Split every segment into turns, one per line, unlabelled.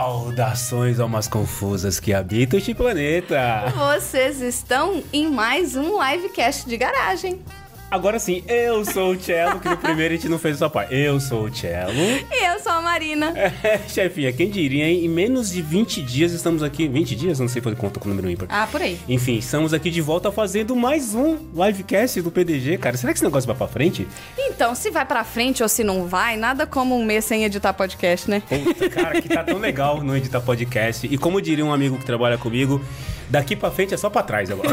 Saudações, almas confusas que habitam este planeta.
Vocês estão em mais um livecast de garagem.
Agora sim, eu sou o Cello, que no primeiro a gente não fez a sua parte. Eu sou o Cello. É,
E eu sou a Marina.
Chefinha, quem diria, hein? Em menos de 20 dias estamos aqui. 20 dias? Não sei fazer conta com o número ímpar.
Ah, por aí.
Enfim, estamos aqui de volta fazendo mais um livecast do PDG. Cara, será que esse negócio vai pra frente?
Então, se vai pra frente ou se não vai, nada como um mês sem editar podcast, né?
Puta, cara, que tá tão legal não editar podcast. E como diria um amigo que trabalha comigo, daqui pra frente é só pra trás agora.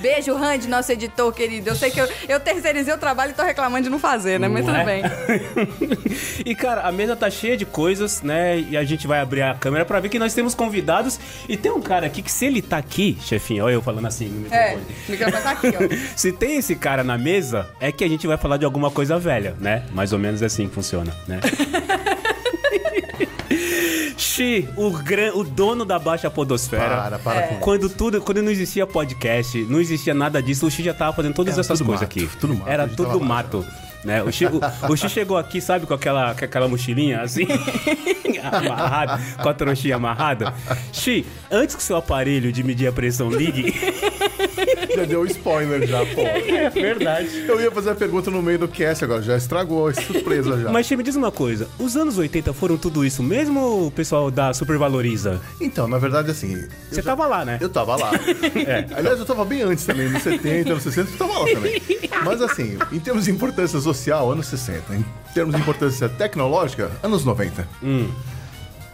Beijo, Randy, nosso editor querido. Eu sei que eu, eu terceirizei o trabalho e tô reclamando de não fazer, né? Mas
Não
tudo
é?
bem.
e cara, a mesa tá cheia de coisas, né? E a gente vai abrir a câmera pra ver que nós temos convidados. E tem um cara aqui que se ele tá aqui, chefinho, olha eu falando assim no
É,
microfone.
o microfone tá aqui, ó.
Se tem esse cara na mesa, é que a gente vai falar de alguma coisa velha, né? Mais ou menos é assim que funciona, né? Xi, o, gran, o dono da baixa podosfera.
Para, para com isso.
Quando tudo, quando não existia podcast, não existia nada disso, o Xi já tava fazendo todas
Era
essas
tudo
coisas
mato,
aqui.
tudo mato,
Era
a gente
tudo
tava lá.
mato. Né? O, Xi, o- o Xi chegou aqui, sabe, com aquela, com aquela mochilinha assim, amarrada, com a tronchinha amarrada. Xi, antes que seu aparelho de medir a pressão ligue,
Já deu spoiler já, pô.
é verdade.
Eu ia fazer a pergunta no meio do cast agora, já estragou, é surpresa já.
Mas Che, me diz uma coisa, os anos 80 foram tudo isso mesmo ou o pessoal da Supervaloriza?
Então, na verdade, assim. eu
Você
já-
tava lá, né? É.
Eu tava lá. Aliás, eu tava bem antes também, nos 70, anos 60, eu tava lá também. Mas assim, em termos de importância social, anos 60. Em termos de importância tecnológica, anos 90.
Hum.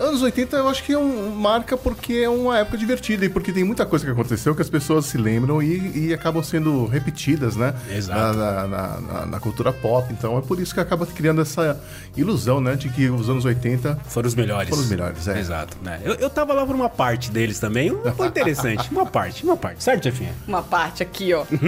Anos 80 eu acho que é um, marca porque é uma época divertida e porque tem muita coisa que aconteceu que as pessoas se lembram e, e acabam sendo repetidas, né?
Exato.
Na, na- na- na- na cultura pop. Então é por isso que acaba criando essa ilusão, né? De que os anos 80
Foram os melhores.
Foram os melhores, é.
Exato, né? Eu, eu tava lá por uma parte deles também, foi interessante. uma parte, uma parte. Certo, Chefinha?
Uma parte aqui, ó.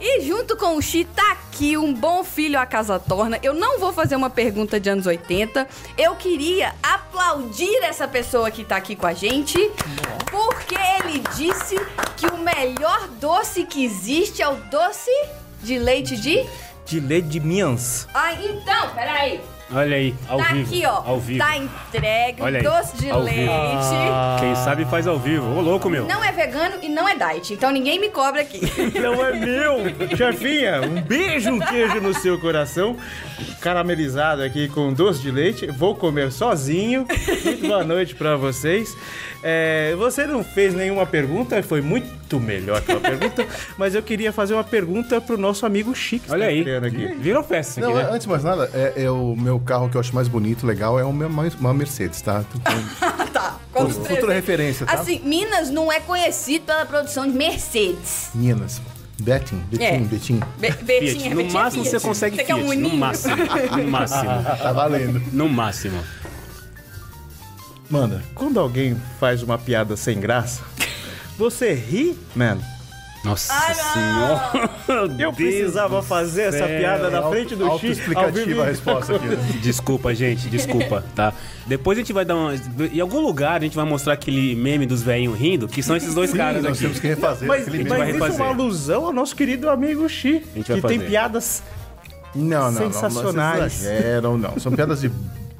e junto com o Xi tá aqui um bom filho à casa torna. Eu não vou fazer uma pergunta de anos 80. Eu queria aplaudir essa pessoa que tá aqui com a gente, porque ele disse que o melhor doce que existe é o doce de leite de.
De leite de Mians.
Ah, então, peraí.
Olha aí, ao
tá
vivo.
aqui, ó.
Ao vivo.
Tá entregue
Olha aí,
o doce de
ao
leite.
vivo. Ah. Quem sabe faz ao vivo. Ô, louco, meu.
Não é vegano e não é diet, então ninguém me cobra aqui.
Não é meu! Chefinha, um beijo, um queijo no seu coração. Caramelizado aqui com doce de leite. Vou comer sozinho. Muito boa noite pra vocês. É, você não fez nenhuma pergunta, foi muito melhor que uma pergunta, mas eu queria fazer uma pergunta pro nosso amigo Chico. tá
Olha aí.
Aqui.
Virou festa isso
Não,
aqui,
é-
né?
antes de mais nada, é, é o meu carro que eu acho mais bonito, legal, é uma, uma Mercedes, tá? Então,
tá, quantos
Futura
presentes?
referência, tá?
Assim, Minas não é conhecido pela produção de Mercedes.
um Minas. Betim, Betim,
É.
Betim.
Be
Fiat.
Betinha,
no
Betinha,
máximo
Fiat.
você consegue
Você quer
Fiat.
um
no
uninho?
máximo. No máximo.
Tá valendo.
No máximo.
Manda.
Quando alguém faz uma piada sem graça, você ri, mano.
Nossa
Ah, não.
senhora. Meu
Eu
Deus
precisava
do
fazer essa
céu.
piada na frente do Chico. ao vivo
Autoexplicativa a
e
resposta aqui. né?
Desculpa, gente, desculpa, tá? Depois a gente vai dar uma. Em algum lugar a gente vai mostrar aquele meme dos velhinhos rindo, que são esses dois caras
Nós
aqui.
temos que refazer
Mas,
aquele
mas
vai
meme.
isso
refazer.
é uma alusão ao nosso querido amigo Xi,
gente
que
vai
tem
fazer.
piadas.
Não, não,
sensacionais.
não. vocês Exageram, não. São piadas de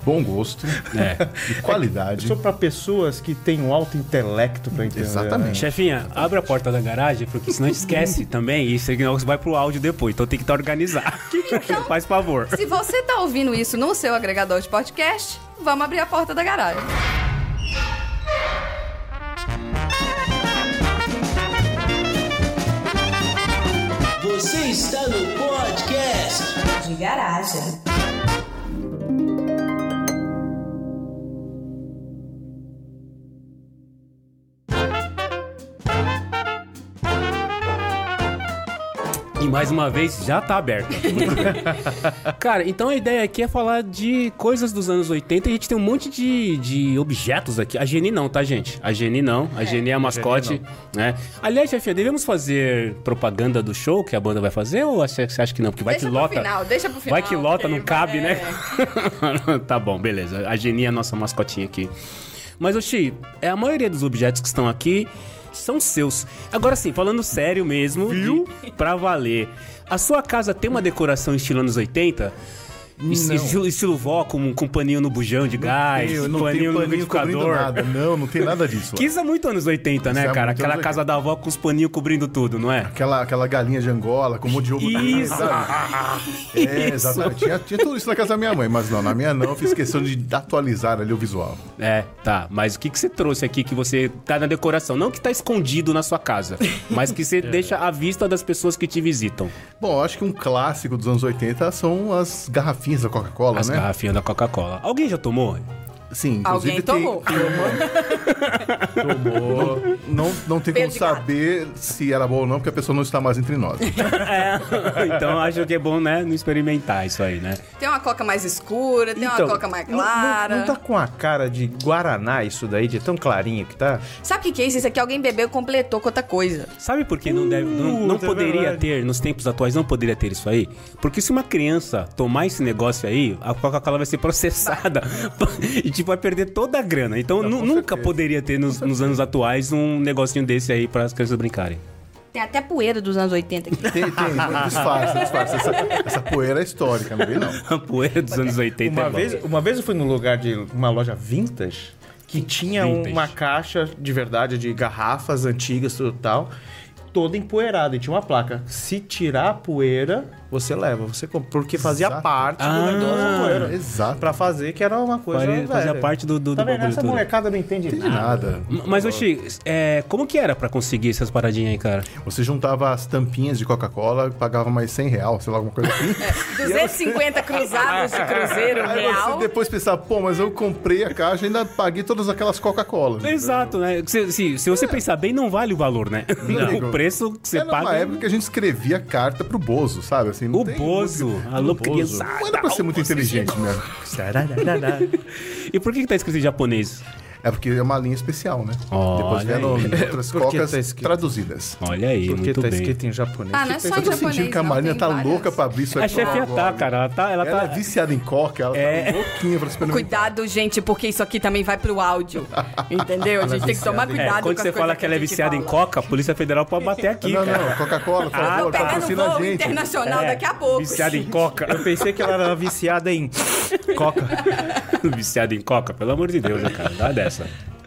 bom gosto,
É.
de qualidade.
Só pra pessoas que têm um alto intelecto pra entender.
Exatamente.
Chefinha, abre a porta da garagem, porque senão a gente esquece também. E isso aí não vai pro áudio depois, então tem que estar organizado.
Então,
Faz favor.
Se você tá ouvindo isso no seu agregador de podcast, vamos abrir a porta da garagem.
Você está no podcast
de garagem.
E mais uma vez, já tá aberta. Muito bem. Cara, então a ideia aqui é falar de coisas dos anos 80 e a gente tem um monte de, de objetos aqui. A Geni não, tá, gente? A Geni não. A Geni é a mascote, né? Aliás, chefinha, devemos fazer propaganda do show que a banda vai fazer ou acha- você acha que não? Porque vai
Deixa
que
pro
lota.
final, deixa pro
Vai
final,
que lota,
que
não cabe,
é.
né? tá bom, beleza. A Geni é a nossa mascotinha aqui. Mas, Oxi, é a maioria dos objetos que estão aqui são seus. Agora sim, falando sério mesmo, viu? pra valer. A sua casa tem uma decoração estilo anos 80? Es- Estilo, estilo vó com, com paninho no bujão de gás,
Eu não
paninho
tenho
no
paninho cobrindo
liquidificador.
nada. Não, não tem nada disso.
Que isso é muito anos 80, né,
Isso é
cara?
muito
Aquela
anos
casa da avó com os paninhos cobrindo tudo, não é?
Aquela, aquela galinha de Angola com um monte de ovo.
Isso.
sabe? É, exatamente. Tinha, tinha tudo isso na casa da minha mãe, mas não, na minha não, eu fiz questão de atualizar ali o visual.
É, tá. Mas o que, que você trouxe aqui que você tá na decoração? Não que tá escondido na sua casa, mas que
É.
você deixa à vista das pessoas que te visitam.
Bom, eu acho que um clássico dos anos 80 são as garrafinhas da
Tá
Coca-Cola,
As
né?
garrafinhas da Coca-Cola. Alguém já tomou?
Sim,
Alguém
inclusive
tomou.
tem. Tomou. Não, não tem
Pelo
como
de gato.
saber se era bom ou não, porque a pessoa não está mais entre nós.
então acho que é bom, né, não experimentar isso aí, né?
Tem uma coca mais escura, tem
Então,
Então,
uma coca mais
não- não-
clara.
Não, tá com a cara de Guaraná isso daí, de tão clarinho que tá?
Sabe o que, que é isso? Isso aqui alguém bebeu e completou com outra coisa.
Sabe por que não deve, não, não
Puta, é
poderia
verdade.
ter nos tempos atuais não poderia ter isso aí? Porque se uma criança tomar esse negócio aí, a Coca-Cola vai ser processada e tipo vai perder toda a grana. Então nu- nunca poderia ter nos, nos anos atuais um negocinho desse aí para as crianças brincarem.
Tem até poeira dos anos 80 aqui.
Tem, tem, disfarça, disfarça. Essa, essa poeira é histórica, não vem, não.
A poeira dos anos 80 é
Uma
bom.
vez, uma vez eu fui num lugar de uma loja vintage que tinha
Vintage.
uma caixa de verdade de garrafas antigas e tudo tal, toda empoeirada e tinha uma placa. Se tirar a poeira, você leva, você compra, porque fazia
Exato.
parte do negócio da poeira.
Exato.
Pra fazer, que era uma coisa.
Ah. Faria- fazia
velha.
parte do- do-
tá
do
vendo?
bagulho
Essa
todo.
molecada não entende
De
nada.
nada.
M- Mas, Oxi, é, como que era pra conseguir essas paradinhas aí, cara?
Você juntava as tampinhas de Coca-Cola, pagava mais 100 reais, sei lá, alguma coisa assim.
250 cruzados de cruzeiro
Aí
real.
você depois pensava, pô, mas eu comprei a caixa e ainda paguei todas aquelas Coca-Cola.
Exato, né? Se, se- se você pensar bem, não vale o valor, né?
amigo.
O preço que você
Era
paga. um é
uma É, época que a gente escrevia carta pro Bozo, sabe? Assim, não
O
tem
Bozo, Tá,
muito-
alô
Bozo.
criançada.
Não era pra ser muito inteligente mesmo.
E por que, que tá escrito em japonês?
É porque é uma linha especial, né?
Olha
Depois vieram outras
Por que
cocas
tá escrito?
traduzidas.
Olha aí,
Porque
muito
tá
bem.
escrito em japonês.
Ah, não é só em
Eu tô sentindo
japonês,
que a
não,
Marina
tem
tá
várias.
louca pra abrir isso
A
aqui.
chefe tá,
agora.
cara. Ela tá. Ela
Ela é
tá...
viciada em coca, ela
É.
tá louquinha pra experimentar.
Cuidado, gente, porque isso aqui também vai pro áudio. Entendeu? A gente tem que tomar
É, quando
cuidado com as
você
coisas
fala que ela é
a gente
viciada em
fala.
coca, a Polícia Federal pode bater aqui,
Não,
cara.
não, Coca-Cola,
Ah,
por
Tô
favor,
pegando
patrocina a
voo
gente.
internacional
É,
daqui a pouco.
Viciada em coca.
Eu pensei que ela era viciada em coca.
viciada em coca, pelo amor de Deus, né, cara. Dá dessa.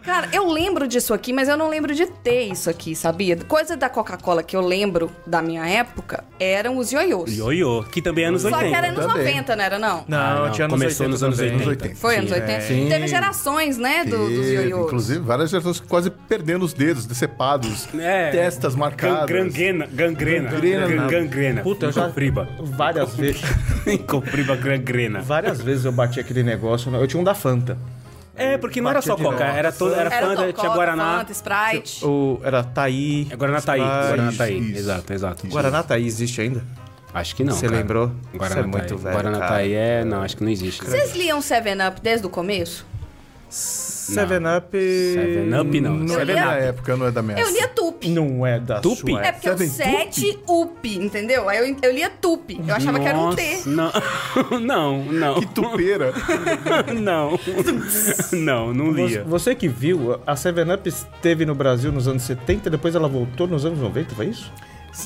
Cara, eu lembro disso aqui, mas eu não lembro de ter isso aqui, sabia? Coisa da Coca-Cola que eu lembro da minha época eram os ioiôs.
Ioiô, que também é anos
Só
80.
que era anos
também.
90, não era não?
Não,
Ah, não, é.
tinha anos
começou
80
nos anos
também.
80.
Anos 80.
Foi anos 80?
Sim.
Teve gerações, né, do, dos
Teve,
ioiôs.
Inclusive, várias gerações quase perdendo os dedos, decepados,
É.
testas marcadas.
Gangrena, gangrena,
Gangrena,
gan-
não.
gangrena.
Puta, eu já-
Copriba.
Várias vezes.
Copriba gangrena.
Várias vezes eu bati aquele negócio. Eu tinha um da Fanta.
É, porque não era só
Batia de
coca,
novo.
era toda, era
Era
Fanta, tinha
Coca-Cola,
Guaraná.
Fanta, Sprite.
O, era Thaí.
É Guaraná Taí,
Sprite.
Guaraná Taí.
isso.
Exato, exato.
Guaraná Thaí existe ainda?
Acho que não.
Você
cara.
lembrou? Você
Guaraná
é
Taí.
muito velho,
Guaraná
cara.
Taí é. Não, acho que não existe.
Vocês liam 7-Up desde o começo?
Seven Up.
Seven Up não.
Não é
Seven
da minha
Up.
época, não é da minha.
Eu lia Tupi.
Não é da
Tupi?
sua.
É porque é o
Seven
7 up, entendeu? Aí eu, eu lia Tupi. Eu achava que era um T.
Nossa, Não, não,
Que tupeira.
não. Não, não
Você,
lia.
você que viu, a Seven Up esteve no Brasil nos anos 70, depois ela voltou nos anos 90, foi isso?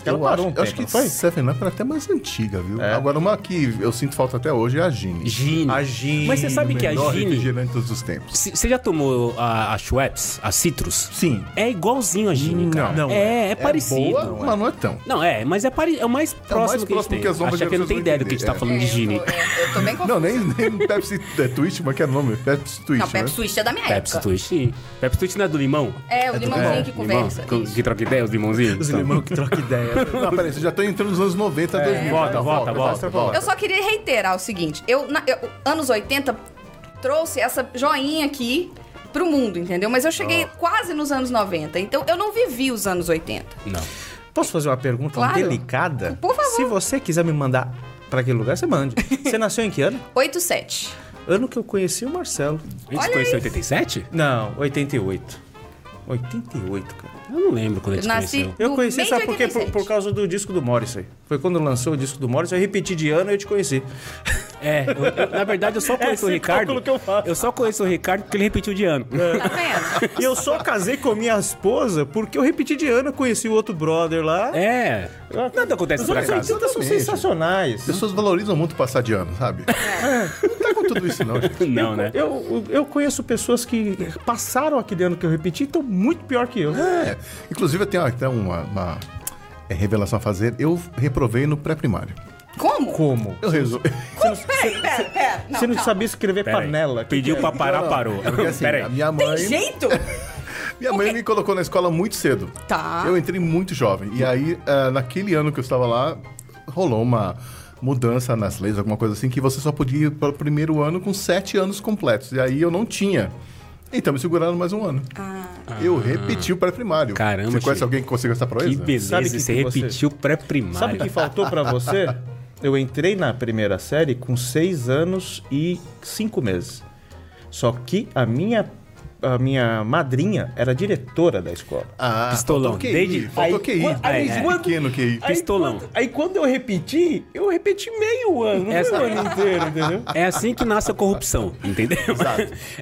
Ela
eu acho,
parou um
eu
tempo,
acho que
não foi?
Seven Up era até mais antiga, viu? Agora, uma que eu sinto falta até hoje é a Gini.
É. Gine.
A Gine.
Mas você sabe que a
Melhor
Gine...
refrigerante de todos os tempos.
C- Você já tomou a, a Schweppes, a Citrus?
Sim.
É igualzinho a Gine, cara.
Hum, Não, não
é, é, parecido.
Boa, mas não é tão.
Não, é, mas é, pare... é o mais próximo que a gente
próximo
tem.
que as novas
Acho que eu não
gerações
tenho
vão
ideia do que a gente tá
entender, é.
falando de Gine.
Eu, tô- é, eu tô bem
Não,
confusa.
nem, nem Pepsi é, Twitch, mas que é o nome? Pepsi Twitch,
Não, Pepsi
né?
Twist é da minha
Pepsi
época.
Twist, sim. Pepsi Twist não é do limão?
É, o limãozinho que
Limão?
conversa.
Que,
Isso.
que troca ideia, os limãozinhos?
Os
Então.
limão que troca ideia.
Não, peraí, você já tá entrando nos anos 90, 2000.
É. Volta,
Vai,
volta, volta,
vai,
Eu só queria reiterar o seguinte: eu, na- eu- anos 80, trouxe essa joinha aqui pro mundo, entendeu? Mas eu cheguei quase nos anos 90, então eu não vivi os anos 80.
Não.
Posso fazer uma pergunta
Claro.
delicada?
Por favor.
Se você quiser me mandar pra aquele lugar, você mande. Você nasceu em que ano?
87.
Ano que eu conheci o Marcelo.
A gente
Olha
conheceu em
aí.
87?
Não, 88. 88, cara.
Eu não lembro quando a gente
Eu nasci-
conheceu.
Eu
No
conheci,
mês
sabe
de
por quê? Por,
87.
por causa do disco do Morrissey. Foi quando lançou o disco do Morrissey, eu repeti de ano e eu te conheci.
É, eu- eu- na verdade eu só conheço o
esse é
Ricardo.
cálculo que eu faço.
só conheço o Ricardo porque ele repetiu de ano.
Tá vendo?
E eu só casei com a minha esposa porque eu repeti de ano, conheci o outro brother lá.
É. Nada acontece
Ah. Os
por
anos
acaso.
80 são
Exatamente.
sensacionais.
Uhum.
As pessoas valorizam muito passar de ano, sabe?
É.
Não tá com tudo isso, não, gente.
Não, né?
Eu, eu conheço pessoas que passaram aquele ano que eu repeti e estão muito pior que eu.
Ah.
É. Inclusive, eu tenho até uma, uma, é, revelação a fazer. Eu reprovei no pré-primário.
Como?
Como?
Eu resolvi.
Peraí, pera, pera.
Você não sabia escrever
Pera aí.
panela. que
Pediu
que é?
pra parar, parou.
Porque assim,
Pera
a
aí.
minha
Tem
mãe.
jeito?
Minha mãe me colocou na escola muito cedo.
Tá.
Eu entrei muito jovem. E aí, ah, naquele ano que eu estava lá, rolou uma mudança nas leis, alguma coisa assim, que você só podia ir para o primeiro ano com sete anos completos. E aí eu não tinha. Então me seguraram mais um ano.
Ah.
Eu repeti o pré-primário.
Caramba,
Você conhece
Chico.
alguém que consiga essa
Que
proeza?
beleza,
Sabe que
você
que você-
repetiu
Sabe o
pré-primário.
que faltou pra você? Eu entrei na primeira série com 6 anos e 5 meses. Só que a minha, a minha madrinha era diretora da escola.
Ah,
Pistolão.
Faltou QI.
Desde-
Faltou QI.
aí,
Desde
quando-
pequeno QI.
Aí
Pistolão.
quando, aí quando eu repeti, eu repeti meio ano, não
Essa-
foi o ano inteiro, entendeu?
É assim que nasce a corrupção, entendeu?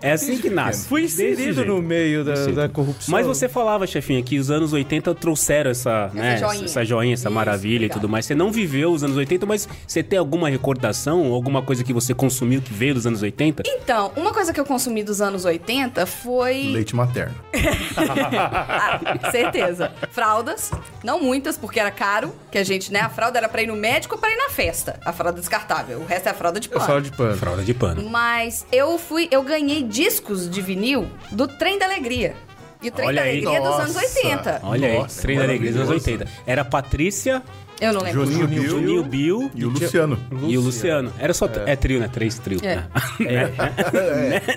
É assim que nasce.
Fui
Desse
inserido
jeito.
no meio da, da corrupção.
Mas você falava, chefinha, que os anos 80 trouxeram essa, né, essa
joinha.
joinha, essa,
Isso,
maravilha
legal.
e tudo mais. Você não viveu os anos 80, mas você tem alguma recordação, alguma coisa que você consumiu que veio dos anos 80?
Então, uma coisa que eu consumi dos anos 80 foi.
Leite materno.
É,
Ah, certeza. Fraldas, não muitas, porque era caro, que a gente, né? A fralda era pra ir no médico ou pra ir na festa. A fralda descartável. O resto é a fralda de pano.
Só de pano.
Fralda de pano.
Mas eu fui, eu ganhei discos de vinil do Trem da Alegria. E o Trem
Olha
da
aí.
Alegria é dos anos
Nossa.
80.
Olha
Nossa,
aí, trem da alegria dos anos 80. Era a Patrícia,
Eu não lembro.
Juninho, Bill
Juninho Bill
e o Luciano.
e o Luciano. Era só. É, trio, né? Três trio.
É.
Né?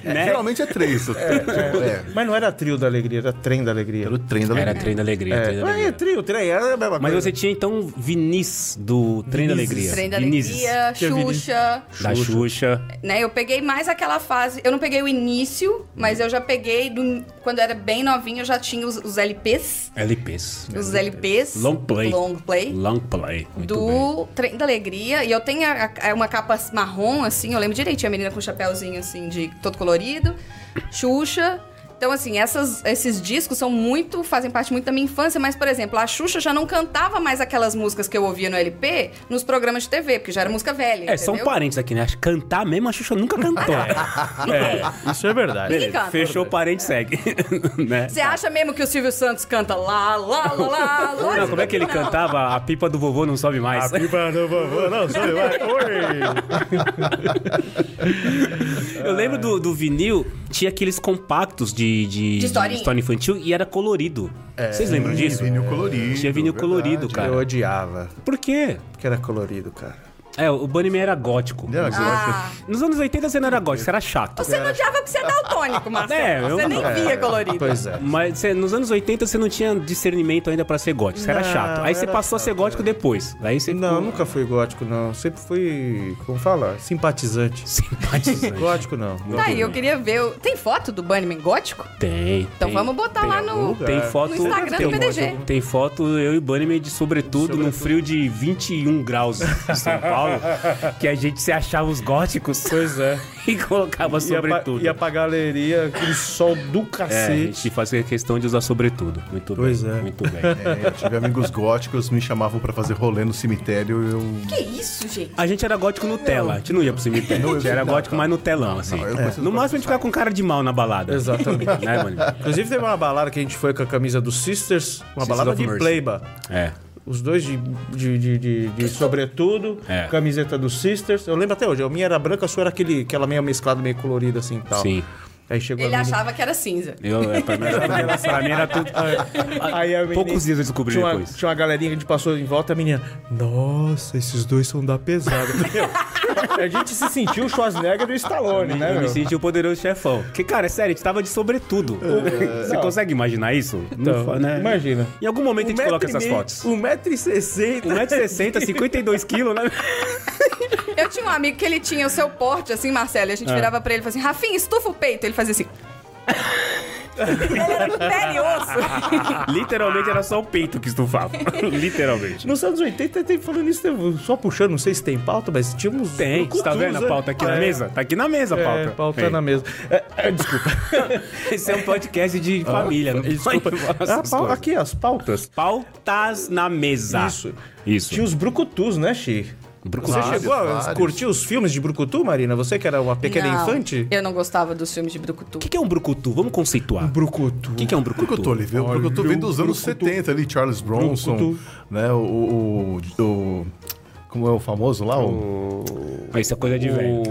É, Geralmente é três. É.
Mas não era trio da alegria, era trem da alegria.
Era o trem da
Era
alegria.
trem da alegria.
É,
Trem da
mas
alegria.
é trio, trem, era a mesma
Mas
coisa.
você tinha então Vinícius do Trem da Alegria.
Trem da
Vinícius.
Alegria,
Que é Vinícius.
Xuxa.
Da Xuxa.
né? Eu peguei mais aquela fase. Eu não peguei o início, mas eu já peguei do- quando eu era bem novinho, eu já tinha os, os LPs.
LPs.
Os LPs.
Long play.
Long play.
Long play. Muito bem.
do Trem da Alegria. E eu tenho a- a- é uma capa marrom, assim, eu lembro direitinho, a menina com um chapéuzinho, assim, de todo colorido. Xuxa. Então, assim, essas- esses discos são muito. fazem parte muito da minha infância, mas, por exemplo, a Xuxa já não cantava mais aquelas músicas que eu ouvia no LP nos programas de TV, porque já era música velha.
É, só um
entendeu?
parênteses aqui, né? Acho que Cantar mesmo, a Xuxa nunca cantou.
Isso é verdade.
Ninguém canta.
Fechou o parênteses, segue. né?
Você acha mesmo que o Silvio Santos canta lá, lá, lá, lá, lá?
Não, como é que ele cantava? A pipa do vovô não sobe mais.
pipa do vovô não sobe mais. Oi!
Eu lembro do, do vinil, tinha aqueles compactos de, de,
De historinha.
história infantil e era colorido.
É,
Vocês lembram disso?
Vinil colorido.
Tinha vinil
verdade.
colorido,
Eu
cara.
odiava,
Por quê?
porque era colorido, cara.
É, o Bunnyman era gótico.
Era
Ah,
gótico.
Nos anos 80 você não era gótico, você era chato.
Você não odiava porque você é daltônico, Marcelo.
É, eu
você nem
não.
via colorido.
Pois é.
Mas cê- nos anos 80 você não tinha discernimento ainda pra ser gótico, você era
Não,
chato. Aí você
era
passou a ser
chato, é.
gótico depois. Aí você
Não,
ficou
nunca fui gótico, não. Sempre fui, como fala? Simpatizante.
simpatizante.
Gótico, não.
É.
Não.
Tá aí, eu queria ver. o- Tem foto do Bunnyman gótico?
Tem.
Então
tem.
vamos botar lá
algum
no.
lugar.
Tem
No
foto.
Instagram do
tem,
PDG.
tem foto eu e o Bunnyman de sobretudo, num frio de 21 graus em São Paulo, que a gente se achava os góticos
Pois é.
e colocava
Ia pra,
sobretudo.
ia pra galeria, aquele sol do
É, a
cacete.
gente fazia questão de usar sobretudo. Muito
Pois
bem.
é.
Muito bem.
É, eu tive amigos góticos, me chamavam pra fazer rolê no cemitério e eu.
Que isso, gente?
A gente era gótico no tela, a gente não é ia pro cemitério.
Não, eu
a gente era
sei, não,
gótico,
não.
mas no telão, assim.
eu não conheço
No
os
máximo a gente ficava com cara de mal na balada.
Exatamente.
Né, Bunnyman?
Inclusive, teve uma balada que a gente foi com a camisa do Sisters, uma
Sisters
balada
of
de
Mercy.
playba.
É.
Os dois de, de, de, de- de sobretudo,
É.
camiseta do Sisters. Eu lembro até hoje, a minha era branca, a sua era aquele, aquela meio mesclada, meio colorida assim e tal.
Sim.
Aí chegou
Ele
a menina-
achava que era cinza.
Eu, é, pra, mim era, pra mim era tudo.
Aí a menina-
É. Poucos dias eu descobri
tinha uma,
depois.
Tinha uma galerinha que a gente passou em volta, a menina, nossa, esses dois são da pesada. Meu, a gente se sentiu o Schwarzenegger e o Stallone, né,
Eu me
meu?
senti o poderoso chefão. Porque, cara, é sério, a gente tava de sobretudo. Você
Não.
consegue imaginar isso? Não
Então,
fa- né?
Imagina.
Em algum momento a gente coloca essas fotos.
1,60m.
1,60m, 52kg, né?
Eu tinha um amigo que ele
Ah.
tinha o seu porte, assim, Marcelo, e a gente virava pra ele e falava assim: Rafinha, estufa o peito. Ele fazia assim. Ele era do pé e osso.
Literalmente era só o peito que estufava. Literalmente.
Nos anos 80, tem falando isso, tem- só puxando, não sei se tem pauta, mas tínhamos.
Tem, você tá vendo a pauta aqui na mesa? Tá aqui na mesa a pauta.
né? É, pauta
Tem.
na mesa. É, é, desculpa.
Esse é um podcast de família, não
desculpa.
pode falar
É A
essas
pau-
coisas.
aqui, as pautas.
Pautas na mesa.
Isso.
Isso.
Tinha os brucutus, né, Xi? Você
Brucutus.
chegou a
vários.
curtir os filmes de brucutu, Marina? Você É que era uma pequena
Não,
infante?
Eu não gostava dos filmes de Brucutu.
O que que é um brucutu? Vamos conceituar. O
Brucutu.
que que é um brucutu?
Brucutu, ele veio,
Olha,
Brucutu vem dos
o
anos
Brucutu.
70 ali, Charles Bronson,
Brucutu.
né, o, o- o- o- Como é o famoso lá? O,
Ah, Isso é coisa de velho.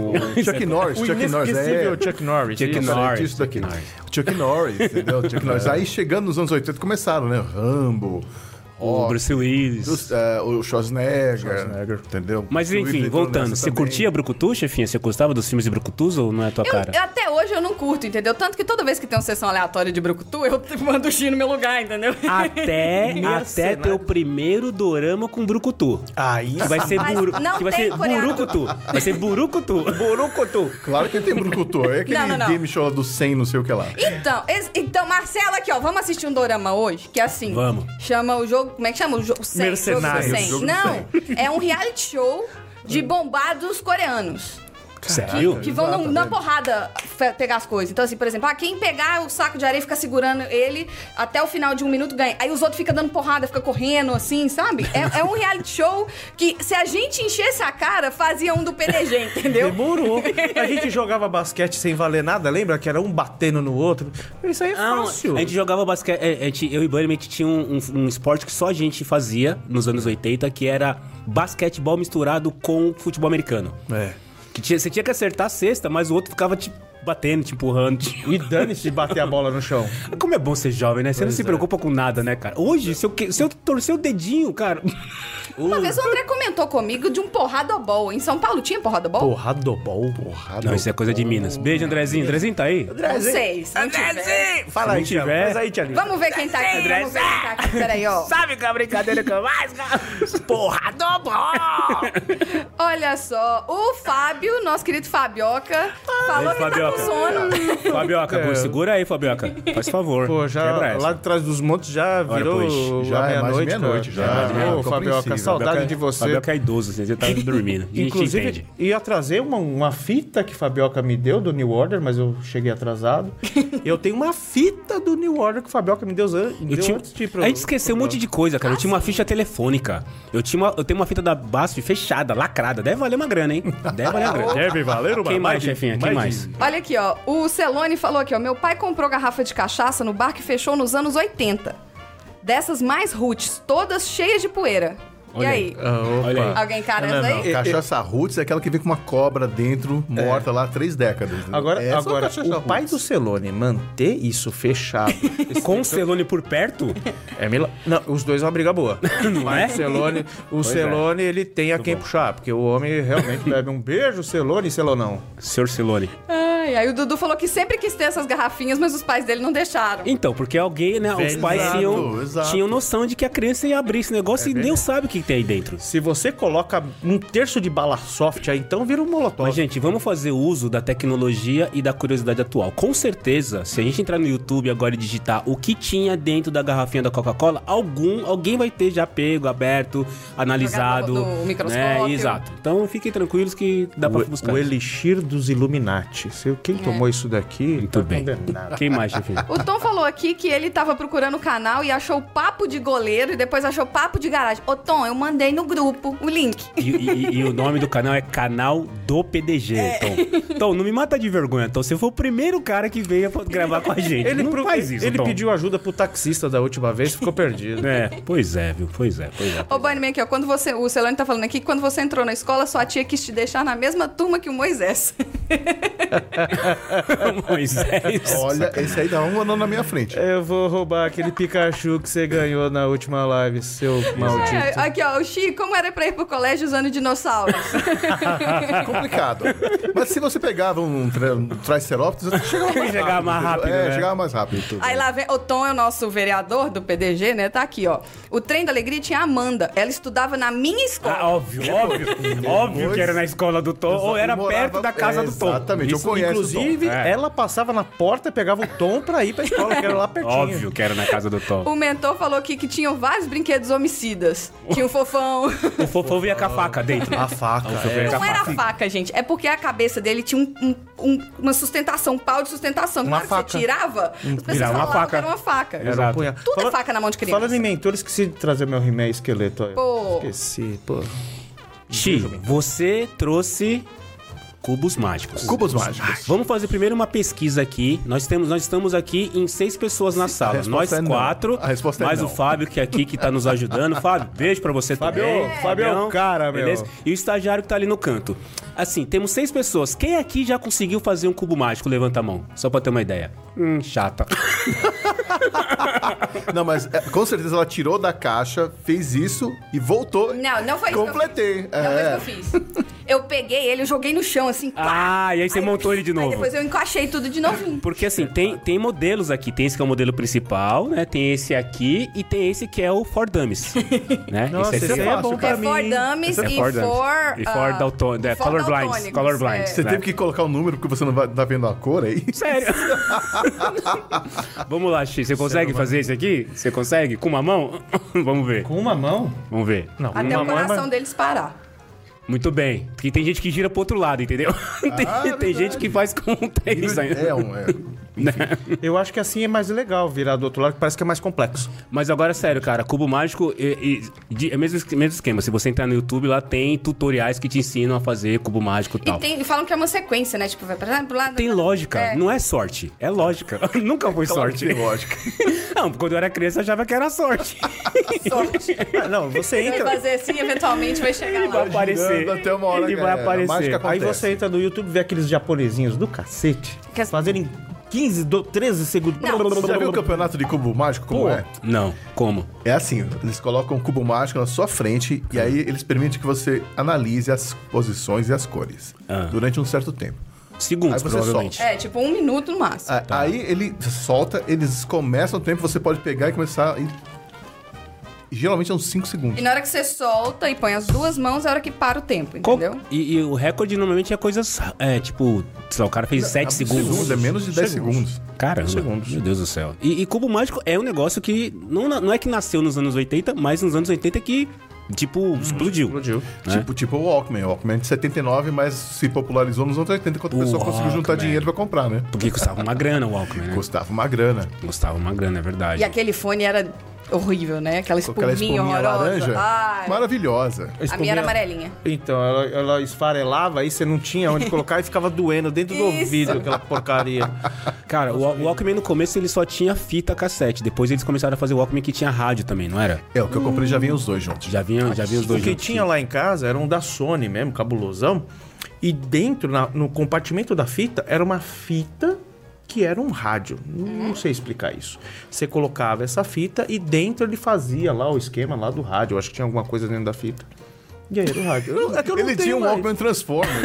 Chuck Norris,
O
Chuck Norris, é...
inesquecível Chuck Norris.
Chuck
isso.
Norris.
Diferente disso daqui.
Norris.
Chuck Norris, entendeu? Chuck Norris. Aí chegando nos anos 80 começaram, né? Rambo,
O
ó,
Bruce Willis.
os- é, o Schwarzenegger,
Schwarzenegger.
entendeu?
Mas
O Whitley
enfim,
entrou
voltando.
nessa
Você
também.
curtia Brucutu, chefinha? Você gostava dos filmes de Brucutus ou não é a tua
Eu-
cara?
eu até hoje eu não curto, entendeu? Tanto que toda vez que tem uma sessão aleatória de Brucutu, eu mando o X no meu lugar, entendeu?
Até, até
Mercenário.
teu primeiro dorama com Brucutu.
Aí
Que vai ser,
Mas
buru,
não
que vai
tem
ser
coreano.
burucutu. Vai ser burucutu. Burucutu.
Claro que tem Brucutu. É aquele
Não, não, não.
game show lá do 100, não sei o que lá.
Então, ex- então, Marcela, aqui, ó, vamos assistir um dorama hoje? Que é assim.
Vamos.
Chama o jogo. Como é que chama? O jogo 100.
Mercenários.
Jogo
Jogo
100.
do
Não, é um reality show de bombados coreanos.
Sério?
Que vão
Exato,
na, na
né?
porrada fe- pegar as coisas. Então, assim, por exemplo, ah, quem pegar o saco de areia e ficar segurando ele até o final de um minuto ganha. Aí os outros ficam dando porrada, fica correndo, assim, sabe? É, é um reality show que, se a gente enchesse a cara, fazia um do PDG, entendeu?
demorou. A gente jogava basquete sem valer nada, lembra? Que era um batendo no outro. Isso aí é
Não,
fácil.
a gente jogava basquete. é, a gente- Eu e Bunny, a gente tinha um, um- um esporte que só a gente fazia nos anos 80, que era basquetebol misturado com futebol americano.
É.
Que tinha- você tinha que acertar a cesta, mas o outro ficava te batendo, te empurrando. te-
E dane-se bater a bola no chão.
Como é bom ser jovem, né? Você não se preocupa com nada, né, cara? Hoje, se eu, que- se eu torcer o dedinho, cara.
Uma vez o André comentou comigo de um porradobol. Em São Paulo tinha porradobol?
Porradobol.
Porrada.
Não, isso é coisa de Minas. Beijo, Andrezinho. Andrezinho tá aí?
Não sei, se não tiver.
Fala
Se
aí,
não
Thiago.
tiver-
Faz aí, Thiago.
Vamos ver quem tá aqui. Vamos ver quem tá aqui. Peraí, ó.
Sabe qual é a brincadeira que eu mais gosto? Porradobol!
Olha só, o Fábio, nosso querido Fabioca, falou
Ei,
que tá com
Fabioca.
sono.
Fabioca,
É.
pô, segura aí, Fabioca. Faz favor.
Pô,
Quebra
já
essa.
lá de trás dos montes já
Ora,
virou
pois,
já
a
é mais de
meia-noite.
meia-noite, já
cara.
é mais de
Ô,
meia-noite,
Fabioca,
compreensível.
saudade
Fabioca-
de você.
Fabioca é idoso, assim, você tá dormindo. A gente entende.
Inclusive, ia trazer uma, uma fita que Fabioca me deu do New Order, mas eu cheguei atrasado. eu tenho uma fita do New Order que Fabioca me deu, an-
Eu
deu
tinha-
antes de ir pro- Ah,
a gente esqueceu um monte de coisa, cara. Eu tinha uma ficha telefônica. Eu, tinha uma- eu tenho uma fita da BASF fechada, lacrada. Deve valer uma grana, hein? Deve valer uma grana.
Deve valer uma-
Quem mais,
mais de-
chefinha? Quem
mais
mais?
de-
Olha aqui, ó. O Celone falou aqui, ó. Meu pai comprou garrafa de cachaça no bar que fechou nos anos 80. Dessas mais roots, todas cheias de poeira.
Olha
e aí?
Ah, opa.
Olha aí.
Alguém encara
Não,
essa
não,
aí?
Cachaça Roots é aquela que vem com uma cobra dentro, morta lá há três décadas. entendeu?
Agora,
Essa é a
agora
cachaça
o pai
Roots.
do Celone manter isso fechado então-
Com o Celone por perto?
é mila... Não, os dois é uma briga boa.
Não é?
O Celone, o Celone ele tem a quem puxar, porque o homem realmente bebe um beijo, Celone e Celonão.
Senhor Celone.
Ai, aí o Dudu falou que sempre quis ter essas garrafinhas, mas os pais dele não deixaram.
Então, porque alguém, né? Os
Exato, É
pais tinham,
exato.
tinham noção de que a criança ia abrir esse negócio e Deus sabe o que tem aí dentro.
Se você coloca um terço de bala soft aí, então vira um molotov.
Mas, gente, vamos fazer uso da tecnologia e da curiosidade atual. Com certeza, se a gente entrar no YouTube agora e digitar o que tinha dentro da garrafinha da Coca-Cola, algum, alguém vai ter já pego, aberto, analisado. né?
no- no microscópio.
Exato. Então fiquem tranquilos que dá pra buscar.
o, o Elixir dos Illuminati. Se- Quem tomou isso daqui
Muito bem.
condenado.
Quem mais, chefinho?
O Tom falou aqui que ele tava procurando o canal e achou papo de goleiro e depois achou papo de garagem. Ô, Tom, eu mandei no grupo o link.
E, e- e o nome do canal é Canal do PDG,
É.
Tom. Tom, não me mata de vergonha, Tom. Você foi o primeiro cara que veio pra gravar com a gente.
Ele,
não
pro-
faz isso,
ele
Tom.
pediu ajuda pro taxista da última vez e ficou perdido.
É, pois é, viu? Pois é, pois é.
Ô, Bunnyman, aqui, ó, quando você. O Celone tá falando aqui que quando você entrou na escola, sua tia quis te deixar na mesma turma que o Moisés.
é,
Moisés.
Olha, esse aí dá um andando na minha frente.
Eu vou roubar aquele Pikachu que você ganhou na última live, seu maldito.
É, aqui, ó, o Chi, como era pra ir pro colégio usando dinossauros?
É complicado. Mas se você pegava um, tra um triceróptero, você chegava
Chegava mais
mais rápido.
rápido,
entendeu? É,
né?
chegava mais rápido.
Aí lá vem. O Tom é o nosso vereador do PDG, né? Tá aqui, ó. O trem da alegria tinha a Amanda. Ela estudava na minha escola.
Ah, óbvio, óbvio. óbvio que era na escola do Tom, ou era
Eu morava-
perto da casa do Tom.
Exatamente, eu
Isso,
conheço
Inclusive,
É.
ela passava na porta, pegava o tom pra ir pra escola, que era lá pertinho.
Óbvio que era na casa do Tom.
O mentor falou aqui que tinham vários brinquedos homicidas. Tinha um fofão.
O fofão ia com a faca dentro.
A faca.
O fofão
é.
ia com a
Não era
faca.
faca, gente. É porque a cabeça dele tinha um- um- um- uma sustentação, um pau de sustentação.
Uma
Na hora que você
faca.
tirava, as pessoas
Hum, Virava uma
falavam
faca.
que era uma faca.
Exato.
Era um punhal.
Tudo é faca na mão de criança.
Falando em mentores, esqueci de trazer meu He-Man esqueleto. ó.
Pô.
Esqueci, pô.
Xi, você trouxe cubos mágicos.
Cubos mágicos.
Vamos fazer primeiro uma pesquisa aqui. Nós temos, nós estamos aqui em seis pessoas na sala.
resposta
Nós
é não.
quatro,
A resposta é
mais
não.
o Fábio que é aqui que tá nos ajudando. Fábio, beijo pra você
Fábio,
também.
Fábio é o
Fabião,
cara, meu.
E o estagiário que tá ali no canto. Assim, temos seis pessoas. Quem aqui já conseguiu fazer um cubo mágico? Levanta a mão, só pra ter uma ideia. Hum, chata.
Não, mas é, com certeza ela tirou da caixa, fez isso e voltou.
Não, não foi isso.
Completei.
Que eu fiz. Não foi isso que eu fiz. Eu peguei ele, eu joguei no chão, assim. pá.
Ah, e aí você
eu-
montou ele de
Aí
novo.
depois eu encaixei tudo de novinho.
Porque assim, tem, tem modelos aqui. Tem esse que é o modelo principal, né? Tem esse aqui e tem esse que é o For Dummies. né?
Nossa,
seria
esse é
fácil,
bom
cara.
pra
É
mim.
for dummies
Esse é
e
for
for...
dummies. E for
ah,
dalton- é,
for
colorblind's,
daltônicos,
colorblind's.
é.
Você teve que colocar o número porque você não vai- tá vendo a cor aí?
Sério? Vamos lá, X. Você consegue fazer isso aqui? Você consegue? Com uma mão? Vamos ver.
Com uma mão?
Vamos ver.
Não,
Até
uma
o
mão é
coração
mais-
deles parar.
Muito bem. Porque tem gente que gira pro outro lado, entendeu?
Ah,
tem tem gente que faz com um três ainda. Né?
É um. É.
Eu acho que assim é mais legal virar do outro lado, que parece que é mais complexo.
Mas agora, sério, cara, Cubo Mágico e- e- de- é o mesmo, es- mesmo esquema. Se você entrar no YouTube, lá tem tutoriais que te ensinam a fazer Cubo Mágico e
E
tal.
tem, falam que é uma sequência, né? Tipo, vai pra lá, pro lado.
Tem lógica, não é sorte, é lógica. Nunca foi sorte.
Tem lógica.
Não, quando eu era criança eu achava que era sorte.
sorte.
Ah, Não, você
Vai
entra.
fazer assim, eventualmente vai
vai
chegar lá.
aparecer.
Tá girando até uma hora,
Ele vai
galera.
aparecer.
Mágica
Aí
acontece.
você entra no YouTube e vê aqueles japonesinhos do cacete.
Que as-
Fazerem 15, do- 13 segundos.
Não.
Você já viu o campeonato de cubo mágico como é?
Não, como?
É assim, eles colocam um cubo mágico na sua frente e aí eles permitem que você analise as posições e as cores
Ah.
durante um certo tempo.
Segundos,
Aí você
provavelmente.
É, tipo, um minuto no máximo.
A- Tá. Aí ele solta, eles começam o tempo, você pode pegar e começar. em- Geralmente é uns 5
E
segundos.
na hora que você solta e põe as duas mãos, é a hora que para o tempo,
Qual-
entendeu?
E, e o recorde normalmente é coisas. É, tipo, sei lá, o cara fez 7 segundos.
é menos de 10 segundos.
Caramba,
um né? Segundos.
meu Deus do céu. E, e Cubo Mágico é um negócio que não, na- não é que nasceu nos anos 80, mas nos anos 80 que, tipo, explodiu.
Uhum, Explodiu.
Né?
Tipo, tipo o Walkman. O Walkman de 79, mas se popularizou nos anos 80, enquanto o pessoal conseguiu juntar
Walkman.
dinheiro pra comprar, né?
Porque custava uma grana o Walkman, né?
Custava uma grana.
Custava uma grana, é verdade.
E aquele fone era horrível, né? Aquela
Com aquela
espuminha,
espuminha
horrorosa.
laranja.
Ai,
Maravilhosa.
a minha era amarelinha.
Então, ela, ela esfarelava, aí você não tinha onde colocar e ficava doendo dentro do
Isso.
ouvido, aquela porcaria.
Cara, o, o Walkman no começo ele só tinha fita cassete. Depois eles começaram a fazer o Walkman que tinha rádio também, não era?
É, o que eu comprei já vinha os dois juntos.
Já vinha, já vinha os
O
dois.
Ah, que
juntos.
tinha lá em casa era um da Sony mesmo, cabulosão. E dentro, na- no compartimento da fita, era uma fita que era um rádio. Não, não sei explicar isso. Você colocava essa fita e dentro ele fazia lá o esquema lá do rádio. Eu acho que tinha alguma coisa dentro da fita. E aí era o rádio. Eu- é que eu não
Ele
tenho
tinha um
mais.
Walkman Transformer.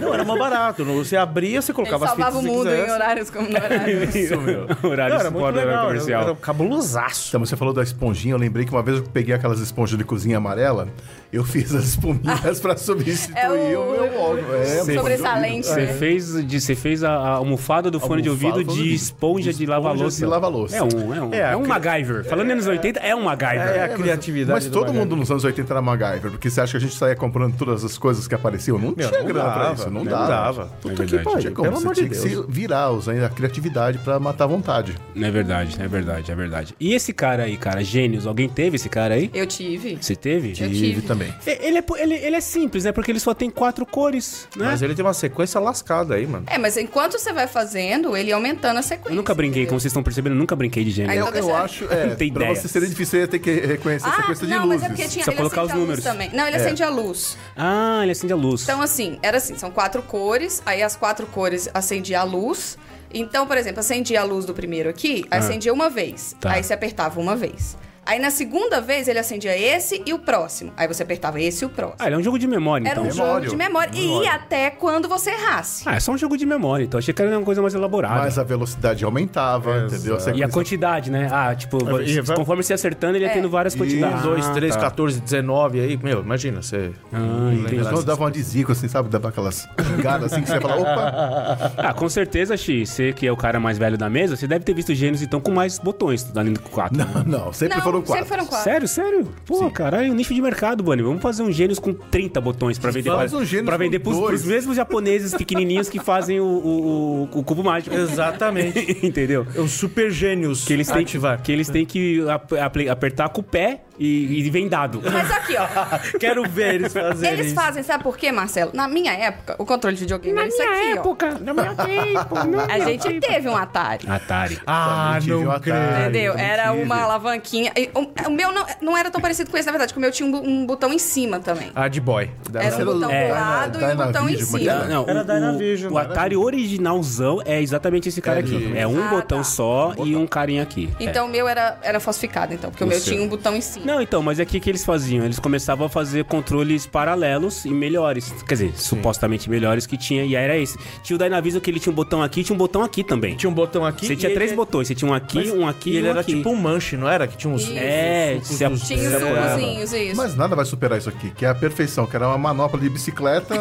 Não, era mais barato. não- Você abria, você
Ele
colocava as fitas
salvava o
que
mundo
você
em
quisesse.
horários como no horário.
Isso, meu. Horário
Não,
de
era
suporte,
muito legal.
horário
era-
né, comercial.
Era, um cabulosaço.
Então, você falou da esponjinha, eu lembrei que uma vez eu peguei aquelas esponjas de cozinha amarela, eu fiz as espuminhas pra substituir
É o-
o meu Walkman. É,
Cê-
Sobressalente,
Você
né?
fez, de- você fez a, a almofada do fone de
Almofada,
ouvido
fone de-
de esponja de,
de
lava-louça.
esponja de lava-louça.
É um, é um, é,
É,
um
aquele-
MacGyver. Falando em anos 80, é um MacGyver.
É a criatividade.
Mas
do
todo
bagulho.
mundo nos anos 80 era MacGyver, porque você acha que a gente saía comprando todas as coisas que apareciam? Não
Meu,
tinha
não
grana pra
dava,
isso, não,
não
dava.
dava.
É
Puta que
verdade.
pariu,
Tinha como,
pelo
você
amor
tinha
de
que
Deus.
se virar, usando a criatividade pra matar a vontade.
É verdade, é verdade, é verdade. E esse cara aí, cara, gênios, alguém teve esse cara aí?
Eu tive.
Você teve?
Eu
E
tive.
também.
E- Ele é, po- ele, ele é simples, né? Porque ele só tem quatro cores, né?
Mas ele tem uma sequência lascada aí, mano.
É, mas enquanto você vai fazendo, ele ia aumentando a sequência.
Eu nunca brinquei, como
entendeu?
vocês estão percebendo, eu nunca brinquei de gênio.
Aí
Eu,
Então,
eu
deixa-
acho, é,
Não tem
pra
ideia.
você seria difícil, você ia ter que reconhecer a
Ah,
sequência de
não,
luzes.
mas é porque tinha,
Só
ele
colocar
acende
os
a luz
números.
também. Não, ele acende a luz.
Ah, ele acende a luz.
Então, assim, era assim, são quatro cores, aí as quatro cores acendia a luz. Então, por exemplo, acendia a luz do primeiro aqui, acendia uma vez.
Tá.
Aí você apertava uma vez. Aí na segunda vez ele acendia esse e o próximo. Aí você apertava esse e o próximo.
Ah, ele é um jogo de memória,
Era
então.
um jogo
Memória.
de memória. E
Memória.
ia até quando você errasse.
Ah, é só um jogo de memória, então. Achei que era uma coisa mais elaborada.
Mas a velocidade aumentava, entendeu? A
E a
sequência-
quantidade, né? Ah, tipo,
E vai-
conforme você acertando, ele ia
É.
tendo várias quantidades.
1, 2,
Ah,
3,
tá.
14, 19 aí. Meu, imagina, você.
Ah, entendi.
Eles não davam uma de zico, assim, sabe? Dava aquelas pingadas assim que você fala, opa,
Ah, com certeza, X, você que é o cara mais velho da mesa, você deve ter visto Gênesis, então, com mais botões, além do 4.
Não, sempre
Não,
foram quatro.
Sempre foram quatro.
Sério, sério? Pô, caralho, nicho de mercado, Bunny. Vamos fazer um Gênios com 30 botões pra vender
Vamos
pra,
um Gênios
pra vender
com
pros,
dois.
pros mesmos japoneses pequenininhos que fazem o, o, o- o cubo mágico.
Exatamente.
Entendeu?
É um super gênios
Que eles têm que,
ativar.
que, eles têm que ap- apl- apertar com o pé e, e vendado.
Mas aqui, ó.
Quero ver eles fazerem
Eles
isso.
fazem, sabe por quê, Marcelo? Na minha época, o controle de videogame era Ah, isso aqui,
no meu tempo,
ó. A gente teve um Atari.
Atari.
Ah,
Tive um
não
Atari.
creio.
Entendeu?
também
Era
tive.
uma alavanquinha. E O, o meu não, não era tão parecido com esse, na verdade, porque o meu tinha um, bu- um botão em cima também.
Ah, de boy.
Era um
Era o
botão
Dyna-
do lado e um botão em
Dynavision,
cima.
mas-
Ah, Não,
Era
o-
Dynavision,
o, o
né?
Atari originalzão é exatamente esse cara aqui. É um
Ah,
botão
tá.
só e um carinha aqui.
Então o meu era, era falsificado, então, porque o, meu tinha um botão em cima.
Não, então, mas é que que eles faziam? Eles começavam a fazer controles paralelos e melhores. Quer dizer, supostamente melhores que tinha, e aí era esse. Tinha o Dynavision que ele tinha um botão aqui e tinha um botão aqui também.
Tinha um botão aqui.
Você tinha
e
três
ele-
botões, você tinha um aqui,
Mas-
um aqui
E ele
um
era
aqui.
tipo um manche, não era? Que tinha um uns.
Isso.
É,
uns-
se a-
uns-
se
Tinha os
apoiava.
sucozinhos, isso.
Mas nada vai superar isso aqui, que é a perfeição, que era uma manopla de bicicleta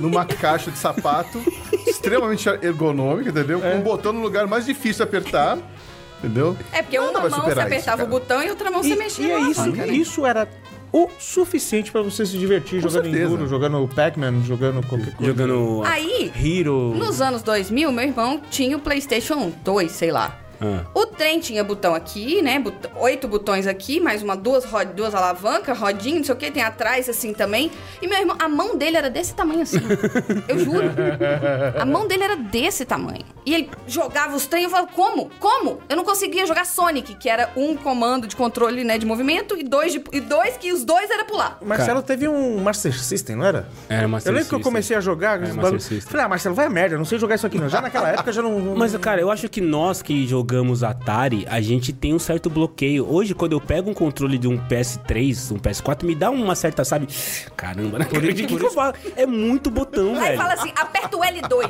numa caixa de sapato extremamente ergonômica, entendeu?
É.
Com um botão no lugar mais difícil de apertar, entendeu?
é porque
Nada
uma
vai
mão você
superar isso,
apertava
cara.
o botão e outra mão você
E,
mexia
e
na
é isso,
alavanca, né?
isso era o suficiente pra você se divertir
Com
jogando
certeza.
Enduro, jogando Pac-Man, jogando qualquer coisa.
um
Jogando.
Aí,
Hero.
Nos anos 2000, meu irmão tinha o PlayStation 2, sei lá.
Ah.
O trem tinha botão aqui, né? bot- Oito botões aqui, mais uma, duas, ro- duas alavancas, rodinha, não sei o que, tem atrás assim também. E meu irmão, a mão dele era desse tamanho assim. eu juro. A mão dele era desse tamanho. E ele jogava os trem e eu falava, como? Como? Eu não conseguia jogar Sonic, que era um comando de controle, né, de movimento, e dois, de- e dois que os dois era pular.
O Marcelo teve um Master System, não era?
Era Master
Eu lembro que eu
System.
comecei a jogar. com esses
Master
bagulho.
System.
Falei, ah, Marcelo, vai a merda, eu não sei jogar isso aqui não. Já naquela época eu já não. não-
Mas, é cara, eu acho que nós que jogamos Atari, a gente tem um certo bloqueio. Hoje, quando eu pego um controle de um PS3, um PS4, me dá uma certa, sabe? Caramba, né? Por que, que eu falo? É muito botão,
Aí
velho.
fala assim, aperta o L2.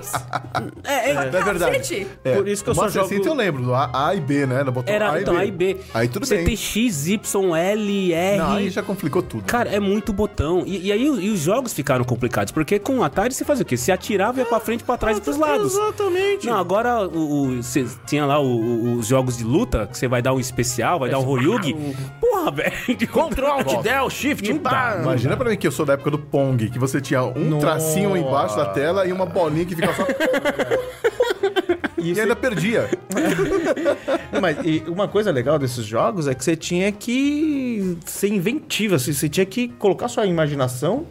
É, é,
É verdade.
Cacete.
É,
Por isso que eu
o
só
Master
jogo-
System eu lembro, do A, A e B, né? No botão
Era, então, A e B.
Aí tudo
Você
bem.
tem X, Y, L, R.
Não, aí já complicou tudo.
Cara, é muito botão. E, e aí o- e os jogos ficaram complicados, porque com o Atari você fazia o quê? Você atirava, ia pra frente, pra trás e pros lados.
Exatamente.
Não, agora o, o- cê tinha lá o- o- os jogos de luta, que você vai dar um especial, vai dar um
é
Royug. Porra, velho.
Control, Alt, Del, Shift,
Não
pá.
dá,
Imagina pra mim que eu sou da época do Pong, que você tinha um tracinho embaixo da tela e uma bolinha que ficava só... e
é-
ainda perdia.
Não, mas e uma coisa legal desses jogos é que você tinha que ser inventiva, assim, você tinha que colocar sua imaginação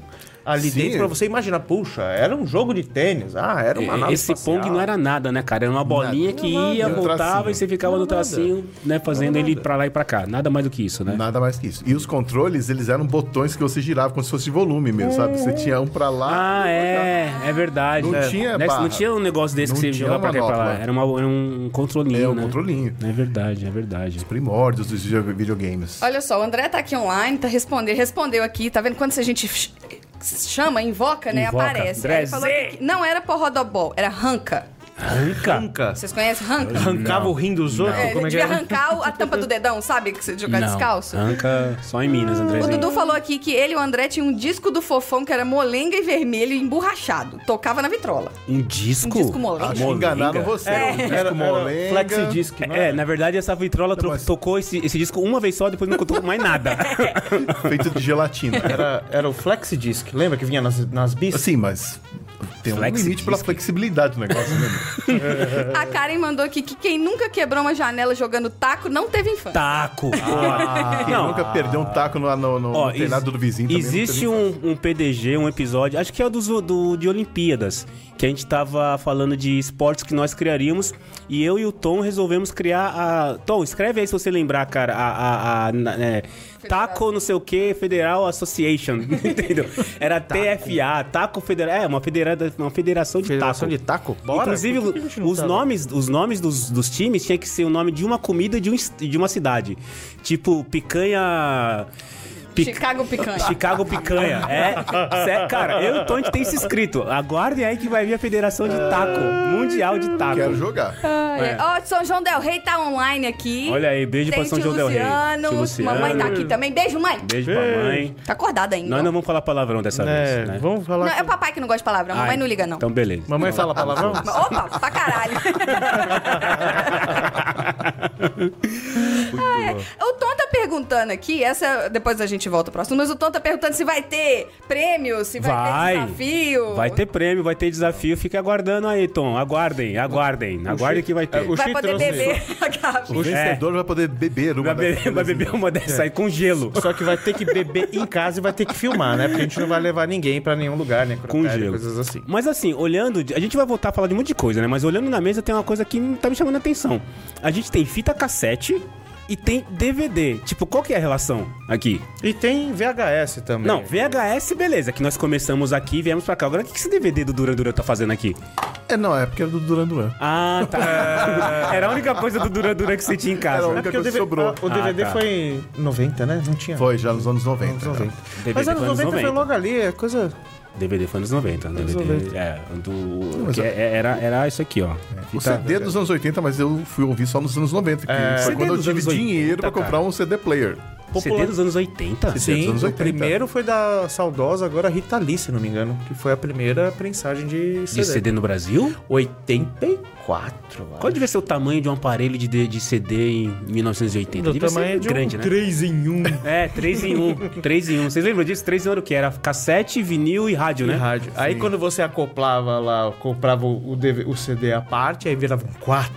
ali
Sim.
dentro pra você imaginar. Puxa, era um jogo de tênis, ah, era uma nave
Esse
espacial.
Pong não era nada, né, cara? Era uma bolinha que ia,
Era um
voltava
tracinho.
e você ficava no tracinho, né, fazendo ele pra lá e pra cá. Nada mais do que isso, né?
Nada mais que isso. E os controles, eles eram botões que você girava como se fosse volume mesmo, sabe? Você tinha um pra lá.
Ah, é, é verdade.
Não
É.
tinha
Né,
barra.
Não tinha um negócio desse
Não
que você
tinha
jogava pra cá e pra lá.
manopla.
Era, uma, era um controlinho,
é, o
né?
controlinho.
É verdade, é verdade.
Primórdios dos video- videogames.
Olha só, o André tá aqui online, tá respondendo, ele respondeu aqui, tá vendo? Quando a gente ch- chama, invoca, né?
Invoca.
Aparece.
André
Aí ele falou que não era porrodobol, era ranca.
Ranca?
Nunca.
Vocês conhecem ranca?
Arrancava o rim dos outros,
É,
como é que
devia
era? Ah,
arrancar o- a tampa do dedão, sabe? Que você jogar descalço.
Ranca só em Minas, André.
O Dudu falou aqui que ele e o André tinham um disco do fofão que era molenga e vermelho e emborrachado. Tocava na vitrola.
Um disco?
Um disco molenga.
Acho que
Molenga?
enganaram você. Era um disco molenga.
Flexidisc, não
É,
era?
na verdade essa vitrola tro-
mas-
tocou esse, esse disco uma vez só, depois não tocou mais nada.
Feito de gelatina.
Era, era o Flexidisc, lembra que vinha nas, nas bis?
Assim, mas tem um
Flexi
limite pela
disc.
flexibilidade do negócio, né?
Ah,
A Karen mandou aqui que quem nunca quebrou uma janela jogando taco não teve infância.
Taco.
Quem
não,
nunca perdeu um taco no, no, no
Ah. Ó, ex-
telhado do vizinho também não
Existe
teve-
um, um PDG, um episódio, acho que é o dos- do, de Olimpíadas, que a gente tava falando de esportes que nós criaríamos e eu e o Tom resolvemos criar a. Tom, escreve aí se você lembrar, cara, a. a- a- na- é, Taco não sei o que Federal Association, entendeu? Era TFA, Taco Federal, é, uma, federada, uma federação de
Federação
taco.
de taco? Bora.
Inclusive,
Por que a gente não
os
tá-
nomes, os nomes dos, dos times tinha que ser o nome de uma comida de, um, est- de uma cidade. Tipo, picanha... pic-
Chicago Picanha.
Chicago Picanha. É, sé- cara, eu e o Tonte tem isso escrito. Aguardem aí que vai vir a Federação de Taco. Mundial de Taco.
Quero jogar.
Ah, é. Ó, São João Del Rei tá online aqui.
Olha aí, beijo
Tem
pra São
tio
João Del Rei.
Luciano,
Tio Luciano.
Mamãe tá aqui também. Beijo, mãe.
Beijo pra mãe.
Tá acordada ainda.
Nós não vamos falar palavrão dessa
É,
vez, né?
vamos falar.
Não, é o
com-
papai que não gosta de palavra. A
Ai,
mamãe não liga, não.
Então, beleza.
Mamãe fala palavrão?
Mas, Opa, pra caralho. Ai, o Tom tá perguntando aqui, essa depois a gente volta pro próximo, mas o Tom tá perguntando se vai ter prêmio, se vai, ter desafio.
Vai ter prêmio, vai ter desafio. Fica aguardando aí, Tom. Aguardem, aguardem. Aguardem que vai ter.
o
Vai
Xi
poder
trouxe-
beber a garrafa.
O vencedor vai poder beber uma
É. Vai
dessas
beber, vai beber
É.
uma dessa aí com gelo.
Só que vai ter que beber em casa e vai ter que filmar, né? Porque a gente não vai levar ninguém pra nenhum lugar, né?
Com
É,
Crotério,
gelo.
Coisas assim.
Mas assim, olhando. A gente vai voltar a falar de um monte de coisa, né? Mas olhando na mesa tem uma coisa que tá me chamando a atenção. A gente tem fita cassete e tem DVD. Tipo, qual que é a relação aqui?
E tem VHS
É.
também.
Não, VHS, beleza. Que nós começamos aqui, viemos pra cá. Agora, o que que esse DVD do Duran Duran tá fazendo aqui?
É, não, é porque era do Duran Duran.
Ah, tá. Era a única coisa do Duran Duran que você tinha em
Era a
casa.
única
É Porque o
coisa que
DVD,
sobrou.
o DVD
Ah, tá.
foi em 90, né? Não tinha.
Foi já nos anos 90.
Anos 90.
né?
Mas
DVD
anos
foi
90, foi logo ali, é coisa.
DVD foi anos 90. DVD,
90.
É, do,
mas
que
eu- É.
é- era, era isso aqui, ó.
né? O CD dos anos 80, mas eu fui ouvir só nos anos 90, que foi
CD
quando eu
dos
tive
anos tá. 80,
dinheiro pra
cara.
comprar um CD player.
CD é dos anos 80?
Sim, dos anos
o
80.
primeiro foi da saudosa, agora Rita Lee, se não me engano, que foi a primeira prensagem de CD.
De CD no Brasil?
84, eu
Qual devia ser o tamanho de um aparelho de, de CD em 1980?
Do
devia
tamanho
ser
de
grande,
um
né?
3 em 1.
É, 3 em 1. 3 em 1. Vocês lembram disso? 3 em 1 era o quê? Era cassete, vinil e rádio, né?
Rádio. Aí quando você acoplava lá, comprava o, DV o CD à parte, aí virava um É 4.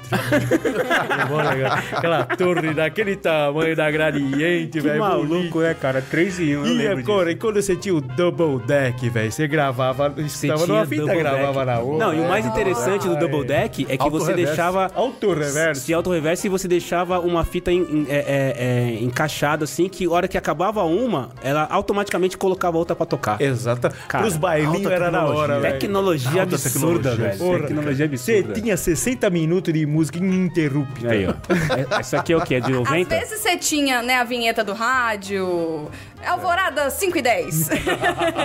né, Aquela torre daquele tamanho da gradiente,
Que
velho. bonito.
maluco, né, cara? 3 em 1, eu
E
lembro disso.
agora, e quando você tinha o double deck, velho, você gravava,
Você
estava
tinha
numa fita,
double
gravava
deck.
na né? outra. é.
Não, e o mais interessante do double deck é que você
Auto-reverso.
deixava.
Auto reverso.
Se auto-reverso e você deixava uma fita em- em- é- é- é, encaixada assim, que a hora que acabava uma, ela automaticamente colocava outra pra tocar.
Exato.
Cara,
É, Pros bailinhos
alta
era na
tecnologia.
hora, velho.
Tecnologia
Alta
absurda,
tecnologia,
velho.
Porra,
Tecnologia
Você
absurda.
tinha 60 minutos de música ininterrupta.
Aí, ó. É- Isso aqui é o quê? É de
Às
90?
vezes você tinha, né, a vinheta do rádio. Alvorada 5 e 10.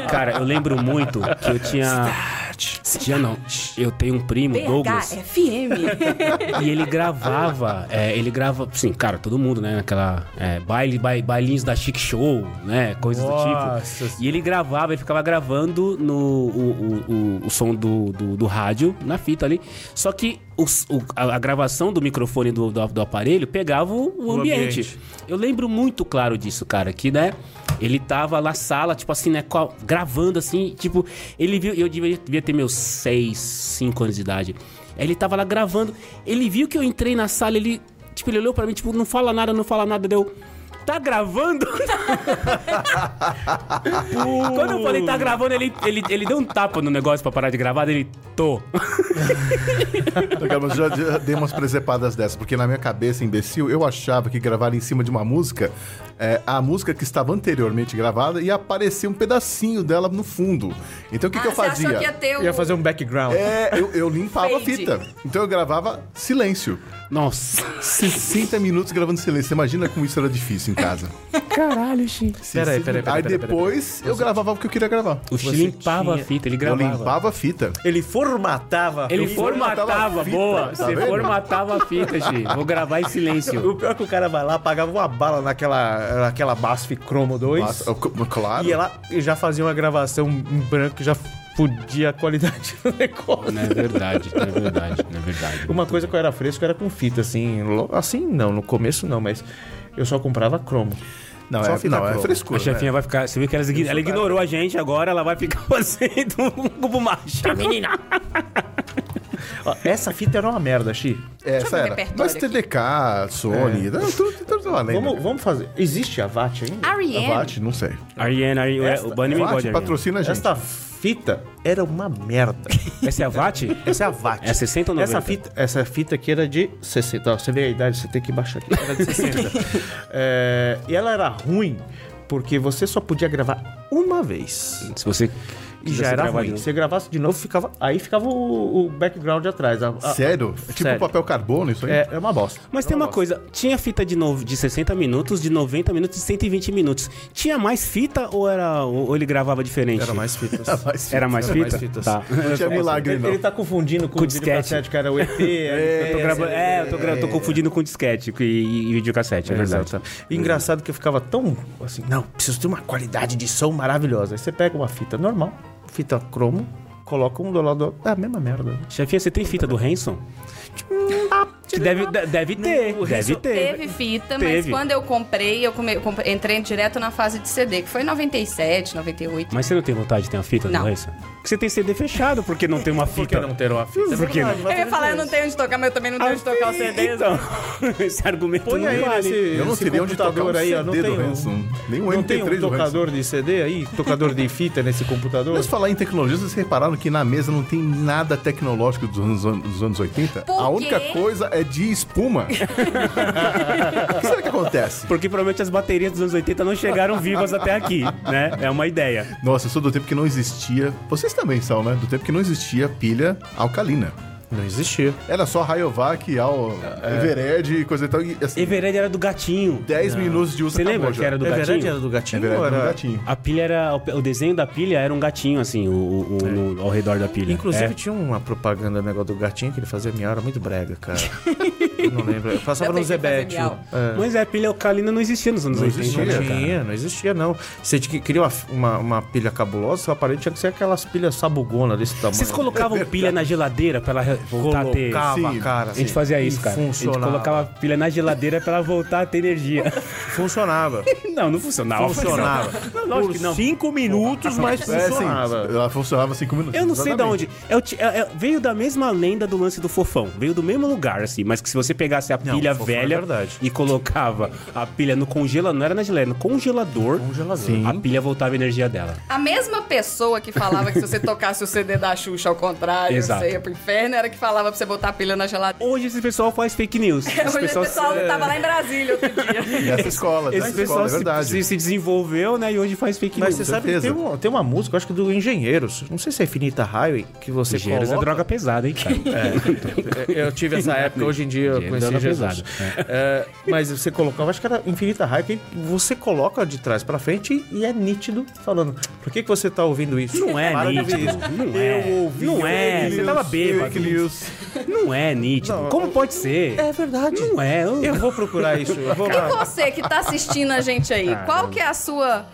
Cara, eu lembro muito que eu tinha. Tinha não. Eu tenho um primo, Douglas.
é BHFM.
E ele gravava, é, ele grava, sim, cara, todo mundo, né? Naquela é, baile, bai- bailinhos da Chic Show, né? Coisas
Nossa
do tipo. E ele gravava, ele ficava gravando no, o, o- o- o som do, do, do rádio, na fita ali. Só que os- o- a, a gravação do microfone do, do, do aparelho pegava o, o ambiente.
ambiente.
Eu lembro muito claro disso, cara, que, né? Ele tava na sala, tipo assim, né? com a- Gravando assim, tipo, ele viu. Eu devia, devia ter meus 6, 5 anos de idade. Aí Ele tava lá gravando. Ele viu que eu entrei na sala, ele. Tipo, ele olhou pra mim, tipo, não fala nada, não fala nada, deu. Tá gravando? Quando eu falei tá gravando, ele, ele, ele deu um tapa no negócio pra parar de gravar, daí ele tô.
Então, cara, mas eu já, já dei umas presepadas dessas, porque na minha cabeça, imbecil, eu achava que gravar em cima de uma música, é, a música que estava anteriormente gravada ia aparecer um pedacinho dela no fundo. Então o que, que eu
Ah, você
fazia?
achou que ia ter o...
Ia fazer um background.
É, eu, eu limpava
Fade.
a fita. Então eu gravava silêncio.
Nossa.
60 minutos gravando silêncio. Você Imagina como isso era difícil em casa.
Caralho, gente.
Peraí, peraí, peraí,
Aí
peraí, peraí.
depois eu gravava o que eu queria gravar.
O Chi limpava a fita, ele
Eu
gravava.
limpava a fita.
Ele formatava.
Ele
Eu-
formatava,
formatava a fita,
boa.
tá
Você
vendo?
formatava a fita, Gi. Vou gravar em silêncio.
O pior é que o cara vai lá, pagava uma bala naquela, naquela BASF Chromo 2.
Nossa, eu- claro.
Ia lá e já fazia uma gravação em branco, já podia a qualidade do negócio.
Não é verdade, não é verdade, não é verdade.
Uma coisa que eu era fresco era com fita, assim. lo- Assim não, no começo não, mas eu só comprava cromo.
Não,
Só
é,
fita
não, é
croma.
A
frescura.
chefinha vai ficar. Você viu que ela, ign- ela ignorou a gente agora, ela vai ficar fazendo um cubo macho. Menina!
Ó, Essa fita era uma merda, Xi.
É,
eu
essa
ver o
era.
repertório
Mas TDK, Sony, não, tudo, tudo, tudo além.
É. Vamos, vamos fazer. Existe a VAT ainda?
Ariane.
Não sei.
Ariane, Ariane, o Bunny me
Bate,
gosta.
patrocina a gente.
Esta fita era uma merda.
Essa é a VAT?
Essa é a VAT.
É 60 ou 90?
Essa fita, essa fita aqui era de 60. Ó, você vê a idade, você tem que baixar aqui. Era de 60. É, e ela era ruim porque você só podia gravar uma vez.
Se você.
E já era ruim. Se você gravasse de novo, ficava, aí ficava o, o background atrás. A- a-
Sério? É tipo
ah, Sério.
papel carbono isso aí?
É, é uma bosta.
Mas tem uma coisa, tinha fita de, no... de 60 minutos, de 90 minutos e 120 minutos. Tinha mais fita ou era ou ele gravava diferente?
Era mais fitas.
Era mais
Era mais
fita?
fitas.
Tá.
Não
É,
tinha milagre,
Ele,
não.
ele tá confundindo com,
Com
o videocassete,
disquete.
cara. O EP.
Eu tô gravando- é, eu tô, gra- eu tô confundindo com disquete e, e videocassete, é, verdade.
Exato. E engraçado que eu ficava tão assim, não, preciso ter uma qualidade de som maravilhosa. Aí você pega uma fita normal, fita cromo, coloca um do lado do outro. É a mesma merda.
Chefinha, você tem fita do Hanson? Que deve, de- deve ter, deve ter.
Teve fita, mas
Teve.
quando eu comprei, eu come- comp- entrei direto na fase de CD, que foi em 97, 98.
Mas você não tem vontade de ter uma fita
Não.
do Hanson? Porque você tem CD fechado, porque não tem uma fita. Porque não
ter uma fita?
Por que não?
Eu ia falar, eu não tenho onde tocar, mas eu também não
Ah,
tenho onde tocar o CD.
Então, esse argumento
Põe
não
aí
vale.
nesse
Eu não
esse
teria onde tocar um
computador aí, ó, não
CD do
tem um-
Hanson. Nem um
Não tem
MP3
um
do Hanson.
tocador de CD aí? Tocador de fita nesse computador?
Mas falar em tecnologia, vocês repararam que na mesa não tem nada tecnológico dos anos, dos anos 80?
Por
A
quê?
única coisa é de espuma. o que será que acontece?
Porque provavelmente as baterias dos anos 80 não chegaram vivas até aqui, né? É uma ideia.
Nossa, eu sou do tempo que não existia. Vocês também são, né? Do tempo que não existia pilha alcalina.
Não existia.
Era só Rayovac, Al, Evered e coisa e tal. E, assim,
É. Everett era do gatinho.
10 minutos de uso
Você
acabou
lembra
já.
que era do
É verdade,
gatinho?
era do gatinho?
Evered
ou
era...
era-
um gatinho.
A pilha era. O desenho da pilha era um gatinho, assim, o, o- o- no- ao redor da pilha.
Inclusive
É.
tinha uma propaganda um negócio do gatinho que ele fazia minha hora muito brega, cara. eu não lembro. Eu passava
Eu
no
tenho que fazer
Zebete.
miau.
Mas é, a pilha alcalina não existia nos anos 80.
existia.
né,
Não
cara?
tinha, não existia, não. Você tinha que- queria uma, uma, uma pilha cabulosa, seu aparelho tinha que ser aquelas pilhas sabugonas desse tamanho.
Vocês colocavam pilha na geladeira pra ela re- voltar a ter. A
Colocava,
Sim.
cara. assim,
gente fazia isso,
E
cara. assim. A gente
Funcionava.
colocava pilha na geladeira pra ela voltar a ter energia.
Funcionava.
Não, não funcionava.
Funcionava.
Não, lógico
Por
que não.
cinco minutos, mas
É, sim.
funcionava.
Ela funcionava 5 minutos.
Eu não sei de
exatamente.
onde. É o ti- é- é- veio da mesma lenda do lance do fofão. Veio do mesmo lugar, assim. Mas que se você pegasse a
Não,
pilha
Fofão é
velha
verdade.
e colocava a pilha no congelador, não era na geleia, no congelador,
Congelador.
a pilha voltava a energia dela.
A mesma pessoa que falava que se você tocasse o CD da Xuxa ao contrário,
Exato.
você ia pro inferno, era que falava pra você botar a pilha na geladeira.
Hoje esse pessoal faz fake news. Esse
Hoje o pessoal tava lá em Brasília outro dia.
Nessa escola, nessa
esse
escola,
pessoal
é verdade.
se, se- se desenvolveu, né? E hoje faz fake
Mas
news.
você sabe que
certeza.
tem, um- tem uma música, eu acho que do Engenheiros. Não sei se é Infinita Highway, que você
Ligeiros é
coloca...
droga pesada, hein, cara?
É, Eu tive essa época, hoje em dia eu
Dinheiro
conheci
dando
Jesus. É, mas você colocava, acho que era Infinita Raiva, que você coloca de trás pra frente e é nítido falando. Por que, que você tá ouvindo isso?
Não é
Para de ouvir
nítido.
isso.
Não é.
Eu ouvi.
Não é. Você tava bêbado.
Fake news.
Não é nítido. Como pode ser?
É verdade.
Não é. Eu-
Eu vou procurar isso. Eu vou
E
lá.
você que tá assistindo a gente aí, qual que é a sua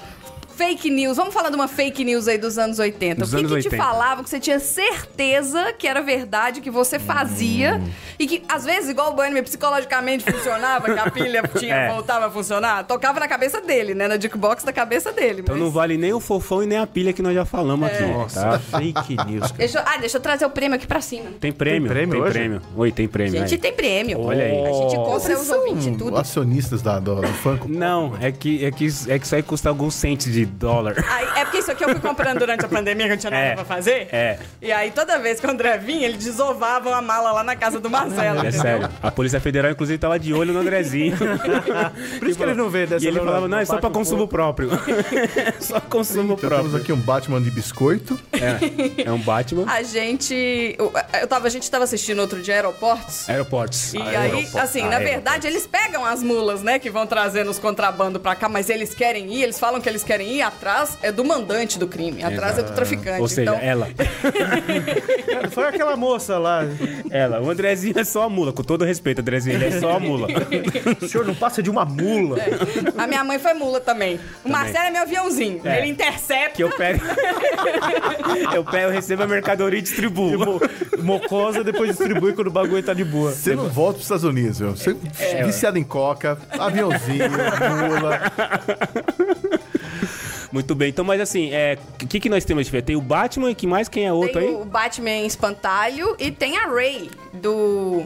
fake news? Vamos falar de uma fake news aí dos anos 80.
Dos
o que,
anos
que te
80.
falavam que você tinha certeza que era verdade, que você fazia
Hum.
e que às vezes, igual o Bunnyman, psicologicamente funcionava, que a pilha tinha,
É.
voltava a funcionar, tocava na cabeça dele, né? Na jukebox da cabeça dele.
Então
mas-
não vale nem o fofão e nem a pilha que nós já falamos aqui.
Nossa,
tá?
fake news. cara.
Deixa eu- Ah, deixa eu trazer o prêmio aqui pra cima.
Tem prêmio.
Tem prêmio hoje?
prêmio. Oi, tem prêmio.
Gente,
aí.
tem prêmio.
Olha Hum. aí.
A gente compra
Vocês
os
são
ouvintes e tudo.
acionistas um da, do, do Funko.
Não, é que, é, que, isso- é que isso aí custa alguns centes de dólar.
Aí, é porque isso aqui eu fui comprando durante a pandemia, que eu não tinha nada
É,
pra fazer.
é.
E aí, toda vez que o André vinha, ele desovava a mala lá na casa do Marcelo.
É
entendeu?
sério. A Polícia Federal, inclusive, tava de olho no Andrezinho.
Por isso que ele não vê dessa
e ele
não,
falava, não, é só
bate
pra
um
consumo próprio. só consumo
Então temos
próprio.
aqui um Batman de biscoito.
É, é um Batman.
A gente. Eu, eu tava, a gente tava assistindo outro dia aeroportos.
Aeroportos.
E aí,
Ah,
assim,
é.
na verdade, eles pegam as mulas, né, que vão trazendo os contrabando pra cá, mas eles querem ir, eles falam que eles querem ir atrás, é do mandante do crime, atrás é do traficante.
Ou seja,
então,
ela.
pouco. É, Foi aquela moça lá.
Ela. O Andrezinho é só a mula. Com todo respeito, Andrezinho, ele é só a mula.
O senhor não passa de uma mula.
a minha mãe foi mula também. O Marcelo é meu aviãozinho,
É.
ele intercepta.
Que eu pego. eu pego, eu recebo a mercadoria e distribuo.
Mocosa depois distribui quando o bagulho tá de boa.
Você não volta pros Estados Unidos, meu. Você é, viciado em coca, aviãozinho, mula.
Muito bem, então, mas assim, o é, que, que nós temos de ver? Tem o Batman e que mais? Quem é outro
Tem
aí?
o Batman Espantalho e tem a Ray do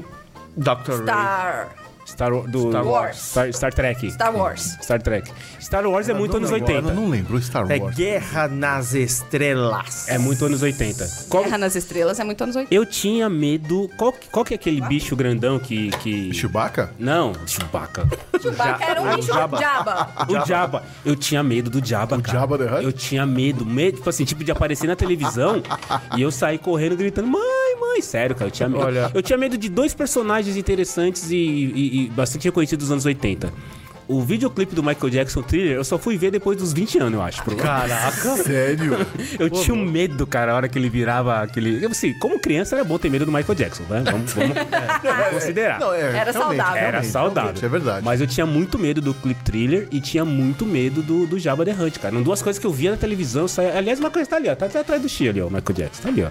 Dr. Ray.
Star.
Star, Wa- do,
Star Wars.
Star, Star Trek.
Star Wars.
Star Trek. Star Wars é muito anos
Agora,
80.
Eu não lembro Star
É
Wars.
Guerra nas Estrelas.
É muito anos 80. Qual-
Guerra nas Estrelas é muito anos 80.
eu tinha medo. Qual, que- qual que é aquele bicho grandão que. que...
Chewbacca?
Não, Chewbacca.
Chewbacca era um bicho
Jabba.
Jabba.
O Jabba. Eu tinha medo do Jabba, cara.
Jabba the Hutt?
Eu tinha medo, medo, tipo assim, tipo de aparecer na televisão e eu sair correndo gritando, mãe, mãe, sério, cara, eu tinha medo.
Olha.
Eu tinha medo de dois personagens interessantes e, e- e bastante reconhecidos dos anos 80. O videoclipe do Michael Jackson Thriller, eu só fui ver depois dos 20 anos, eu acho. Cara,
Caraca. Sério?
eu tinha um medo, cara, a hora que ele virava aquele. Eu, Assim, como criança era bom ter medo do Michael Jackson, né? Vamos, vamos considerar.
Não, é,
Era
realmente,
saudável.
Era
realmente,
saudável.
realmente, É verdade.
Mas eu tinha muito medo do clip thriller e tinha muito medo do, do Jabba the Hutt, cara. Eram duas coisas que eu via na televisão. eu Saia... Aliás, uma coisa tá ali, ó. Tá até atrás do Xi ali, ó. O Michael Jackson. Tá ali, ó.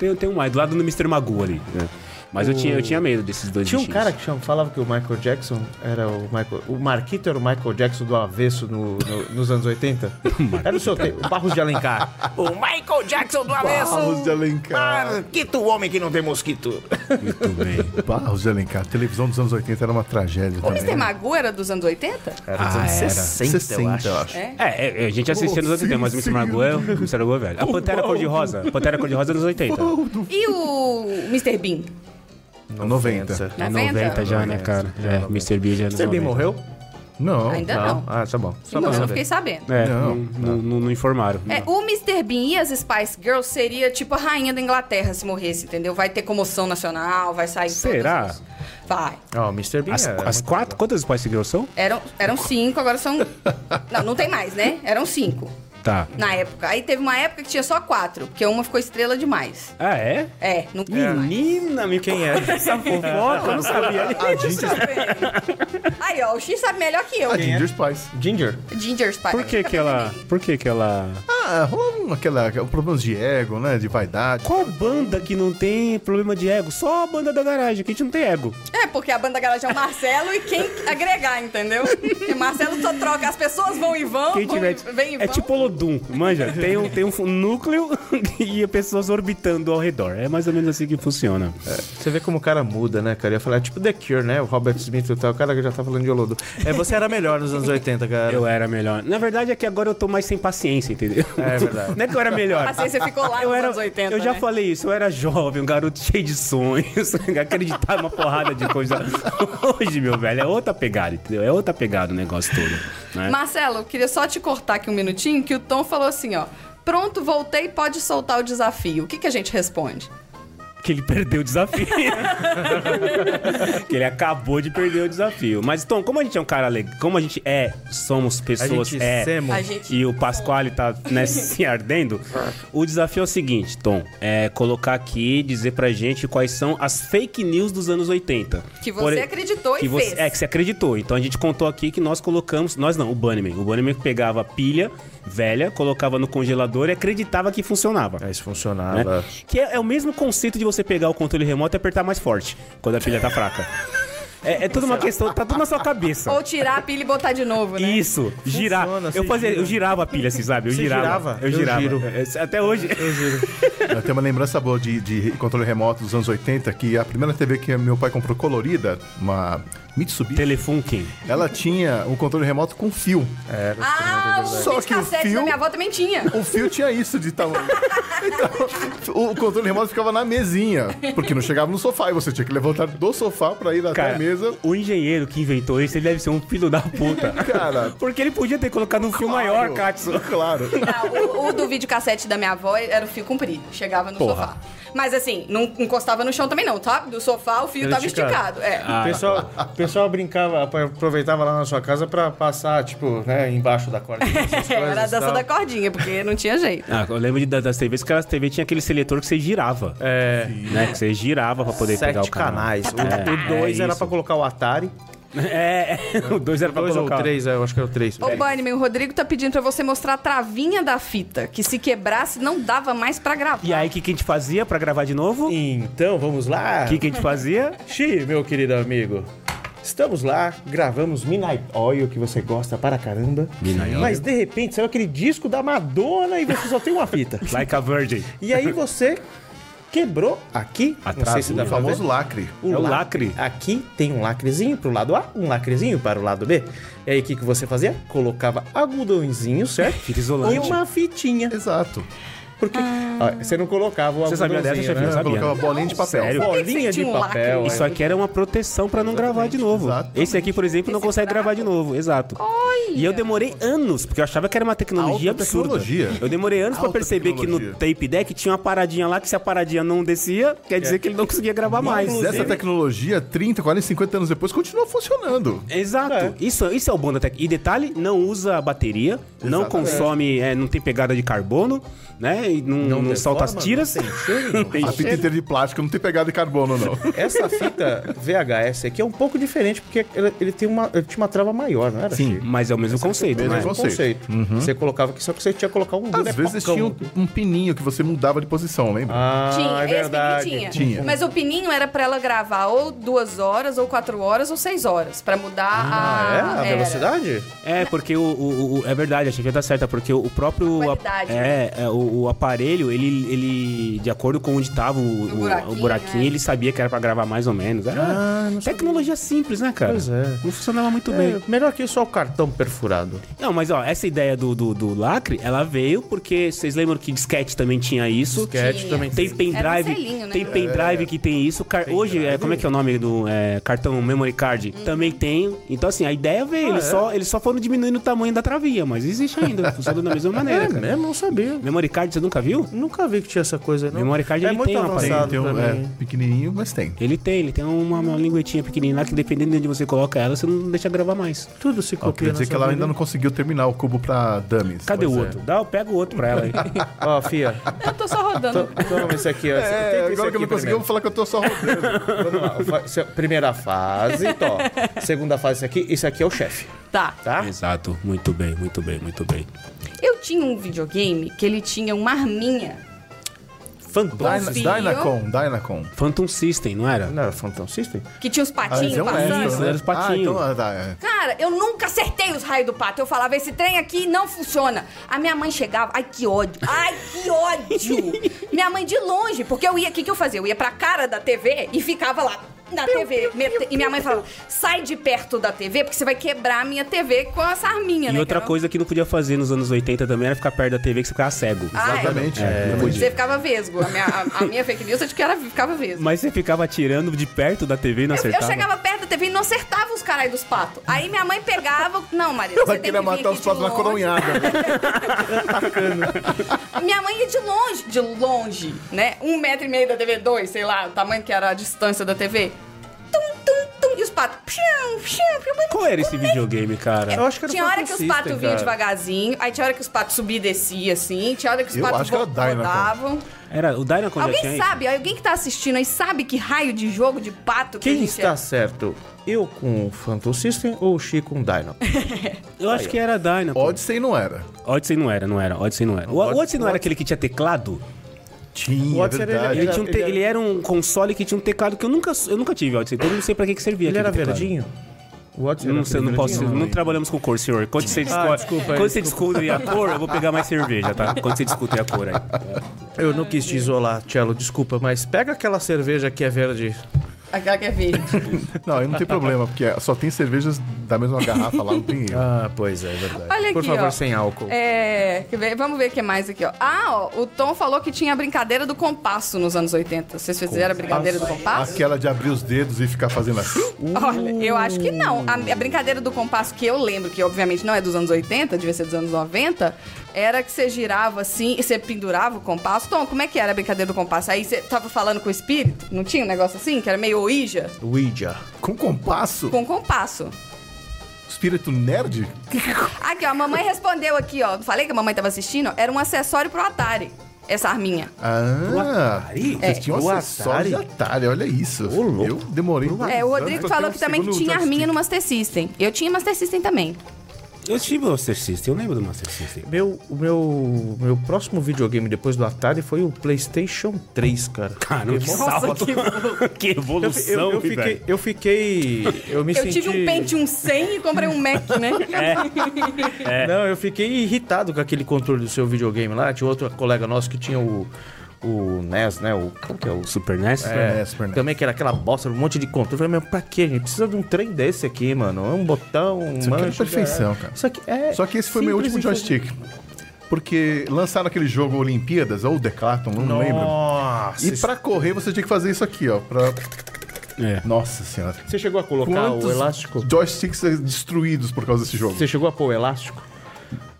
Tem, tem um mais, do lado do Mr. Magoo ali. né? Mas eu, tinha, eu tinha medo desses dois
Tinha um
bichinhos.
cara que chama, falava que o Michael Jackson era o Michael. O Marquito era o Michael Jackson do avesso no- no- nos anos 80? era o seu tempo, o Barros de Alencar.
O Michael Jackson do
Barros de
Avesso.
Alencar.
Marquito, o homem que não tem mosquito.
Muito bem.
Barros de Alencar. A televisão dos anos 80 era uma tragédia
O
também.
Mr. Magoo era dos anos 80?
Ah, Era dos anos 60,
60, eu acho.
É, é, a gente assistia nos anos 80, mas o Mr. Magoo é o Mr. Magoo é velho. A Pantera Cor-de-Rosa. A Pantera Cor-de-Rosa é dos 80.
E o Mr. Bean?
90.
É
90?
90 já, né, cara? É, Mr. B já é nos
Você bem
90.
morreu?
Não.
Ainda
Não.
não.
Ah, tá bom. Só
não,
pra
eu não
saber.
fiquei sabendo.
É, não,
Não.
não, não- não informaram.
É,
não.
o Mr. Bean e as Spice Girls seria tipo a rainha da Inglaterra se morresse, entendeu? Vai ter comoção nacional, vai sair. todas
Será?
as- Vai.
Ó, o Mr. Bean.
As,
é
as
muito-
quatro, quantas Spice Girls são?
Eram, eram cinco, agora são. Não, não tem mais, né? Eram cinco
Tá.
na época. Aí teve uma época que tinha só quatro, porque uma ficou estrela demais.
Ah, é?
É, não tem mais.
Menina, me quem é? Ah, Essa fofoca, eu não sabia.
Tá vendo? Aí, ó, o X sabe melhor que eu. né?
A Ah, Ginger Spice.
Ginger.
Ginger Spice.
Por que que ela... Por que que ela...
Ah, rolou um- aquela, problemas de ego, né? De vaidade.
Qual banda que não tem problema de ego? Só a banda da garagem, que a gente não tem ego.
É, porque a banda garagem é o Marcelo e quem agregar, entendeu? Porque Marcelo só troca, as pessoas vão e vão,
Quem
vão
tiver...
e- vem e
É
vão.
tipo Olodum, manja. Tem um, tem um núcleo e pessoas orbitando ao redor. É mais ou menos assim que funciona.
é, Você vê como o cara muda, né, cara? Eu ia falar, é tipo The Cure, né? O Robert Smith e tal. O cara que já tá falando de Olodo. É, você era melhor nos anos 80, cara.
Eu era melhor. Na verdade é que agora eu tô mais sem paciência, entendeu?
É verdade.
Não é que eu era melhor.
Assim, você ficou lá
Eu,
nos
era,
anos 80,
eu já
né?
falei isso, eu era jovem, um garoto cheio de sonhos, acreditava numa porrada de coisa. Hoje, meu velho, é outra pegada, entendeu? É outra pegada o negócio todo. Né?
Marcelo, eu queria só te cortar aqui um minutinho, que o Tom falou assim, ó. Pronto, voltei, pode soltar o desafio. O que, que a gente responde?
Que ele perdeu o desafio. que ele acabou de perder o desafio. Mas, Tom, como a gente é um cara legal, como a gente é, somos
A
pessoas,
gente
é,
semo.
A gente...
e o Pasquale tá né, se ardendo. O desafio é o seguinte, Tom. É colocar aqui, dizer pra gente quais são as fake news dos anos 80.
Que você acreditou e
que você-
fez.
É, que você acreditou. Então a gente contou aqui que nós colocamos... Nós não, o Bunnyman. O Bunnyman pegava pilha velha, colocava no congelador e acreditava que funcionava.
Mas
né?
é, funcionava.
Que é, é o mesmo conceito de você pegar o controle remoto e apertar mais forte quando a pilha tá fraca. É, é tudo uma questão, tá tudo na sua cabeça.
Ou tirar a pilha e botar de novo, né?
Isso, girar.
Funciona, você
Eu fazia,
gira.
eu girava a pilha, assim, sabe? Eu
Você
girava.
girava?
Eu
Eu
girava.
giro.
É, Até hoje.
Eu tenho uma lembrança boa de, de controle remoto dos anos 80, que a primeira TV que meu pai comprou colorida, uma Mitsubishi,
Telefunken.
ela tinha um controle remoto com fio.
é
Ah, o
Só que o
videocassete da
fio-
minha avó também tinha.
O fio tinha isso de tamanho. Então, o controle remoto ficava na mesinha, porque não chegava no sofá e você tinha que levantar do sofá pra ir até
Cara,
a mesa.
o engenheiro que inventou isso, ele deve ser um filho da puta.
Cara,
Porque ele podia ter colocado um fio maior, Katsu.
Claro.
Não, Ah, o, o do videocassete da minha avó era o fio comprido, chegava no
Porra.
sofá. Mas assim, não encostava no chão também não, tá? Do sofá o fio
Era
tava
esticado.
esticado.
Ah,
É.
O pessoal, o pessoal brincava, aproveitava lá na sua casa pra passar, tipo, né, embaixo da corda. essas
É, Era a
coisas e
dança
tal.
da cordinha, porque não tinha jeito.
Ah, eu lembro de- da- das TVs que as TV tinha aquele seletor que você girava.
É,
Né? Que você girava pra poder pegar o
sete
canal.
Tá,
canais. né?
É,
O 2
é
era
isso.
pra colocar o Atari.
É, o dois era pra
Dois ou
colocar.
três, é, eu acho que era o três.
Ô, Bunnyman, o Rodrigo tá pedindo pra você mostrar a travinha da fita, que se quebrasse não dava mais pra gravar.
E aí, o que, que a gente fazia pra gravar de novo? O
Então, vamos lá.
que, que a gente fazia?
Xi, meu querido amigo. Estamos lá, gravamos Midnight Oil, que você gosta para caramba.
Midnight
Mas de repente saiu aquele disco da Madonna e você só tem uma fita.
Like a Virgin.
E aí você quebrou aqui. não sei
Atrás,
se
o
dá
O
pra ver.
famoso lacre.
É o lacre.
Aqui tem um lacrezinho pro lado A, um lacrezinho para o lado B. E aí, o que, que você fazia? Colocava algodãozinho, certo?
Fita isolante.
E uma fitinha.
Exato.
Porque
Ah.
ó, você não colocava o
Você sabia
algodãozinho,
dessa, chefinho?
né?
Sabia.
Colocava bolinha de papel.
Sério?
Bolinha de
Tinha um lacre.
papel.
é Isso
é.
aqui era uma proteção pra não gravar de novo.
exatamente.
Esse aqui, por exemplo, não consegue gravar de novo, exato. E eu demorei anos, porque eu achava que era uma tecnologia
Alta
absurda.
tecnologia.
Eu demorei anos pra
Alta
perceber que no
tecnologia.
tape deck tinha uma paradinha lá que se a paradinha não descia, quer dizer que ele não conseguia gravar mais.
Mas essa tecnologia, 30, 40, 50 anos depois, continua funcionando.
Exato. Isso, isso é o bom da tec- E detalhe, não usa bateria, não
Exatamente.
consome, é, não tem pegada de carbono, né? E não, não, solta as tiras. Não tem
A fita inteira de plástico não tem pegada de carbono, não.
Essa fita VHS aqui é um pouco diferente, porque ele, ele tem uma, ele tinha uma trava maior, não era? Sim.
Mas é o mesmo conceito,
mesmo
né?
conceito.
Conceito. Você colocava aqui, só que você tinha que colocar um
Às vezes
bonecocão.
tinha um,
é
um pininho que você mudava de posição, lembra?
Ah,
Tinha,
é
esse
verdade.
pininho tinha.
Tinha.
Mas o pininho era pra ela gravar ou duas horas, ou quatro horas, ou seis horas. Pra mudar
Ah,
a.
é? A
era.
velocidade?
É, porque o, o- o- é verdade, a chefia tá certa, porque o próprio.
A qualidade, né?
é, é, o, o aparelho, ele, ele, de acordo com onde tava o, o- o buraquinho,
buraquinho, né?
ele sabia que era pra gravar mais ou menos. Era tecnologia simples, né, cara?
Ah, Pois é.
Não funcionava muito
É,
bem.
melhor que só o cartão perfurado.
Não, mas ó, essa ideia do, do, do lacre, ela veio porque vocês lembram que disquete também tinha isso.
Disquete Tinha. também
tem
tinha.
pendrive.
Era um selinho, né?
Tem pendrive que tem isso. Car- Hoje, é, como é que é o nome do é, cartão memory card?
Uhum.
Também tem. Então, assim, a ideia
Ah,
veio.
é?
eles, só, eles só foram diminuindo o tamanho da travinha, mas existe ainda. Funciona da mesma maneira,
É
cara.
mesmo? Não sabia.
Memory card, você nunca viu?
Nunca vi que tinha essa coisa aí, não.
Memory card,
é
ele
muito
tem um
avançado
Tem um,
pra
é,
mim.
pequenininho, mas tem.
Ele tem, ele tem uma, uma linguetinha pequenininha lá que dependendo de onde você coloca ela, você não deixa gravar mais.
Tudo se
Ó,
copia
queria dizer
nessa
que ela
vida.
ainda não conseguiu terminar o cubo pra dummies. é.
Cadê
é.
o outro? Dá, pega o outro pra ela aí.
Ó, fia,
Eu tô só rodando.
toma esse aqui, ó. Tenta
É,
esse
agora que eu
aqui
não consegui, eu
primeiro.
vou falar que eu tô só rodando.
Vamos lá, fa- se- Primeira fase, tó. Segunda fase, esse aqui. Esse aqui é o chefe,
tá.
tá?
Exato, muito bem, muito bem, muito bem.
Eu tinha um videogame que ele tinha uma arminha.
Fantasma.
Mas- Confio.
Dynacon, Dynacon. Ah,
Phantom System, não era?
Não era Phantom System?
Que tinha os
Ah,
patinhos
um
é
passando.
Isso, era os patinhos.
Ah, então, ah, tá, é.
Cara, eu nunca acertei os raios do pato. Eu falava, esse trem aqui não funciona. A minha mãe chegava, ai que ódio, ai que ódio. minha mãe de longe, porque eu ia, o que, que eu fazia? Eu ia pra cara da TV e ficava lá na TV. mete- e minha mãe falava, sai de perto da TV, porque você vai quebrar a minha TV com essa arminha,
E
né?
outra
cara?
coisa que não podia fazer nos anos 80 também era ficar perto da TV que você ficava cego.
Ah, é.
Exatamente. não podia.
Você ficava vesgo. A minha, a- a minha fake news é de que era, ficava vesgo.
Mas você ficava atirando de perto da TV e não
Eu- Eu,
acertava.
chegava perto da TV e não acertava os caras dos patos. Aí minha mãe pegava. Não, Maria,
Ela
você tem que
queria
vir
matar
aqui
os
de
patos na
longe.
coronhada.
Minha mãe ia de longe, de longe, né? Um metro e meio da TV, dois, sei lá, o tamanho que era a distância da TV. Tum, tum, tum. E os patos. Pshum, pshum, pshum.
Qual era esse videogame, cara?
Eu acho que era
Tinha
Phantom
hora que os
System,
patos vinham
cara.
devagarzinho, aí tinha hora que os patos subiam e desciam, assim, tinha hora que os
Eu
patos
acho que era né,
vo-
Dynacon.
rodavam.
Era o Dynacon já tinha
Alguém
aí?
sabe, alguém que tá assistindo aí sabe que raio de jogo de pato que é? a
Quem
gente
está certo? Eu com o Phantom System ou o Chico com o Dino?
Eu acho que era Dynacon.
Odyssey não era.
Odyssey não era, não era. Odyssey não era. O o Odyssey não era aquele que tinha teclado?
Tinha, é
Odyssey era-
verdade.
Ele, tinha um
ele
te-
era-
ele era um console que tinha um teclado que eu nunca, eu nunca tive, Odyssey. Então eu não sei pra que, que servia.
Ele
aquele
era
teclado.
verdinho? O Watson
Eu
era
não sei, eu não
aquele
posso.
verdinho?
Não trabalhamos com cor, senhor. Quando você discute,
desculpa aí,
quando você discute a cor, eu vou pegar mais cerveja, tá? Quando você discute a cor aí.
Eu não quis te isolar, Cello, desculpa, mas pega aquela cerveja que é verde.
Aquela que é verde.
Não, aí não tem problema, porque é, só tem cervejas da mesma garrafa lá, não tem erro.
Ah, pois é, é verdade.
Olha
Por
aqui,
favor,
ó.
sem álcool.
É, quer ver? vamos ver o que mais aqui, ó. Ah, ó, o Tom falou que tinha a brincadeira do compasso nos anos 80. Vocês fizeram a brincadeira do
Ah.
compasso?
Aquela de abrir os dedos e ficar fazendo assim.
Olha, eu acho que não. A, a brincadeira do compasso que eu lembro, que obviamente não é dos anos 80, devia ser dos anos 90, era que você girava assim e você pendurava o compasso. Tom, como é que era a brincadeira do compasso? Aí você tava falando com o espírito? Não tinha um negócio assim? Que era meio oija?
Ouija.
Com compasso?
Com compasso.
Espírito nerd?
Aqui, ó, a mamãe respondeu aqui, ó. Falei que a mamãe tava assistindo? Era um acessório pro Atari, essa arminha.
Ah,
É.
vocês tinham
É, O
acessório de
Atari?
Atari, olha isso.
Ô, louco.
Eu demorei.
É, o Rodrigo falou
um
que também que tinha arminha no Master System. Eu tinha Master System também.
Eu tive o Master System, eu lembro do Master System.
Meu, o meu, meu próximo videogame depois do Atari foi o PlayStation 3, cara.
Caramba, que salto. que
Eu,
evolução,
eu, eu
hein,
fiquei,
velho.
eu fiquei. Eu me
Eu
senti. É,
tive um Pentium 100 e comprei um Mac, né?
É.
Não, eu fiquei irritado com aquele controle do seu videogame lá. Tinha outro colega nosso que tinha o, o NES, né? O, como que é o
Super NES?
é,
NES, Super NES.
Também que era aquela bosta, um monte de controle. Eu falei, meu, pra quê, gente? Precisa de um trem desse aqui, mano. É um botão, um
Isso aqui é
manche,
perfeição,
já é.
cara.
Isso aqui é
Só que esse foi meu
simples
último
e
joystick. Porque lançaram aquele jogo Olimpíadas, ou Decathlon, não lembro.
Nossa.
E pra correr você tinha que fazer isso aqui, ó. Pra...
É.
Nossa senhora.
Você chegou a colocar o elástico?
joysticks é destruídos por causa desse jogo?
Você chegou a pôr o elástico?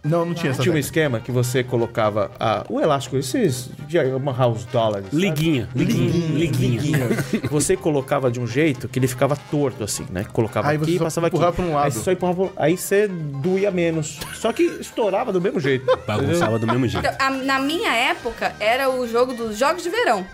Não, não tinha essa
Tinha um
técnica.
esquema que você colocava a- o elástico, esses de amarrar os dólares. sabe?
Liguinha, liguinha, liguinha.
Você colocava de um jeito que ele ficava torto, assim, né? Colocava
Aí você
aqui e
só
passava aqui.
empurrava pra um lado.
Aí você só empurrava pra um- Aí você doía menos. Só que estourava do mesmo jeito.
Bagunçava do mesmo jeito.
Então, a- na minha época, era o jogo dos Jogos de Verão.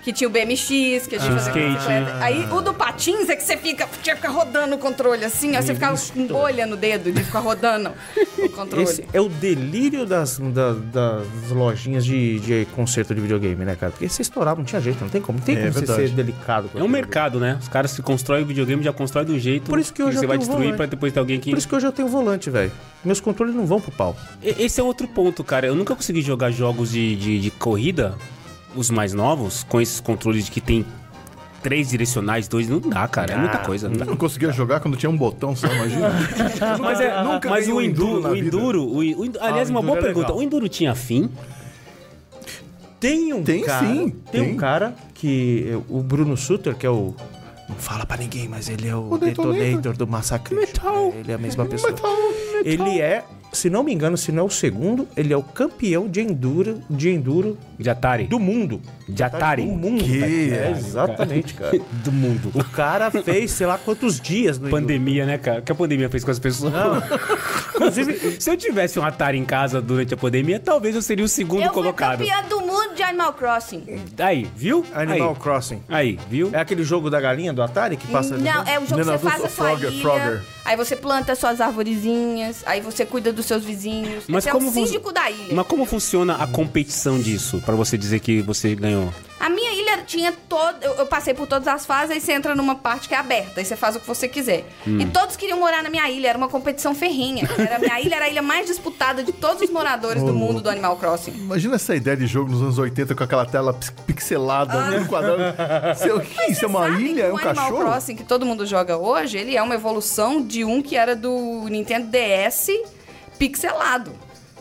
Que tinha o BMX, que a gente fazia com
skate,
bicicleta. Aí o do patins é que você fica, tinha que ficar rodando o controle assim, ó, você ficava com bolha no dedo de ficar rodando o controle.
Esse é o delírio das, da- das lojinhas de, de concerto de videogame, né, cara? Porque se estourava, não tinha jeito, não tem como. Não tem
É
como você
verdade.
ser delicado. com
É um
aquilo.
mercado, né? Os caras se constroem o videogame, já constrói de um jeito
Por isso que hoje
você
eu
vai
tenho
destruir
volante.
pra depois ter alguém que...
Por isso que hoje eu tenho volante, velho. Meus controles não vão pro pau.
E- Esse é outro ponto, cara. Eu nunca consegui jogar jogos de, de, de corrida, os mais novos, com esses controles de que tem três direcionais, dois. Não dá, cara. É muita coisa. Não dá.
Eu não conseguia jogar quando tinha um botão só, imagina.
Mas, é,
nunca
mas
ganhei
o
um enduro
Enduro,
na
o
vida.
Enduro, o, o Enduro- aliás,
o
uma
Enduro
boa
é
pergunta.
legal.
O Enduro tinha fim?
Tem um
Tem
cara.
sim,
Tem,
tem.
um cara que. é O Bruno Sutter, que é o. Não fala pra ninguém, mas ele é o,
detonator.
detonator, do Massacre.
Metal.
Ele é a mesma pessoa.
Metal, metal.
Ele é, se não me engano, se não é o segundo, ele é o campeão de enduro, de enduro
De Atari?
do mundo.
de Atari?
Do Tá mundo.
Que?
velho. É, exatamente, cara.
Do mundo.
O cara fez sei lá quantos dias no
Pandemia, né, cara? O que a pandemia fez com as pessoas? Inclusive, se eu tivesse um Atari em casa durante a pandemia, talvez eu seria o segundo
eu fui
colocado.
campeã do mundo de Animal Crossing.
Aí, viu?
Animal
Aí.
Crossing.
Aí, viu?
É aquele jogo da galinha do Atari que passa né? ali
Não,
dentro?
é o jogo
Não,
que você
não,
faz a sua
Frogger,
ilha,
Frogger.
aí você planta suas arvorezinhas, aí você cuida dos seus vizinhos.
Mas
você é
como,
o
fun-
síndico da ilha.
Mas como funciona a competição disso? Pra você dizer que você ganhou.
A minha ilha tinha todo. Eu, eu passei por todas as fases, aí você entra numa parte que é aberta, aí você faz o que você quiser. E todos queriam morar na minha ilha, era uma competição ferrinha. Era, a minha ilha era a ilha mais disputada de todos os moradores do mundo do Animal Crossing.
Imagina essa ideia de jogo nos anos 80 com aquela tela pix- pixelada, ah. quadrado. Isso é o que? Isso é uma
Sabe
ilha?
que
É um
o Animal
cachorro?
Crossing que todo mundo joga hoje, ele é uma evolução de um que era do Nintendo DS pixelado.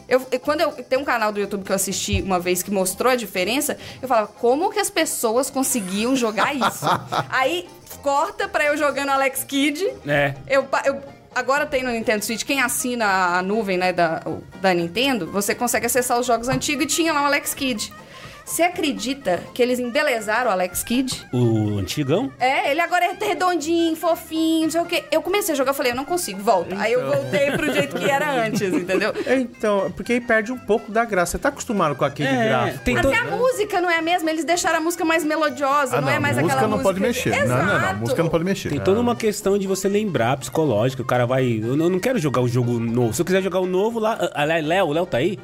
Eu, eu- quando eu tem um canal do YouTube que eu assisti uma vez que mostrou a diferença, eu falava como que as pessoas conseguiam jogar isso. Aí corta pra eu jogando Alex Kidd.
É.
Eu, pa- eu- agora tem no Nintendo Switch, quem assina a, a nuvem né, da, o- da Nintendo, você consegue acessar os jogos antigos e tinha lá o Alex Kidd. Você acredita que eles embelezaram o Alex Kidd?
O antigão?
É, ele agora é redondinho, fofinho, não sei o quê. Eu comecei a jogar, eu falei, eu não consigo, volta. Aí eu
Então.
voltei pro jeito que era antes, entendeu?
Então, porque aí perde um pouco da graça. Você tá acostumado com aquele gráfico.
tem todo...
Até a música não é a mesma, eles deixaram a música mais melodiosa,
Então Ah,
não, é mais
música
aquela
não
música.
pode mexer.
Exato.
Não, não, não. Música não pode mexer.
Tem
Ah.
toda uma questão de você lembrar, psicológica. O cara vai. Eu não eu não quero jogar o jogo novo. Se eu quiser jogar o novo lá. ah, Aliás, Léo, Léo tá aí?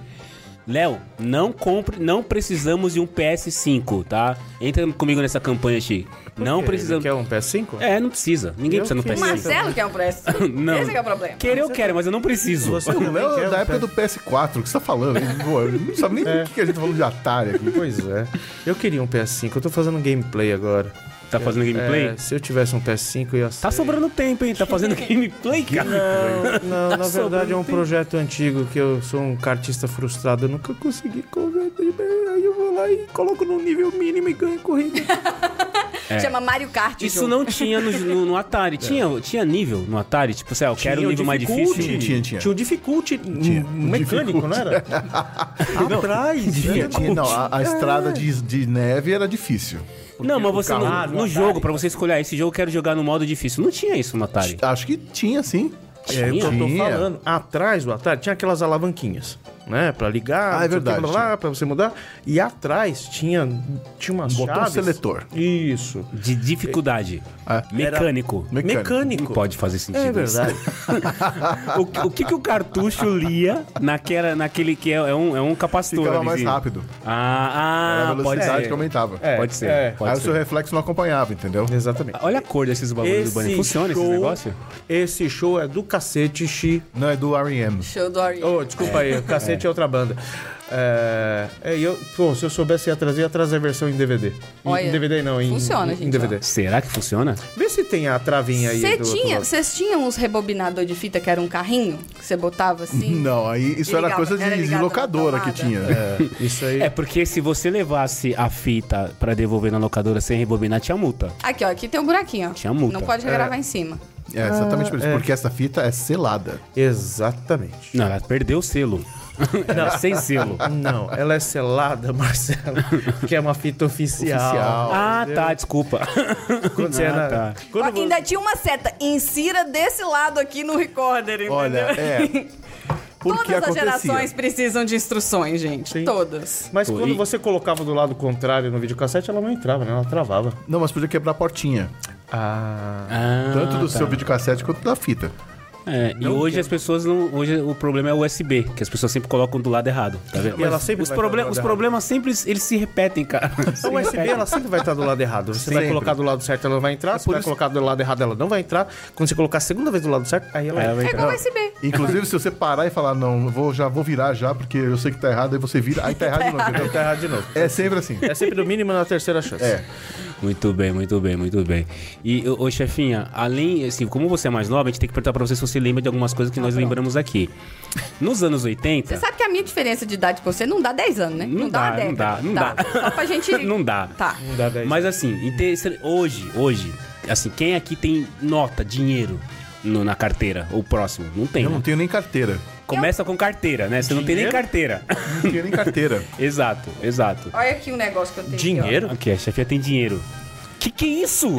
Léo, não compre. Não precisamos de um PS5, tá? Entra comigo nessa campanha, Chi. Não precisamos.
Quer um PS5?
É, não precisa. Ninguém
Eu
precisa no
queria.
PS5.
Marcelo que é o preço.
Não.
Esse que é o problema.
Querer eu quero, mas eu não preciso.
Você
O
também
Léo
quer
é
um
da época
PS5?
do PS4, o que você tá falando? Ele, pô, ele não sabe nem do que que a gente tá falando de Atari aqui.
Pois é. Eu queria um PS5. Eu tô fazendo um gameplay agora.
Tá fazendo gameplay?
É, se eu tivesse um PS5, eu ia ser...
Tá sobrando tempo, hein? Tá fazendo gameplay, cara.
Não, na verdade é
sobrando
um projeto antigo que eu sou um cartista frustrado. Eu nunca consegui correr. Aí eu vou lá e coloco no nível mínimo e ganho corrida.
é.
Chama Mario Kart.
Isso
jogo.
não tinha no, no- no
É.
Atari. Tinha, tinha nível no Atari? Tipo, sei lá, eu quero um
o
nível mais
dificulty.
difícil.
Tinha, tinha.
Tinha o dificulty
Tinha.
um mecânico, não era? Atrás.
Tinha,
Tinha,
tinha, não, a, a estrada de, de neve era difícil.
Não, mas você
carro-
no,
Ah, no
no
Atari.
jogo, pra você escolher, ah, esse jogo eu quero jogar no modo difícil. Não tinha isso no Atari.
Acho que tinha, sim.
Tinha?
Eu tô
Tinha.
falando, atrás do Atari tinha aquelas alavanquinhas, né? Pra
Ah, é
ligar, não sei o
verdade,
Que, blá, blá, pra você mudar. E atrás tinha, tinha umas
Um Botão
chaves.
seletor.
Isso.
De dificuldade. É.
Ah.
Mecânico.
Mecânico.
Mecânico.
Não pode fazer sentido
É
isso.
verdade.
O, que- o que, que o cartucho lia naquela, naquele que é, é um, é um capacitor?
Ficava
ali,
mais
assim?
rápido.
Ah,
Era a
ah pode
velocidade
ser.
que aumentava.
É,
Pode ser.
é.
pode
Aí o
ser.
seu reflexo não acompanhava, entendeu?
Exatamente.
Olha a cor desses bagulhos do banner. Funciona esse
show-
negócio?
Esse show é do cacete, Xi.
Não, é do R.E.M.
Show do Ori.
Oh, desculpa aí, o cacete é outra banda. É, é, e eu, pô, se eu soubesse ia trazer, ia trazer a versão em DVD. Em-
Olha,
em DVD não, em,
funciona,
em,
gente, ó.
DVD.
Será que funciona?
Vê se tem a travinha aí.
Cê
do outro
tinha-
lado.
Vocês tinham uns rebobinador de fita que era um carrinho? Que você botava assim?
Não, aí isso era
Ligava,
coisa de,
era
de
ligado na
locadora que
tomada.
tinha.
Isso aí.
É porque se você levasse a fita pra devolver na locadora sem rebobinar, tinha multa.
Aqui, ó, aqui tem um buraquinho, ó.
Tinha multa.
Não pode gravar em cima.
É, exatamente
Ah,
por isso. Porque essa fita é selada.
Exatamente.
Não, ela perdeu o selo. Era sem selo.
Não, ela é selada, Marcelo, que é uma fita oficial.
Oficial.
Ah, tá, desculpa.
Quando você
Ah,
era-
tá.
quando
Ó,
vo-
Ainda tinha uma seta. Insira desse lado aqui no recorder, entendeu?
Olha, é.
Todas
Porque
as
acontecia.
gerações precisam de instruções, gente. Todas.
Mas
Pô,
quando
e-
você colocava do lado contrário no videocassete, ela não entrava, né? Ela travava.
Não, mas podia quebrar a portinha.
Ah.
Ah,
tanto do
tá.
seu videocassete quanto da fita.
É, e hoje as pessoas não. Hoje o problema é o USB, que as pessoas sempre colocam do lado errado, tá vendo?
E ela
Mas
sempre
os,
vai
proble-
colocar do
os
lado
problemas sempre eles se repetem, cara.
A USB ela sempre vai estar do lado errado. Você vai
Sempre.
colocar do lado certo, ela vai entrar. Se vai colocar do lado errado, ela não vai entrar. Quando você colocar a segunda vez do lado certo, aí ela
Aí
entra.
ela vai
É
entrar.
igual USB.
Inclusive, se você parar e falar, não, eu vou, já vou virar já, porque eu sei que tá errado, aí você vira, aí tá errado de novo. entendeu?
Tá errado de novo.
É sempre assim.
É sempre no mínimo na terceira chance.
É.
Muito bem, muito bem, muito bem. E, ô, ô, chefinha, além, assim, como você é mais nova, a gente tem que perguntar pra você se você lembra de algumas coisas que
Ah,
nós lembramos aqui. Nos anos 80.
Você sabe que a minha diferença de idade com você não dá 10 anos, né?
Não
uma
dá, não dá,
década.
não
Tá,
dá.
Só pra gente...
Não dá.
Tá.
Não dá dez.
Mas assim, em ter- se- hoje, hoje, assim, quem aqui tem nota, dinheiro no- na carteira? Ou próximo? Não tem.
Eu
né?
não tenho nem carteira.
Começa com carteira, né? Você não tem nem carteira.
Não tenho nem carteira.
exato, exato.
Olha aqui um negócio que eu tenho aqui, ó.
Dinheiro? Um
Aqui, a chefia tem dinheiro. Que que é isso?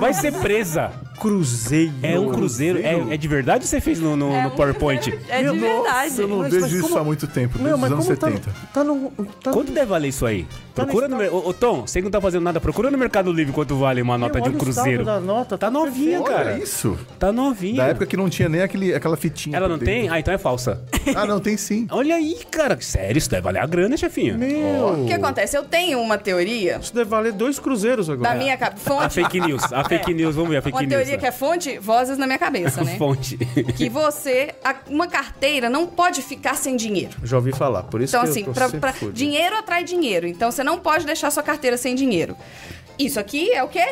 Vai ser presa.
Cruzeiro.
É um cruzeiro. É, é de verdade ou você fez no, no-
É
no
um
PowerPoint?
cruzeiro- É de verdade.
eu não
Mas-
vejo
mas
isso
como-
há muito tempo, desde
Meu,
os
mas
anos
como
70.
tá... Tá no... Tá
Quanto deve valer isso aí?
Tá
Procura
no
no... mer- Ô, ô, Tom, você que não tá fazendo nada, procura no Mercado Livre quanto vale uma nota
Meu,
de um
olha o saldo
cruzeiro.
da nota,
tá
tá
novinha,
Olha
cara.
isso.
Tá novinha.
Da época que não tinha nem aquele, aquela fitinha.
Ela
por
não tem?
dentro.
Ah, então é falsa.
Ah, não, tem sim.
Olha aí, cara. Sério, isso deve valer a grana, hein, chefinha?
Meu...
O que acontece? Eu tenho uma teoria
Isso deve valer dois cruzeiros agora.
da minha cabeça.
A É.
Fonte.
Tá fake news, a fake news, vamos ver a fake
É. Uma
news. né?
teoria que é fonte, vozes na minha cabeça, né?
Fonte.
que você. a- uma carteira não pode ficar sem dinheiro.
Já ouvi falar, por isso
Então,
que
assim,
eu tô
pra-
sempre
pra-
fudido.
dinheiro atrai dinheiro. Então, você não pode deixar sua carteira sem dinheiro. Isso aqui é o quê?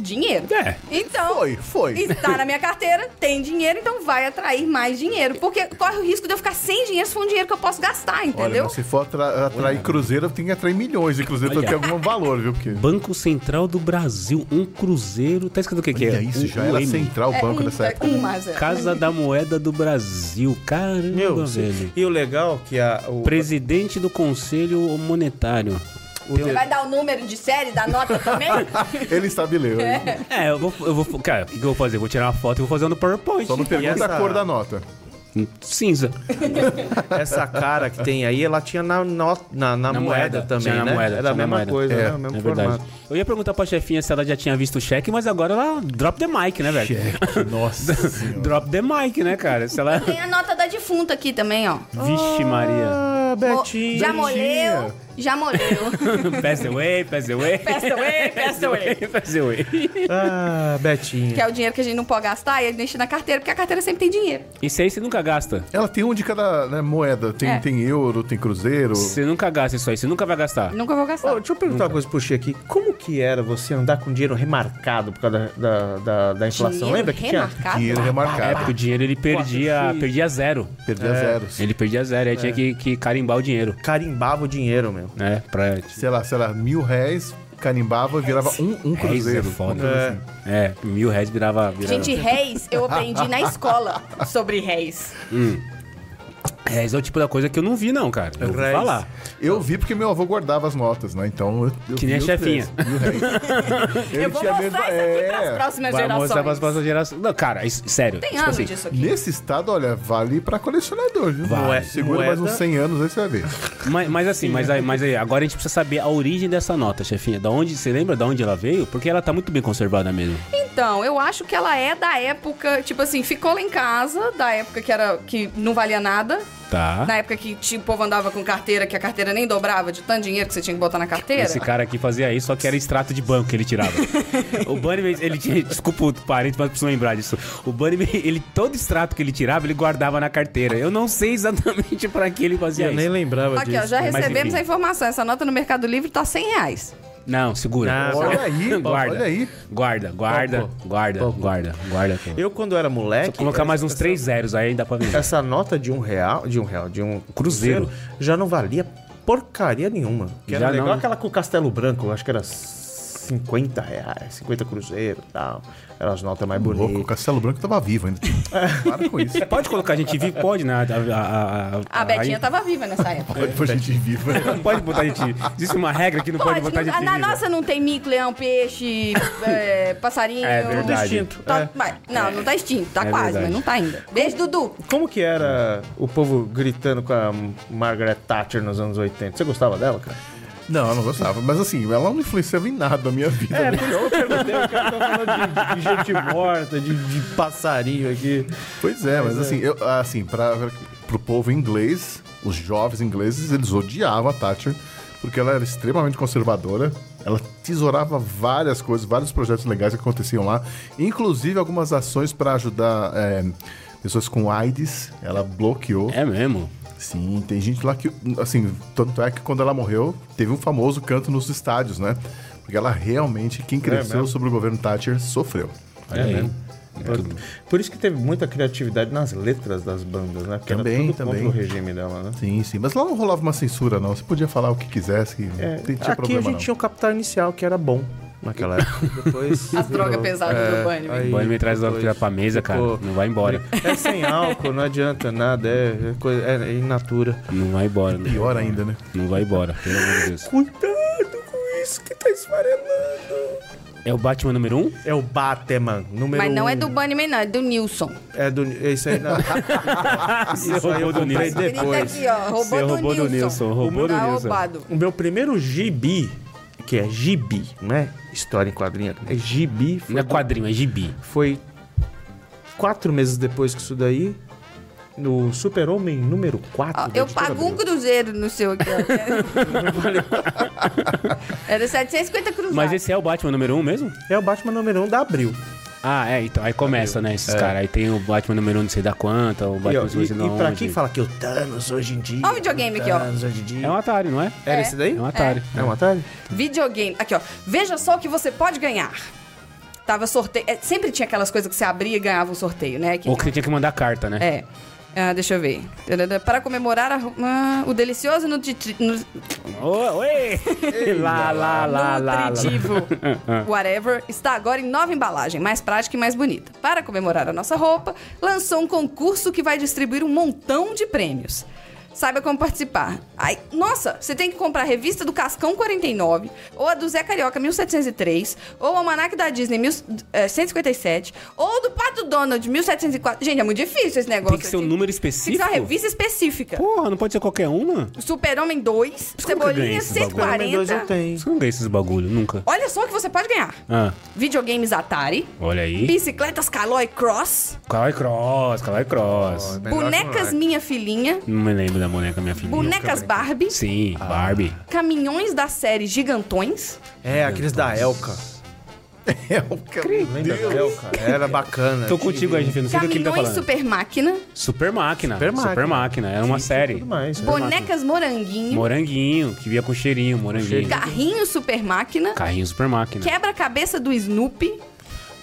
Dinheiro.
É.
Então.
Foi, foi.
Está na minha carteira, tem dinheiro, então vai atrair mais dinheiro. Porque corre o risco de eu ficar sem dinheiro se for um dinheiro que eu posso gastar,
Olha,
entendeu?
mas se for atra- atrair cruzeiro, tem que atrair milhões de cruzeiro pra ter algum valor, viu? Porque...
Banco Central do Brasil, um cruzeiro. Tá escrito o que que
Olha
é?
isso,
Um-
já
um
era
M.
central o banco
um,
dessa época.
um mais é.
Casa da Moeda do Brasil. Caramba,
Meu,
velho.
e o legal que a... O...
Presidente do Conselho Monetário.
Você vai dar o número de série da nota também?
Ele estabeleceu. hein?
É, eu vou. Eu vou cara, o que que eu vou fazer? Eu vou tirar uma foto e vou fazer no PowerPoint.
Só não pergunta
essa-
a cor da nota.
Cinza.
Essa cara que tem aí, ela tinha na, no- na, na,
Na
moeda,
moeda,
também,
tinha na
né?
moeda,
Era
tinha na
a mesma
moeda.
coisa,
É,
né? O mesmo
é verdade.
formato.
Eu ia perguntar pra chefinha se ela já tinha visto o cheque, mas agora ela drop the mic, né, velho?
Nossa senhora.
Drop the mic, né, cara? Se ela.
Tem a nota da defunta aqui também, ó.
Vixe, Maria.
Ah,
Mo-
Betinho.
Já molheu, já molheu.
Pass away, pass away.
Pass away, pass away.
Pass away.
Ah, Betinho.
que é o dinheiro que a gente não pode gastar e ele deixa na carteira, porque a carteira sempre tem dinheiro.
Isso aí você nunca gasta.
Ela tem um de cada né, moeda. Tem,
É.
tem euro, tem cruzeiro.
Você nunca gasta isso aí, você nunca vai gastar.
Nunca vou
Ô,
gastar.
deixa eu perguntar uma coisa pro Xi aqui. Como que era você andar com dinheiro remarcado por causa da, da, da, da inflação?
Dinheiro
Lembra que tinha?
remarcado?
Dinheiro
É,
remarcado.
porque o dinheiro ele perdia,
Quatro,
perdia zero.
Perdia zeros.
Ele perdia zero, aí
É.
tinha que, que carimbar o dinheiro,
Carimbava o dinheiro, meu.
né? Pra...
Sei lá, sei lá, mil réis, carimbava e virava um, um
Réis é
cruzeiro.
foda. É, mil réis virava... virava...
Gente, réis, eu aprendi na escola sobre réis.
Réis é o tipo da coisa que eu não vi não, cara. Eu vou
Réis.
falar.
Eu vi porque meu avô guardava as notas, né? Então eu, eu
Que nem
vi
a
o
chefinha.
preço, mil réis. Ele
Eu vou
tinha
mostrar
mesmo- É.
isso aqui pras próximas
Vai mostrar pras
gerações.
próximas gerações. Não, cara, isso- sério.
Tem
tipo
ano
assim,
disso aqui.
Nesse estado, olha, vale pra colecionador, viu?
Vale. Moe-
Segura mais uns
moeda.
100 anos, aí você vai ver.
Mas, mas assim, mas aí, mas aí, agora a gente precisa saber a origem dessa nota, chefinha. Da onde, você lembra da onde ela veio? Porque ela tá muito bem conservada mesmo.
Então, eu acho que ela é da época, tipo assim, ficou lá em casa, da época que era que não valia nada.
Tá.
Na época que tipo, o povo andava com carteira, que a carteira nem dobrava de tanto dinheiro que você tinha que botar na carteira.
Esse cara aqui fazia isso, só que era extrato de banco que ele tirava. o Bunny, ele tinha. Desculpa o parente, mas preciso lembrar disso. O Bunny, ele, todo extrato que ele tirava, ele guardava na carteira. Eu não sei exatamente pra que ele fazia
Eu
isso.
nem lembrava
Aqui,
disso.
ó, já
né?
mas
recebemos
enfim.
a informação. Essa nota no Mercado Livre tá 100 reais.
Não, segura.
Ah,
Não,
Olha aí,
guarda.
olha aí.
Guarda, guarda,
Pouco.
guarda,
Pouco.
guarda, guarda. pô.
Eu, quando era moleque.
Vou colocar mais uns três zeros aí, dá pra ver.
Essa nota de um real, de um real, de um
Cruzeiro.
já não valia porcaria nenhuma. Que era
Já
legal
não.
aquela com o Castelo Branco, acho que era 50 reais, 50 cruzeiro e tal. Eram as notas mais
Louco, o
bonitas.
Castelo Branco tava vivo ainda. Para com isso.
Pode colocar a gente vivo? Pode, né? A, a, a,
A Betinha
aí-
tava viva nessa época.
É,
Pode pôr gente viva.
Pode botar a gente. Existe uma regra que não pode,
Pode,
botar a gente
não- na
viva.
nossa não tem mico, leão, peixe, é, passarinho.
É verdade. Tudo extinto,
Tá- mas- não, não tá extinto, tá
É
quase,
verdade.
mas não tá ainda. Beijo, Dudu.
Como que era o povo gritando com a Margaret Thatcher nos anos 80? Você gostava dela, cara?
Não, eu não gostava. Mas assim, ela não influenciava em nada a minha vida.
É,
né?
Eu perguntei, o cara tá falando de, de gente morta, de, de passarinho aqui.
Pois é, mas assim, eu, assim pra, pro povo inglês, os jovens ingleses, eles odiavam a Thatcher, porque ela era extremamente conservadora, ela tesourava várias coisas, vários projetos legais que aconteciam lá, inclusive algumas ações para ajudar é, pessoas com AIDS, ela bloqueou.
É mesmo?
Sim, tem gente lá que, assim, tanto é que quando ela morreu, teve um famoso canto nos estádios, né? Porque ela realmente, quem cresceu sobre o governo Thatcher, sofreu.
É
Olha aí. É
Por isso que teve muita criatividade nas letras das bandas, né? Porque
Também,
era tudo
também.
contra o regime dela, né?
Sim, sim. Mas lá não rolava uma censura, não. Você podia falar o que quisesse, que
É,
não tinha
aqui
problema,
a gente
não.
tinha o Capital Inicial, que era bom naquela época. Depois
As drogas
virou.
pesadas do Bunny.
aí
Pode É, me trazer logo
depois
tirar pra mesa, cara.
ficou-
Não vai embora.
É sem álcool, não adianta nada, é, é coisa, é, é in natura.
Não vai embora.
um
né?
Pior ainda, né?
Não vai embora, pelo amor de Deus.
Cuidado com isso que tá esfarelando.
É o Batman número um?
É o Batman, número
Mas não é do
um.
Bunnyman, não, é do Nilson.
É do... É isso aí, não. isso aí
roubou
eu
do
comprei
Nilson.
depois.
Grita aqui, ó. Roubou
Você
do,
roubou do
Nilson.
Nilson, roubou do
Tá
Nilson.
roubado.
O meu primeiro gibi, que é gibi, não é história em quadrinho, é gibi. Foi
Não é quadrinho, é gibi.
foi quatro meses depois que isso daí, no Super-Homem número 4.
Ó, eu pago um cruzeiro no seu aqui, ó. É Era 750 cruzeiros.
Mas esse é o Batman número um mesmo?
É o Batman número 1 um da Abril.
Ah, é, então. Aí começa, né, esses caras. Aí tem o Batman número um, não sei da quanta, o
E,
Batman
É. ó,
não
e,
sei da
e pra
onde.
quem fala que o Thanos hoje em dia...
Ó o videogame aqui, ó.
Thanos hoje em dia...
É um Atari, não é?
Era
É.
esse daí?
É um Atari.
É um Atari?
Videogame. Aqui, ó. Veja só o que você pode ganhar. Tava sorteio. é, sempre tinha aquelas coisas que você abria e ganhava um sorteio, né? Que-
Ou que você tinha que mandar carta, né?
É. Ah, deixa eu ver. Tadadá. Para comemorar a- ah, o delicioso nutri- nu-
Ô, Oi! lá, lá, lá, lá, lá.
É. nutritivo whatever está agora em nova embalagem, mais prática e mais bonita. Para comemorar a nossa roupa, lançou um concurso que vai distribuir um montão de prêmios. Saiba como participar. Ai, nossa, você tem que comprar a revista do Cascão 49, ou a do Zé Carioca 1703, ou o Almanac da Disney eh, 157, ou do Pato Donald 1704. Gente, é muito difícil esse
Tem
negócio.
que ser um
aqui.
número
Tem que ser
específico?
uma revista específica.
Porra, não pode ser qualquer um, uma?
Super-Homem 2,
que eu ganhei
Cebolinha
esses bagulho?
Homem 2 eu
140.
tenho.
Você não ganha esses bagulho, nunca.
Olha só o que você pode ganhar.
Ah,
Videogames Atari,
olha aí.
bicicletas Caloi Cross,
Calai Cross, Calai Cross.
bonecas Minha Filhinha,
Não me lembro da boneca, minha filha.
bonecas Barbie,
Sim, Barbie.
caminhões da série Gigantões,
É, aqueles da Elka.
É
Lembra da Elka? Era bacana.
Tô contigo aí, Jefinho. Não sei do que ele tá
caminhões
falando. Super,
Super Máquina,
Máquina. Super
Super
Máquina.
Máquina.
Era É uma série.
Tudo mais. né?
bonecas Moranguinho,
Moranguinho, que via com cheirinho, moranguinho.
carrinho Super Máquina,
Carrinho Super Máquina.
quebra-cabeça do Snoopy,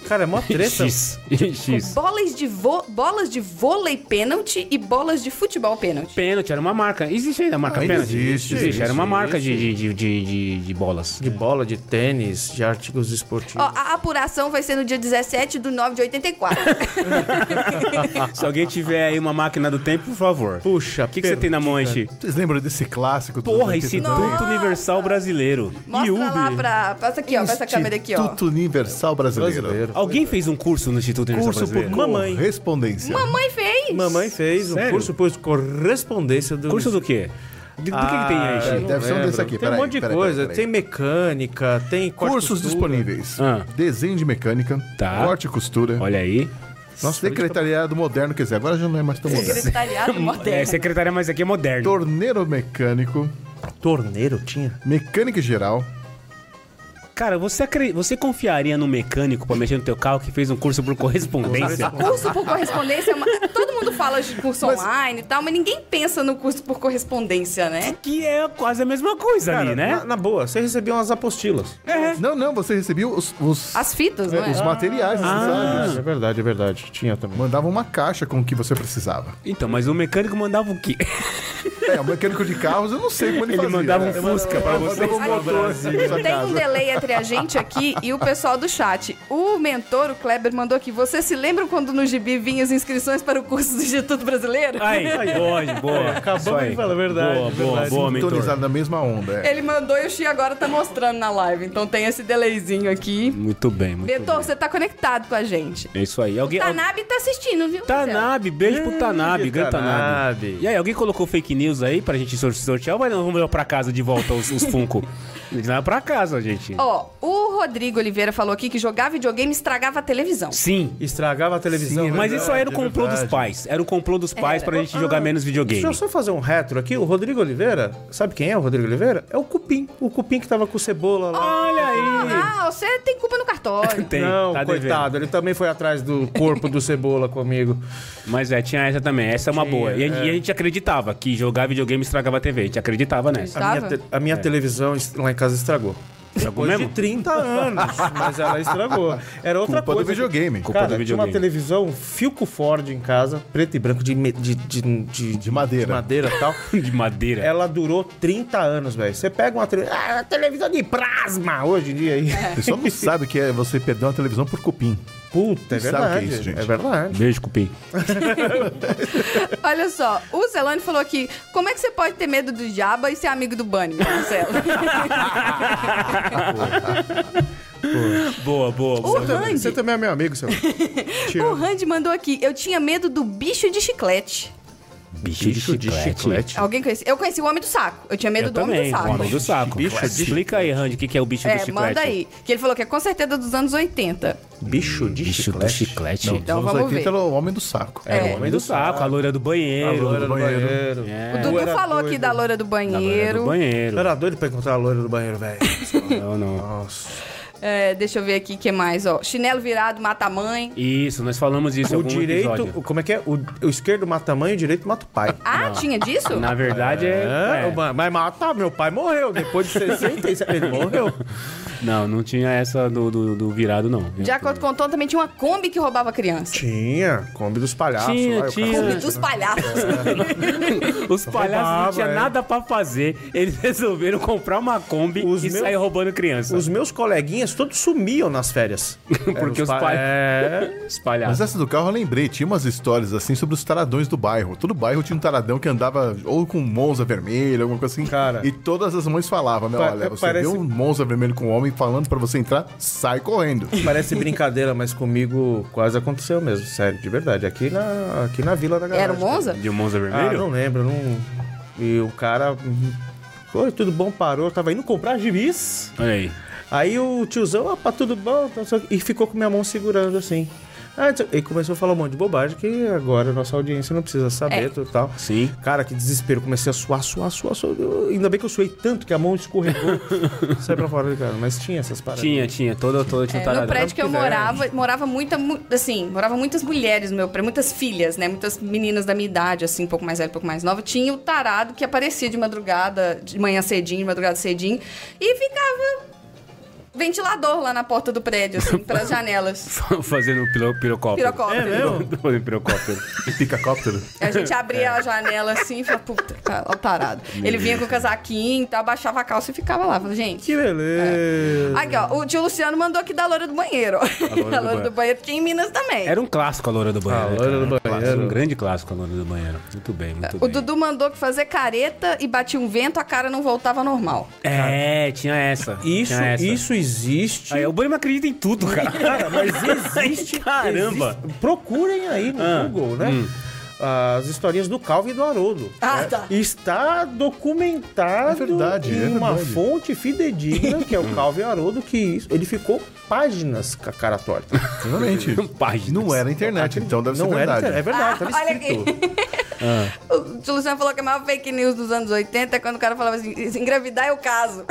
Cara, é mó treta.
X. X.
bolas de, vo- bolas de vôlei pênalti e bolas de futebol pênalti.
Pênalti era uma marca. Existe ainda a marca
Ainda
pênalti?
existe, existe,
Era uma marca de, de, de, de, de bolas.
De bola, de tênis, de artigos esportivos.
Ó, a apuração vai ser no dia 17 do 9 de 84.
Se alguém tiver aí uma máquina do tempo, por favor.
Puxa,
O que, que você tem na mão, Enchi?
Vocês lembram desse clássico? dos
Porra,
80 também?
Instituto Universal Brasileiro.
Mostra
IUB.
lá pra... Passa aqui, ó, pra essa câmera aqui, ó.
Instituto Universal Brasileiro.
Brasileiro.
Alguém fez um curso no Instituto Universal
Curso por
Brasileiro?
Mamãe.
correspondência.
Mamãe fez!
Mamãe fez um
Sério?
curso por correspondência do.
Curso do quê? Do, do que, que tem aí,
Ah,
Enchi?
Chico? Deve ser um
lembro.
desse aqui,
Tem
peraí,
um monte de
peraí,
coisa.
peraí, peraí.
Tem mecânica, tem corte
Cursos
costura.
disponíveis.
Ah.
Desenho de mecânica,
Tá.
é. corte e costura,
Olha aí.
tá
Nosso secretariado moderno, quer dizer, agora já não é mais tão moderno.
Secretariado
É,
moderno.
secretária, mas aqui é moderno.
Torneiro mecânico,
Torneiro tinha?
mecânica geral.
Cara, você, acre- você confiaria no mecânico pra mexer no teu carro que fez um curso por correspondência?
Curso por correspondência, é uma- todo mundo fala de curso online e tal, mas ninguém pensa no curso por correspondência, né?
que é quase a mesma coisa ali, né?
na, na boa, você recebia umas apostilas.
Não, não, você recebia os, os,
As fitas, não é?
os materiais necessários.
É verdade, é verdade. Tinha também.
Mandava uma caixa com o que você precisava.
Então, mas o mecânico mandava o quê?
É, o mecânico de carros, eu não sei como ele,
Ele
fazia.
mandava um
né?
Fusca pra você.
Mandava um motor assim, na sua
Tem um
casa.
delay entre a gente aqui e o pessoal do chat. O mentor, o Kleber, mandou aqui. Vocês se lembram quando no Gibi vinham as inscrições para o curso do Instituto Brasileiro?
Aí, boa,
É,
boa. Isso aí.
de falar a verdade,
Boa, boa,
verdade.
boa, mentor.
Sintonizado na mesma onda, é.
Ele mandou e o Xi agora tá mostrando na live. Então tem esse delayzinho aqui.
Muito bem, muito
Mentor, você tá conectado com a gente.
bem. É isso aí. Alguém, al-
Tanabe tá assistindo, viu? Marcelo?
Tanabe, beijo pro Tanabe, grande Tanabe.
Tanabe.
E aí, alguém colocou fake news aí pra gente sor- sortear? Ou vai- não, vamos levar pra casa de volta os, os Funko? A gente leva pra casa, gente.
Ó, o Rodrigo Oliveira falou aqui que jogar videogame estragava a televisão.
Sim.
Estragava a televisão.
Sim,
né?
Mas isso aí era o
é
complô dos
verdade.
pais. Era o complô dos pais pra gente
Ah,
jogar menos videogame.
Deixa eu só fazer um retro aqui. O Rodrigo Oliveira, sabe quem é o Rodrigo Oliveira? É o Cupim. O Cupim que tava com cebola lá.
Olha aí.
Ah, você tem culpa no cartório.
Tem,
não,
tá devendo.
coitado, ele também foi atrás do corpo do Cebola comigo.
Mas é, tinha essa também. Essa é uma
Tinha,
boa. E a, gente-
é.
e a gente acreditava que jogar videogame estragava a TV. A gente acreditava nessa.
A
Tava?
minha, te- a
É.
minha televisão est- lá em casa estragou.
Estragou
Depois
mesmo?
de 30 anos, mas ela estragou. Era outra
Culpa do
coisa.
videogame.
Culpa
Cara,
do
tinha uma
videogame.
televisão Filco Ford em casa, preto e branco, de, me- de, de, de,
De madeira.
de madeira e tal.
É.
De madeira.
Ela durou 30 anos, velho. Você pega uma tele- ah, uma televisão de plasma hoje em dia aí.
A pessoa não sabe o que é você perder uma televisão por cupim.
Puta, é
Sabe o que é
verdade.
isso, gente?
É verdade.
Beijo, Cupim.
Olha só, o Zelone falou aqui: como é que você pode ter medo do diaba e ser amigo do Bunny, Marcelo?
Boa, boa,
o
boa.
Randy,
Você também é meu amigo, seu.
o Randy mandou aqui: eu tinha medo do bicho de chiclete.
Bicho, de chiclete.
Alguém conhecia? Eu conheci É o homem do saco. Eu tinha medo
Eu
do
também,
homem do saco.
o homem do saco.
Bicho de
Explica aí, Randy, o que que é o bicho
é,
do chiclete.
manda aí. Que ele falou que é com certeza dos anos 80.
Bicho de
Bicho
chiclete.
do chiclete.
Então
Nos
vamos
80
ver.
era o homem do saco.
É, o homem do saco, a loira do banheiro.
Loira do
Ah, banheiro. É.
banheiro.
O Dudu
Era
falou aqui
doido.
da loira do
A É. loira do
banheiro.
banheiro.
Eu era doido pra encontrar a loira do banheiro, velho.
Não, não.
É, deixa eu ver aqui o que mais, ó. Chinelo virado, mata a mãe.
Isso, nós falamos isso em
o
algum
direito.
episódio.
o- como é que é? O, o esquerdo mata a mãe, o direito mata o pai.
Ah, tinha disso?
Na verdade é... é.
o ma- Mas mata, tá, meu pai morreu. Depois de 67, ele morreu.
Não, não tinha essa do, do, do virado, não.
De acordo com o Tom, também tinha uma Kombi que roubava criança.
Tinha, Kombi dos palhaços.
Tinha,
lá, o
tinha.
Kombi
cacete.
dos palhaços.
Os palhaços não
Roubava,
tinham
é.
nada pra fazer. Eles resolveram comprar uma Kombi
Os
e
meus-
sair roubando criança.
Os meus coleguinhas todos sumiam nas férias.
Porque
Eram
os pais-
É,
Os palhaços.
Mas essa do carro eu lembrei, tinha umas histórias assim sobre os taradões do bairro. Todo bairro tinha um taradão que andava ou com Monza vermelho, alguma coisa assim.
Cara.
E todas as mães falavam, meu,
Pa-
olha, você
parece-
viu um Monza vermelho com um homem falando pra você entrar, sai correndo.
parece brincadeira, mas comigo quase aconteceu mesmo, sério, de verdade. Aqui na, aqui na Vila da Garagem.
Era o Monza?
De um Monza
Ah,
vermelho?
não lembro, não. E o cara. Oi, tudo bom? Parou, eu tava indo comprar gibis.
Olha aí.
Aí o tiozão, opa, tudo bom? Tá, só- E ficou com minha mão segurando assim. Ah, tio- e começou a falar um monte de bobagem que agora a nossa audiência não precisa saber,
É.
tudo e tal.
Sim.
Cara, que desespero. Comecei a suar, suar, suar, suar. Eu- Ainda bem que eu suei tanto que a mão escorregou. Sai pra fora, cara. Mas tinha essas paradas.
Tinha, tinha. Toda, toda tinha um
É, no
taradão.
prédio que eu
que velho.
morava,
né?
morava muita, mu- assim, morava muitas mulheres no meu prédio, muitas filhas, né? Muitas meninas da minha idade, assim, um pouco mais velha, um pouco mais nova. Tinha o tarado que aparecia de madrugada, de manhã cedinho, de madrugada cedinho, e ficava ventilador lá na porta do prédio, assim, pelas janelas.
Fazendo piro, pirocóptero.
Pirocóptero.
Fazendo pirocóptero.
Picacóptero.
A gente
É.
abria a janela assim e falava, puta, cara, olha o tarado. Ele vinha com o casaquinho e tal, abaixava a calça e ficava lá. Falava, gente.
Que beleza.
Aqui, ó, o tio Luciano mandou aqui da loura do banheiro.
loira do
A loura do
banheiro.
banheiro, que é em Minas também.
Era um clássico a loira do banheiro.
A
né,
loira
cara?
do
Era um clássico,
banheiro.
Um grande clássico a loira do banheiro. Muito bem, muito
É, O
bem.
Dudu mandou que fazer careta e batia um vento, a cara não voltava ao normal.
É, tinha essa.
Isso,
tinha essa.
isso existe.
Aí, é o Bunny acredita em tudo, cara.
Cara, mas existe.
Caramba.
existe- Procurem aí no Google, né? as historinhas do Calvo e do Haroldo.
Ah,
É.
tá.
está documentado
É verdade,
em
é
uma
verdade.
fonte fidedigna, que é o Calvo e Haroldo, que isso- ele ficou páginas com a cara torta.
Exatamente.
Páginas.
Não era internet, então deve ser
Não era,
verdade.
inter- é verdade, tava
Ah, olha
escrito.
O Luciano falou que é a maior fake news dos anos 80 é quando o cara falava assim: "Se engravidar é o caso.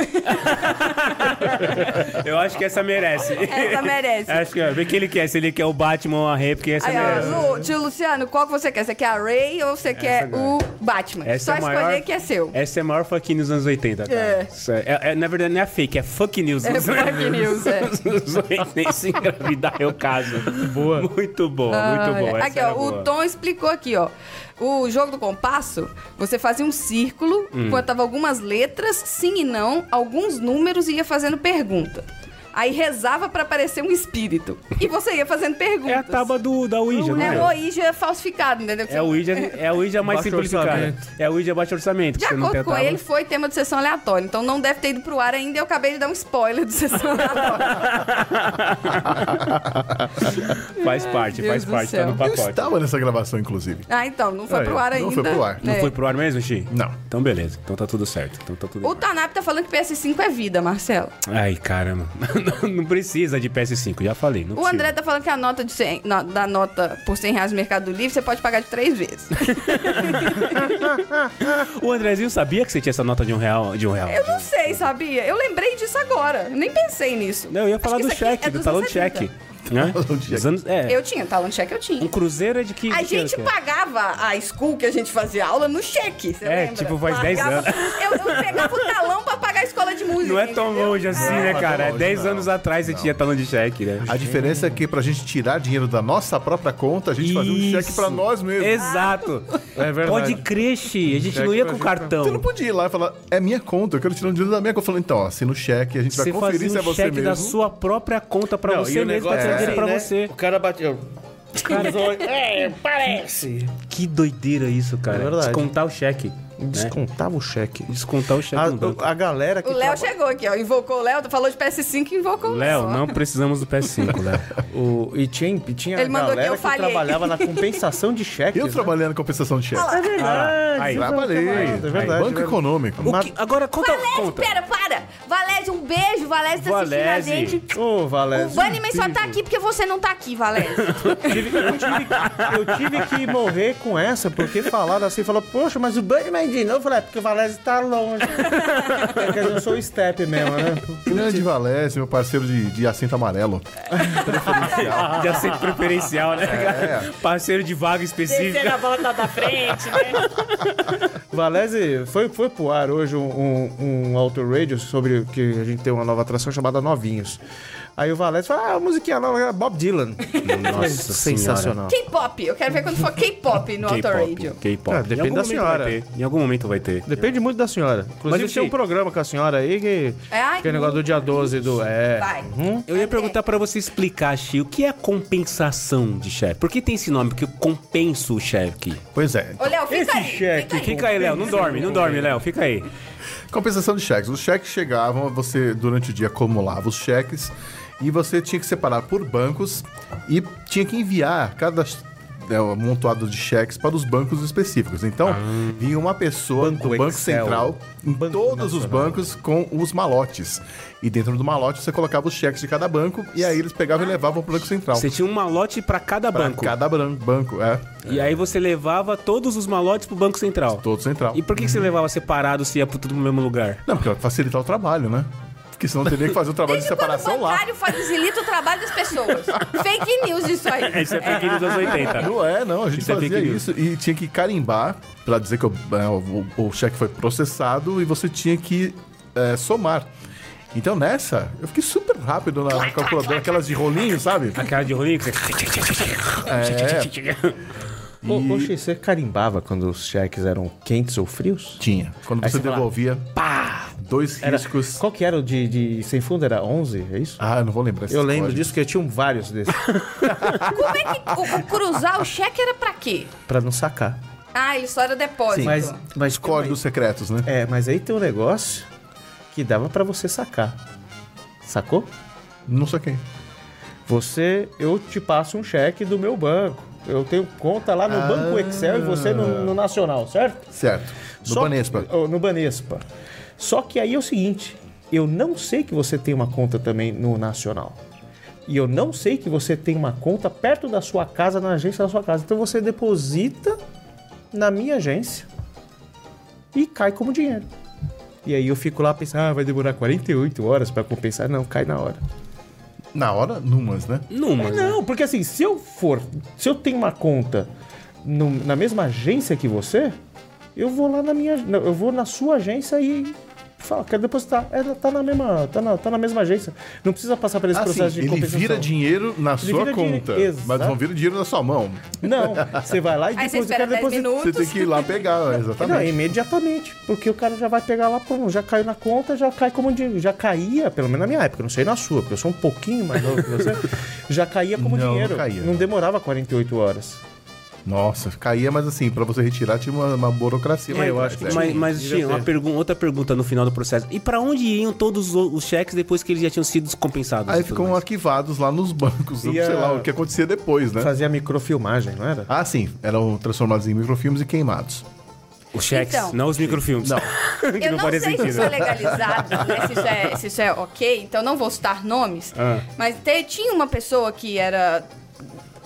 Eu acho que essa merece.
Essa merece.
Acho que, ó, vê que ele quer. Se ele quer o Batman ou a réplica, essa
Aí,
merece.
ó, Lu, tio Luciano, qual que você quer? Você quer a Ray ou você quer o Batman? Só
é a
escolher
maior-
que é seu.
Essa é a maior fake news dos anos 80, cara.
É.
Isso É. é- é, na verdade, não é fake, é fake news.
É
dos
fake news, é.
dos anos 80, Se engravidar é o caso. Boa. Muito boa, muito boa.
Olha,
Essa
Ah, Aqui,
era
ó,
boa.
o Tom explicou aqui, ó. O jogo do compasso, você fazia um círculo,
Hum.
enquanto tava algumas letras, sim e não, alguns números e ia fazendo pergunta. Aí rezava pra aparecer um espírito. E você ia fazendo perguntas.
É a tábua do, da Ouija, né?
É o Ouija falsificado, entendeu?
É o Ouija, é a Ouija mais
Baixo
simplificada.
orçamento.
É o Ouija baixo orçamento. que
De
você não
acordo com
tentava.
ele, foi tema de sessão aleatória. Então não deve ter ido pro ar ainda. Eu acabei de dar um spoiler de sessão aleatória.
Faz parte,
Deus
faz
do
parte,
céu.
tá no
Eu
pacote.
estava nessa gravação, inclusive.
Ah, então, não foi
Aí,
pro ar ainda.
não foi pro ar.
Não
É.
foi pro ar mesmo, Xi?
Não.
Então beleza, então tá tudo certo. Então tá tudo
O Tanap tá falando que PS5 é vida, Marcelo.
Ai, caramba. não, não precisa de PS5, já falei. Não
O
precisa.
André tá falando que a nota de 100 na- da nota por 100 reais no Mercado Livre você pode pagar de três vezes.
O Andrezinho sabia que você tinha essa nota de um real? De um real.
Eu não sei, sabia? Eu lembrei disso agora. Eu nem pensei nisso.
Não, eu ia falar
Acho
do
que isso aqui
cheque,
é
do talão de
270.
cheque. Né?
Talão de cheque.
Os anos- é,
Eu tinha, talão de cheque eu
Um
tinha.
cruzeiro é de que.
A
de que ano
gente
que é?
pagava a school que a gente fazia aula no cheque, você
É,
lembra?
tipo, faz
Largava-
10 anos.
Eu, eu pegava o talão pra pagar a escola de música.
Não é tão
entendeu?
longe assim, né,
tão
cara? É
longe,
10
não.
anos atrás você tinha talão de cheque, né?
A diferença é que pra gente tirar dinheiro da nossa própria conta, a gente fazia um cheque pra nós mesmos.
Exato.
É verdade.
Pode crer, Xi. A gente não ia com cartão.
tá- Você não podia ir lá e falar, é minha conta, eu quero tirar um dinheiro da minha conta. Eu falei, então, assina o cheque, a gente vai
Você
conferir se
fazia
é
um
você
cheque
mesmo.
da sua própria conta pra
Não, e
você
o
mesmo pra
negócio
tirar
é
dinheiro pra
assim, né?
você.
O cara bateu.
É, parece.
Que doideira isso, cara.
É
verdade.
Descontar o cheque. Né?
Descontava o cheque.
Descontar o
Ah,
cheque um no banco.
A, a galera que.
O Léo
traba-
chegou aqui, ó. Invocou o Léo, falou de PS5 e invocou o
Léo,
Léo.
não precisamos do PS5, Léo.
o- e tinha, e tinha
Ele
a
mandou
galera
que eu
que
falhei.
trabalhava na compensação de cheques.
Eu
né?
trabalhei na compensação de cheque.
Aí,
Trabalhei.
Ah, É verdade,
Banco
é verdade.
Econômico.
O que- agora conta,
Valéz,
conta.
pera, para! Valéz, um beijo, Valéz tá
Valézio.
assistindo a gente.
Ô,
O
um
Valézio.
Bunnyman só tá aqui porque você não tá aqui, Valéz.
Tive- eu, tive, eu tive que morrer com essa, porque falaram assim, falou, poxa, mas o Bunnyman de novo? Eu falei, é porque o Valézio tá longe. Quer dizer, eu sou o Step mesmo, né?
Grande Valese, meu parceiro de, de assento amarelo.
Já sempre preferencial, né? cara? Parceiro de vaga específica.
Terceira volta da frente, né?
Valese, foi, foi pro ar hoje um, um, um Auto Radio sobre que a gente tem uma nova atração chamada Novinhos. Aí o Valese fala, ah, a musiquinha nova era Bob Dylan.
Nossa
Sensacional.
K-pop, eu quero ver quando for K-pop no
K-pop,
Autoradio.
K-pop.
Ah,
Em
depende
algum
da
momento
senhora.
vai ter. Em algum momento vai ter.
Depende muito da senhora. Inclusive
Mas,
tem um
enfim.
programa com a senhora aí que
É, ai,
que é negócio do dia 12 do... É,
Vai.
Eu ia perguntar pra você explicar, Chi, o que é compensação de chefe? Por que tem esse nome? Porque compensa o chefe.
Pois é.
Ô, Léo, fica aí.
cheque,
fica aí.
Fica aí, Léo. Não dorme, não dorme, Léo. Fica aí.
Compensação de cheques. Os cheques chegavam, você durante o dia acumulava os cheques e você tinha que separar por bancos e tinha que enviar cada né, amontoado de cheques para os bancos específicos. Então, vinha uma pessoa
Ah. Banco
do Banco
Excel.
Central em
Banco
todos os
Nacional.
bancos com os malotes. E dentro do malote você colocava os cheques de cada banco e aí eles pegavam
Ah.
e levavam para o Banco Central.
Você tinha um malote pra cada
Para
banco.
cada bran- banco, é.
E aí você levava todos os malotes pro Banco Central.
Todo central.
E por que, que você levava separado se ia pro tudo no mesmo lugar?
Não, porque ela facilitar o trabalho, né? Porque senão teria que fazer o trabalho de
Desde quando
separação
o
lá.
bancário facilita o trabalho das pessoas. Fake news isso aí.
Isso é pequeno dos anos 80.
Não é, não. A gente
Isso é
fazia
fake news.
isso e tinha que carimbar pra dizer que o, é, o- o cheque foi processado e você tinha que é, somar. Então nessa, eu fiquei super rápido na calculadora, aquelas de rolinho, sabe?
Aquela de É. rolinho. que-
Ô, ô, Xi, você carimbava quando os cheques eram quentes ou frios?
Tinha. Quando você
você fala,
devolvia, dois riscos.
Qual que era o de, de sem fundo? Era 11? É isso?
Ah, eu não vou lembrar. esses
Eu lembro
códigos.
disso que eu tinha um vários desses,
Como é que o, o cruzar o cheque era pra quê?
pra não sacar.
Ah, ele só era depósito.
Mas, mas
Códigos secretos, né?
É, mas aí tem um negócio que dava pra você sacar. Sacou?
Não sei quem.
Você, eu te passo um cheque do meu banco. Eu tenho conta lá no Banco Excel e você no, no Nacional, certo?
Certo. No
Só-
Banespa.
Oh, no Banespa. Só que aí é o seguinte, eu não sei que você tem uma conta também no Nacional. E eu não sei que você tem uma conta perto da sua casa, na agência da sua casa. Então você deposita na minha agência e cai como dinheiro. E aí eu fico lá pensando, ah, vai demorar 48 horas pra compensar. Não, cai na hora.
Na hora, numas, né?
Numa. né?
Não, porque assim, se eu for, se eu tenho uma conta no- na mesma agência que você, eu vou lá na minha, não, eu vou na sua agência e falo, quero depositar. Ela tá na mesma, tá na, tá na mesma agência. Não precisa passar por esse
Assim,
processo de
ele
compensação.
vira dinheiro na sua
vira dinheiro,
conta.
exato.
Mas não vira dinheiro na sua mão.
Não, você vai lá e
Aí você
deposita,
espera
quero
10
depositar.
minutos.
Você tem que ir lá pegar,
Não,
exatamente.
imediatamente, porque o cara já vai pegar lá, pum, já caiu na conta, já cai como dinheiro, já caía, pelo menos na minha época, não sei na sua, porque eu sou um pouquinho mais novo que você, já caía como
Não, não
dinheiro,
caía.
não demorava 48 horas.
Nossa, caía, mas assim, pra você retirar tinha uma, uma burocracia.
É, eu
maior,
acho que
né?
Mas, mas tinha uma pergun- outra pergunta no final do processo. E pra onde iam todos os, os cheques depois que eles já tinham sido descompensados?
Aí
e tudo
ficam
mais?
arquivados lá nos bancos,
E
sei
a-
lá, o que acontecia depois, né?
Fazia microfilmagem, não era?
Ah, sim, eram transformados em microfilmes e queimados.
Os cheques,
Então.
não os microfilmes. Não. que
Eu não,
faria
sei se isso é legalizado, né, se, isso é, se isso é ok, então não vou citar nomes.
Ah.
Mas te- tinha uma pessoa que era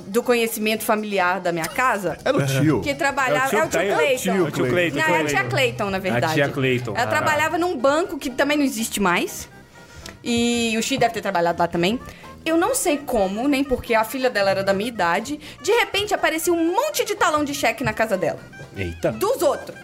do conhecimento familiar da minha casa,
Era o tio.
que trabalhava...
É
É
o tio
o tio Cleiton.
É o tio Clayton.
Não, é a tia Clayton, na verdade.
tia Clayton.
Ela
Ah.
trabalhava num banco que também não existe mais. E o Xi deve ter trabalhado lá também. Eu não sei como, nem porque a filha dela era da minha idade. De repente apareceu um monte de talão de cheque na casa dela.
Eita.
Dos outros.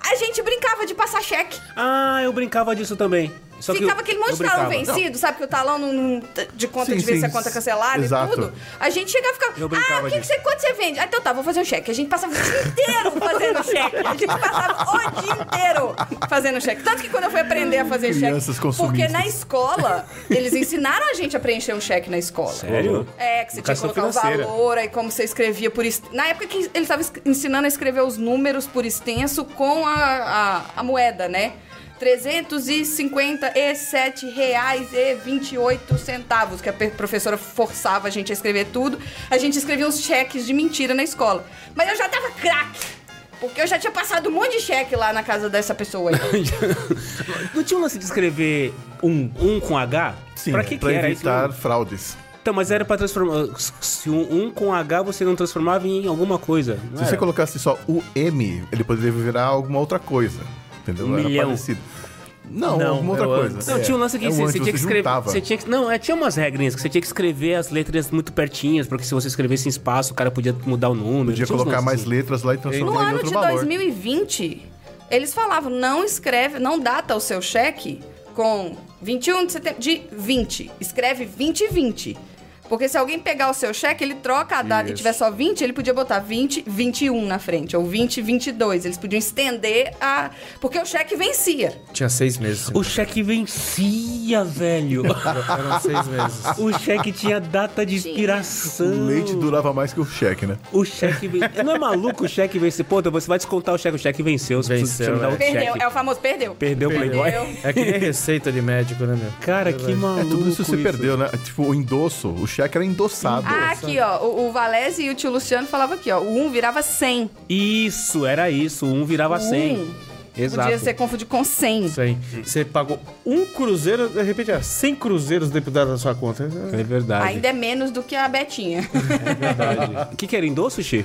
A gente brincava de passar cheque.
Ah, eu brincava disso também. Só que eu-
Ficava aquele monte
eu
de talão
brincava.
vencido, sabe? Que o talão não, não- de conta
Sim,
de vencer,
sim,
conta é cancelada
exato.
e tudo. A gente chegava e ficava.
Eu brincava
Ah, o que que
disso.
você, quanto você vende? Ah, então tá, vou fazer um cheque. A gente passava o dia inteiro fazendo cheque. A gente passava o dia inteiro fazendo cheque. Tanto que quando eu fui aprender a fazer
Crianças
cheque. Porque
consumistas.
na escola, eles ensinaram a gente a preencher um cheque na escola.
Sério?
É, que você tinha que
Educação
colocar o
financeira.
valor, aí como você escrevia por... est- Na época que ele estava ensinando a escrever os números por extenso com a, a, a moeda, né? 357 reais e 28 centavos, que a pe- professora forçava a gente a escrever tudo. A gente escrevia uns cheques de mentira na escola. Mas eu já tava craque, porque eu já tinha passado um monte de cheque lá na casa dessa pessoa aí.
Não tinha um lance de escrever um, um com H?
Sim, é,
pra que,
pra
que era isso?
evitar fraudes.
Então, mas era pra transformar. Se um, um com H você não transformava em alguma coisa. não
Se você
era?
colocasse só o M, ele poderia virar alguma outra coisa. Entendeu?
Um milhão.
parecido. Não,
Não,
alguma outra
era o
coisa.
antes.
Não, tinha um lance que
É o
você,
antes,
você tinha que escrever.
juntava.
Você tinha que, não, é, tinha umas regrinhas que você tinha que escrever as letras muito pertinhas, porque se você escrevesse em espaço, o cara podia mudar o número.
Podia
tinha uns
colocar
lances
mais
assim.
letras lá e
No
transformar em
ano
um outro
de
valor.
2020, eles falavam, não escreve, não data o seu cheque com 21 de setembro de 20. Escreve 2020. Porque se alguém pegar o seu cheque, ele troca a data e
Isso.
tiver só 20, ele podia botar 20, 21 na frente, ou 20, 22. Eles podiam estender a... Porque o cheque vencia.
Tinha seis meses.
O cheque vencia, velho.
Eram seis meses.
o cheque tinha data de expiração.
O leite durava mais que o cheque, né?
O cheque venceu. Não é maluco o cheque vencer? Pô, então você vai descontar o cheque. O cheque venceu. Você precisa
Venceu,
me dar
é.
outro
Perdeu,
cheque.
é o famoso perdeu.
Perdeu o Playboy.
Perdeu.
É que nem receita de médico, né, meu?
Cara, que maluco.
É, tudo isso se perdeu, né? Tipo, o endosso, o cheque era endossado.
Ah, aqui, ó, o, o Valese e o tio Luciano falavam aqui, ó, o 1 virava 100.
Isso, era isso. Um virava 100.
Um.
Exato.
Podia ser confundido com 100.
Isso aí.
Hum.
Você pagou um cruzeiro, de repente, ah, 100 cruzeiros deputados na sua conta.
É verdade.
Ainda é menos do que a Betinha.
O que, que era endosso, Chi?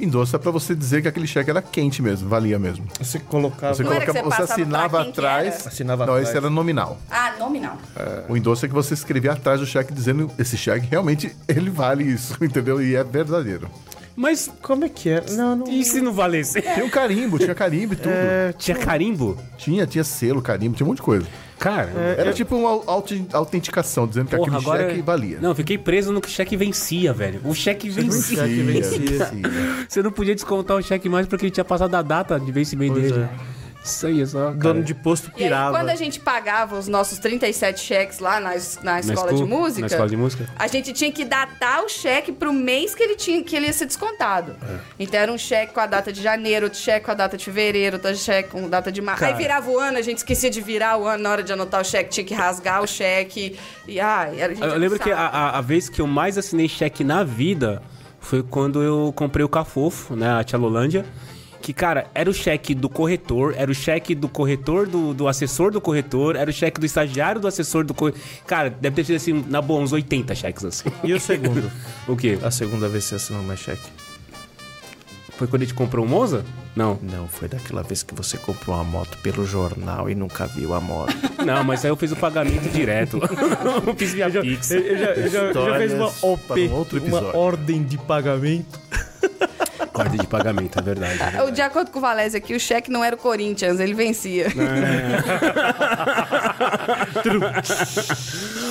Endosso é pra você dizer que aquele cheque era quente mesmo, valia mesmo.
Você colocava.
Você,
Não era que
colocava,
você
você
passava pra
assinava
quem que
atrás.
era?
Assinava
não,
atrás.
esse era nominal.
Ah, nominal.
Tá
O endosso é que você escrevia atrás do cheque dizendo esse cheque realmente ele vale isso, entendeu? E é verdadeiro.
Mas
Como é que era? Não, não.
e se não valesse?
Tinha um carimbo, tinha carimbo e tudo.
Tinha carimbo?
Tinha, tinha selo, carimbo, tinha um monte de coisa.
Cara,
É.
Era tipo uma auti- autenticação, dizendo que
porra,
aquele
agora.
cheque valia.
Não, fiquei preso no que o cheque vencia, velho. O cheque vencia.
Vencia,
vencia.
vencia.
Você não podia descontar o cheque mais porque ele tinha passado a data de vencimento
Pois
dele.
é.
Isso aí, é só. cara.
Dono de posto
E aí,
pirava.
quando a gente pagava os nossos 37 cheques lá na, es- na escola
escola-
de música...
na escola de música?
A gente tinha que datar o cheque pro mês que ele, tinha, que ele ia ser descontado.
É.
Então, era um cheque com a data de janeiro, outro cheque com a data de fevereiro, outro cheque com data de março. Aí, virava o ano, a gente esquecia de virar o ano na hora de anotar o cheque, tinha que rasgar o cheque. E, ai, era, gente,
Eu
era um
lembro que a,
saco.
a- a vez que eu mais assinei cheque na vida foi quando eu comprei o Cafofo, né? A Tchalolândia. Que, cara, era o cheque do corretor, era o cheque do corretor, do, do assessor do corretor, era o cheque do estagiário do assessor do corretor. Cara, deve ter sido assim, na boa, uns 80 cheques assim.
E o segundo?
O quê?
A segunda vez que você assinou mais cheque.
Foi quando a gente comprou o Monza? Não.
Não, foi daquela vez que você comprou uma moto pelo jornal e nunca viu a moto.
Não, mas aí eu fiz o pagamento direto. eu fiz via Pix.
Eu, eu já, eu já- eu já fiz uma
Histórias para
OP,
um outro
uma
episódio.
ordem de pagamento.
Ordem de pagamento, é verdade. é
Eu,
verdade.
de acordo com o Valézio aqui, o cheque não era o Corinthians, ele vencia.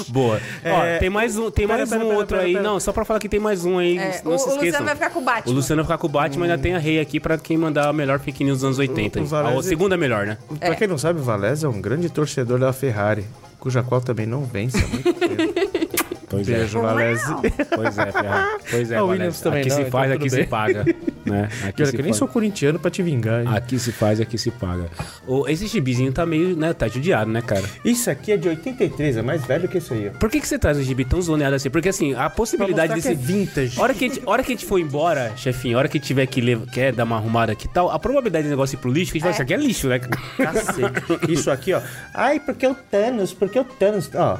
Boa.
É,
Ó, tem mais um, tem
pera,
mais
pera,
um
pera,
outro
pera,
aí.
pera.
Não, só pra falar que tem mais um aí.
É,
não
o,
se
o
esqueçam.
Luciano vai ficar com o
O
Batman.
Luciano vai ficar com o Batman, ainda tem a Rei aqui pra quem mandar a melhor fake news dos anos 80.
O- o
aí.
Varese-
a segunda melhor, né?
Pra quem não sabe, o Valés é um grande torcedor da Ferrari, cuja qual também não vence há muito tempo.
Pois é,
Beijo, Valés.
Pois é, Ferrari. Pois é,
Ah, o
Valese.
Williams também
Aqui
não,
se
então
faz,
tudo
aqui se
bem.
paga. Né? Aqui,
Pior é
se
que eu nem
faz,
sou corintiano pra te vingar. hein?
aqui se faz, aqui se paga. Ô, esse gibizinho tá meio, né? Tá judiado, né, cara?
Isso aqui é de 83, é mais velho que isso aí. ó.
Por que, que você traz o gibi tão zoneado assim? Porque assim, a possibilidade
Pra
desse.
mostrar que é vintage.
Hora que, a gente, hora que a gente for embora, chefinho, hora que tiver que lev- quer dar uma arrumada aqui e tal, a probabilidade do negócio ir pro lixo, que a gente vai, isso aqui é lixo, né?
Cacete. Isso aqui, ó. Ai, porque é o Thanos, porque o Thanos. Ó,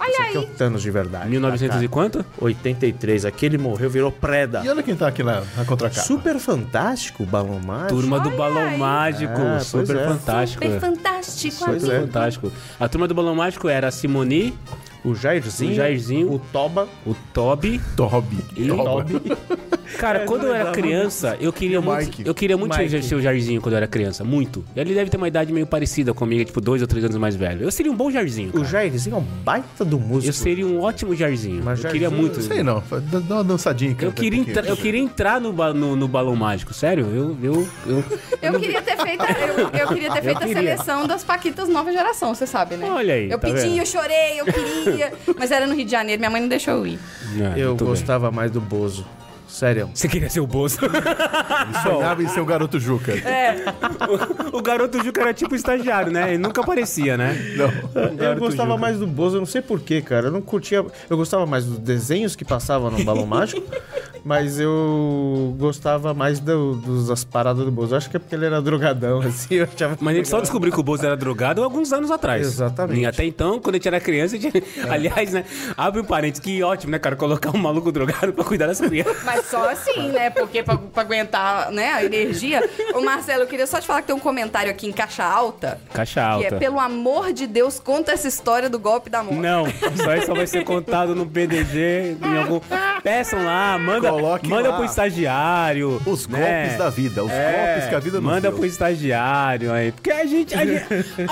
Olha
isso aqui é o
aí.
Thanos de verdade.
1900 e quanto?
Tá 83, aquele morreu, virou preda.
E olha quem tá aqui na, na contracapa.
Super fantástico, balão mágico.
Turma do
Olha
Balão
aí.
Mágico.
Ah,
super
pois é.
fantástico.
Super fantástico.
Super fantástico. A turma do Balão Mágico era a Simoni,
O Jairzinho,
O Jairzinho.
o Toba,
o Toby.
Toby.
E- Cara, quando eu era criança, eu queria
E o
muito,
Mike.
eu queria muito
Mike.
ser o Jairzinho quando eu era criança. Muito. Ele deve ter uma idade meio parecida comigo, tipo dois ou três anos mais velho. Eu seria um bom Jairzinho.
o
cara.
Jairzinho é um baita do músico.
Eu seria um ótimo Jairzinho.
Mas
eu né, queria
Jairzinho,
muito.
Não sei não, dá dá uma dançadinha.
Eu queria, entra- eu queria entrar no, ba- no- no balão mágico, sério? Eu. eu, eu-
Eu queria ter feito, eu, eu queria ter feito a
queria.
seleção das Paquitas Nova Geração, você sabe, né?
Olha aí,
Eu
tá
pedi,
vendo?
eu chorei, eu queria. Mas era no Rio de Janeiro, minha mãe não deixou eu ir.
É,
Eu
muito bem.
gostava mais do Bozo. Sério.
Você queria ser o Bozo?
Sonhava em ser o garoto Juca.
É. o garoto Juca era tipo estagiário, né? Ele nunca aparecia, né?
Eu gostava mais do Bozo, eu não sei porquê, cara. Eu não curtia. Eu gostava mais dos desenhos que passavam no Balão Mágico, mas eu gostava mais do- dos, das paradas do Bozo. Eu acho que é porque ele era drogadão, assim. Eu achava
Mas a gente só descobriu que o Bozo era drogado alguns anos atrás.
Exatamente.
E até então, quando a gente era criança, a gente...
É.
aliás, né? Abre um parênteses, que ótimo, né, cara? Colocar um maluco drogado pra cuidar das crianças.
Mas só assim, né? Porque pra, pra aguentar né, a energia. Ô, Marcelo, eu queria só te falar que tem um comentário aqui em caixa alta.
Caixa
Que é,
alta.
pelo amor de Deus, conta essa história do golpe da morte.
Não, isso aí só vai ser contado no PDG, em algum. Peçam lá, manda,
Coloque
manda
lá.
pro estagiário.
Os
né?
golpes da vida, os golpes que a vida nos
Manda
deu.
pro estagiário aí. Porque a gente, a gente,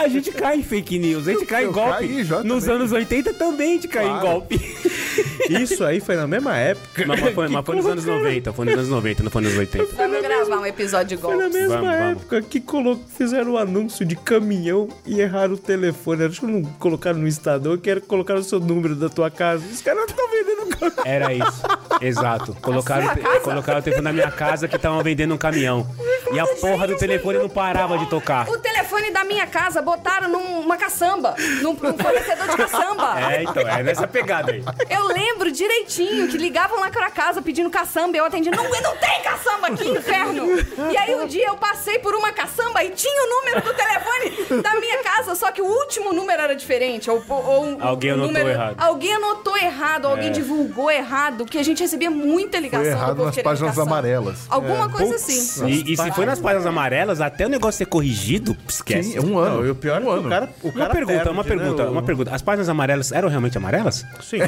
a gente cai em fake news, a gente cai em
eu
golpe.
caí já
Nos
também.
anos 80 também a gente cai em
Claro.
golpe.
Isso aí foi na mesma época.
Mas, mas foi, mas foi nos anos 90, foi nos anos 90, não foi nos 80.
Vamos gravar um episódio de
Foi na
golpe.
mesma
Vamos, vamos.
época que colo... fizeram o anúncio de caminhão e erraram o telefone. Acho que não colocaram no Estadão, que era colocar o seu número da tua casa. Os caras estão vendendo caminhão.
Era isso, exato. Colocaram, o te- colocaram o telefone na minha casa que estavam vendendo um caminhão. E a porra do telefone não parava de tocar.
O telefone da minha casa botaram num- numa caçamba, num, num fornecedor de caçamba.
É, então, é nessa pegada aí.
Eu lembro direitinho que ligavam lá pra casa pedindo caçamba. Eu atendi, não, não tem caçamba aqui, inferno! E aí um dia eu passei por uma caçamba e tinha o número do telefone da minha casa, só que o último número era diferente. Ou, ou- ou um-
Alguém
um
anotou
número-
errado. É.
Alguém anotou errado, alguém divulgou errado, que a gente recebia muita ligação.
Foi
do
errado
povo
nas
querendo
páginas
caçamba.
amarelas. É.
Alguma coisa assim.
E, e se foi nas páginas amarelas, até o negócio ser corrigido, esquece.
Sim, um ano.
e o
um
pior é que o
ano.
cara, o
Uma
cara
pergunta,
perde,
uma
né,
pergunta,
o-
uma pergunta. As páginas amarelas eram realmente amarelas?
Sim.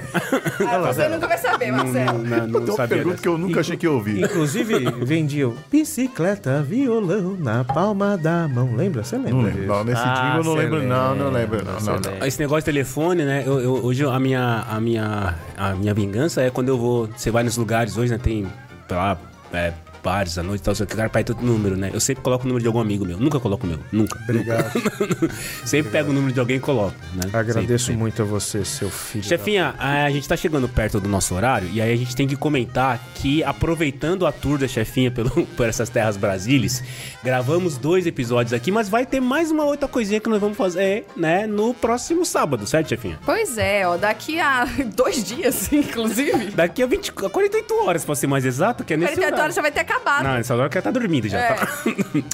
Ah, você nunca vai saber, Marcelo.
tá Não, não
Tem uma
sabia
pergunta
dessa.
que eu nunca achei que eu ouvi.
Inclusive, vendiam bicicleta, violão na palma da mão. Lembra? Você lembra?
Não lembro.
disso?
Não, nesse
Ah,
jingle eu não
você
lembro. Não, não lembro. Não,
você
não,
lembra.
não.
É. Esse negócio de telefone, né? eu- eu- hoje a minha, a, minha, a minha vingança é quando eu vou. Você vai nos lugares hoje, né? Tem, sei lá, é, bares à noite e tal, sei o que, cara, pai, todo número, né? Eu sempre coloco o número de algum amigo meu. Nunca coloco o meu. Nunca.
Obrigado.
Sempre pego o número de alguém e coloco, né?
Agradeço
Sempre, sempre.
muito a você, seu filho.
Chefinha, a gente tá chegando perto do nosso horário e aí a gente tem que comentar que, aproveitando a tour da chefinha pelo- por essas terras brasileiras, gravamos dois episódios aqui, mas vai ter mais uma outra coisinha que nós vamos fazer, né, no próximo sábado, certo, chefinha?
Pois é, ó, daqui a dois dias, inclusive.
Daqui a 20, a 48 horas, pra ser mais exato, que é nesse
48 horas já vai ter acabado.
Não, nessa hora que ela tá dormindo já,
É.
tá?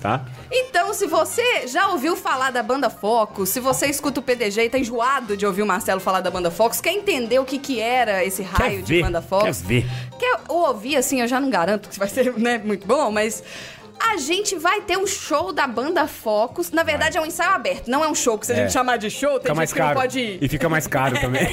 tá?
Então, se você já ouviu falar da banda Foco, se você escuta o PDG e tá enjoado de ouvir o Marcelo falar da banda Fox, quer entender o que que era esse raio de
ver,
banda Fox?
quer ver.
Quer ouvir, assim, eu já não garanto que vai ser né, muito bom, mas... A gente vai ter um show da banda Focus. Na verdade, é um ensaio aberto, não é um show que se a gente chamar de show, tem
Fica mais
gente que não
caro.
pode ir.
E fica mais caro também.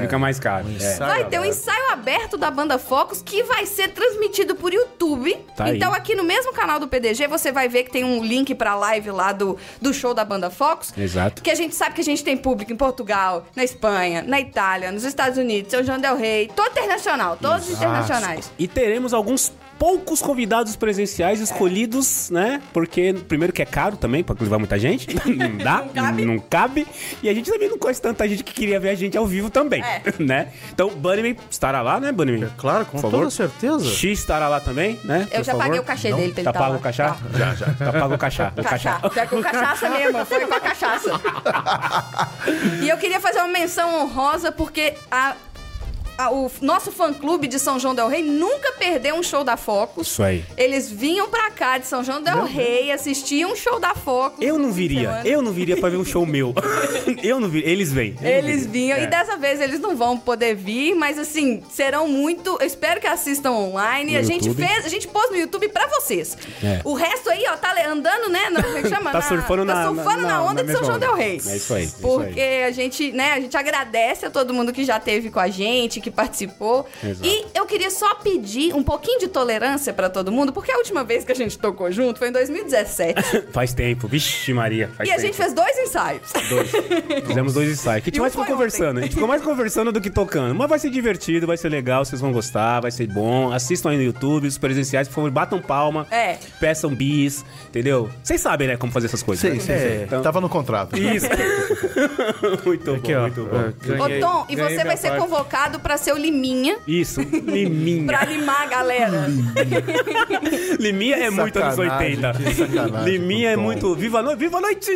Fica mais caro. É.
Vai ter um ensaio aberto da banda Focus que vai ser transmitido por YouTube.
Tá aí.
então, aqui no mesmo canal do PDG, você vai ver que tem um link pra live lá do, do show da banda Focus.
Exato.
Que a gente sabe que a gente tem público em Portugal, na Espanha, na Itália, nos Estados Unidos, São João Del Rey, todo internacional, todos internacionais.
E teremos alguns poucos convidados presenciais escolhidos, né? Porque, primeiro, que é caro também, pra levar muita gente. Não dá, não, cabe. E a gente também não conhece tanta gente que queria ver a gente ao vivo também,
É.
né? Então, Bunnyman estará lá, né, Bunnyman?
É, Claro, com
Por favor.
toda certeza.
X estará lá também, né?
Eu já paguei o cachê dele pra ele
Tá
tá
pago
lá.
o cachá?
Tá.
Já, já. Tá pago o cachá. O
Cachá.
cachá.
Já com cachaça mesmo, foi com a cachaça. e eu queria fazer uma menção honrosa porque a- a- o nosso fã-clube de São João del Rei nunca perdeu um show da Focus.
Isso aí.
Eles vinham pra cá de São João del Rei, assistiam um show da Focus.
Eu não
no fim de
viria,
semana.
eu não viria pra ver um show meu. Eu não viria, eles vêm. eu não
Eles
viria.
vinham,
É.
e dessa vez eles não vão poder vir, mas assim, serão muito. Eu espero que assistam online. a gente
YouTube.
fez, a gente pôs no YouTube pra vocês.
É.
O resto aí, ó, tá le- andando, né? Não, como é que chama?
Tá surfando
tá
na-
surfando
na-
na,
na-
onda
na
de São
mesma
João
onda.
Del Rei.
É isso aí, é isso aí.
Porque a gente, né, a gente agradece a todo mundo que já teve com a gente, que participou.
Exato.
E eu queria só pedir um pouquinho de tolerância pra todo mundo, porque a última vez que a gente tocou junto foi em 2017.
Faz tempo, vixe Maria, faz
e a
tempo.
gente fez dois ensaios.
Fizemos dois ensaios. Que a gente
E um
mais ficou
foi
conversando. A gente ficou mais conversando do que tocando. Mas vai ser divertido, vai ser legal, vocês vão gostar, vai ser bom. Assistam aí no YouTube, os presenciais, por favor, batam palma.
É.
Peçam bis, entendeu? Vocês sabem, né, como fazer essas coisas.
Sim,
né?
sim,
É,
sim.
então-
Tava no contrato.
Isso. muito
Aqui,
bom,
ó. É.
muito bom.
Ô,
Ganhei-
Tom, e
ganhei
você
minha
vai ser
parte.
convocado pra ser o Liminha.
Isso, Liminha.
Pra animar a galera.
Liminha é muito anos
sacanagem,
80.
que sacanagem
Liminha é
com o Tom.
muito. Viva a noite! Viva a noite!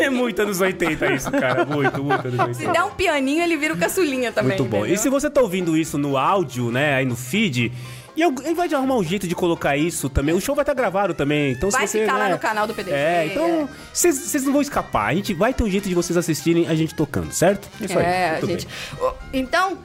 É muito anos 80 isso, cara. Muito, muito anos 80.
Se der um pianinho, ele vira o caçulinha também.
Muito bom.
entendeu?
E se você tá ouvindo isso no áudio, né, aí no feed, e eu, ele vai arrumar um jeito de colocar isso também. O show vai estar gravado também, então
Vai
se você,
ficar lá
né,
no canal do PDG.
É, então vocês vocês não vão escapar. A gente vai ter um jeito de vocês assistirem a gente tocando, certo? Isso
É,
Muito
gente.
bem.
O- Então,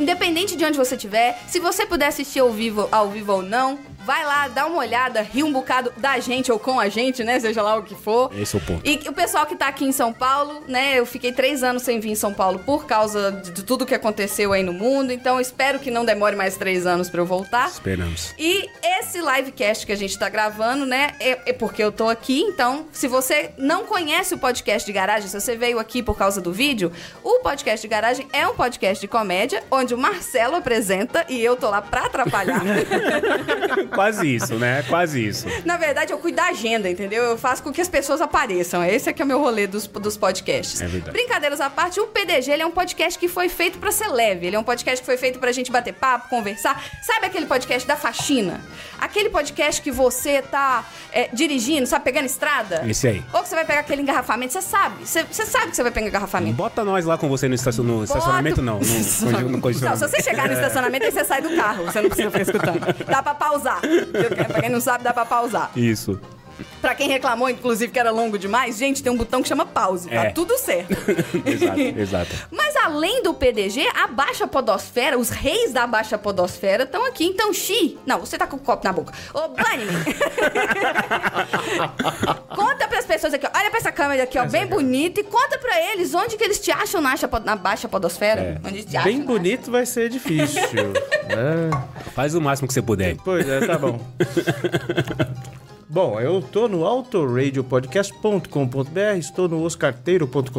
independente de onde você estiver, se você puder assistir ao vivo, ao vivo ou não, vai lá, dá uma olhada, ri um bocado da gente ou com a gente, né? Seja lá o que for.
Esse é o ponto.
E o pessoal que tá aqui em São Paulo, né? Eu fiquei três anos sem vir em São Paulo por causa de de tudo que aconteceu aí no mundo. Então, espero que não demore mais três anos pra eu voltar.
Esperamos.
E esse livecast que a gente tá gravando, né? É, é porque eu tô aqui, então, se você não conhece o podcast de garagem, se você veio aqui por causa do vídeo, o podcast de garagem é um podcast de comédia onde o Marcelo apresenta e eu tô lá pra atrapalhar.
Quase isso, né? Quase isso.
Na verdade, eu cuido da agenda, entendeu? Eu faço com que as pessoas apareçam. Esse é que é o meu rolê dos, dos podcasts.
É verdade.
Brincadeiras à parte, o PDG ele é um podcast que foi feito pra ser leve. Ele é um podcast que foi feito pra gente bater papo, conversar. Sabe aquele podcast da faxina? Aquele podcast que você tá é, dirigindo, sabe, pegando estrada?
Esse aí.
Ou que você vai pegar aquele engarrafamento, você sabe. Você, você sabe que você vai pegar engarrafamento.
Bota nós lá com você no, estacion- no estacionamento, não. No, no, no
Não, se
condicionamento.
você chegar no estacionamento, aí você sai do carro. Você não precisa ficar escutando. Dá pra pausar. Pra quem não sabe, dá pra pausar.
Isso.
Pra quem reclamou, inclusive, que era longo demais, gente, tem um botão que chama pause.
É.
Tá tudo certo.
exato, exato.
Mas além do PDG, a Baixa Podosfera, os reis da Baixa Podosfera estão aqui. Então, Xi. Não, você tá com o copo na boca. Ô, Bunny! conta pras pessoas aqui, ó. Olha pra essa câmera aqui, ó, bem bonita. E conta pra eles onde que eles te acham na, Acha- na Baixa Podosfera. Onde eles te acham.
Bem
né?
bonito vai ser difícil. né?
Faz o máximo que você puder.
Pois é, tá bom. Bom, eu tô no autoradiopodcast.com.br, estou no oscarteiro.com.br.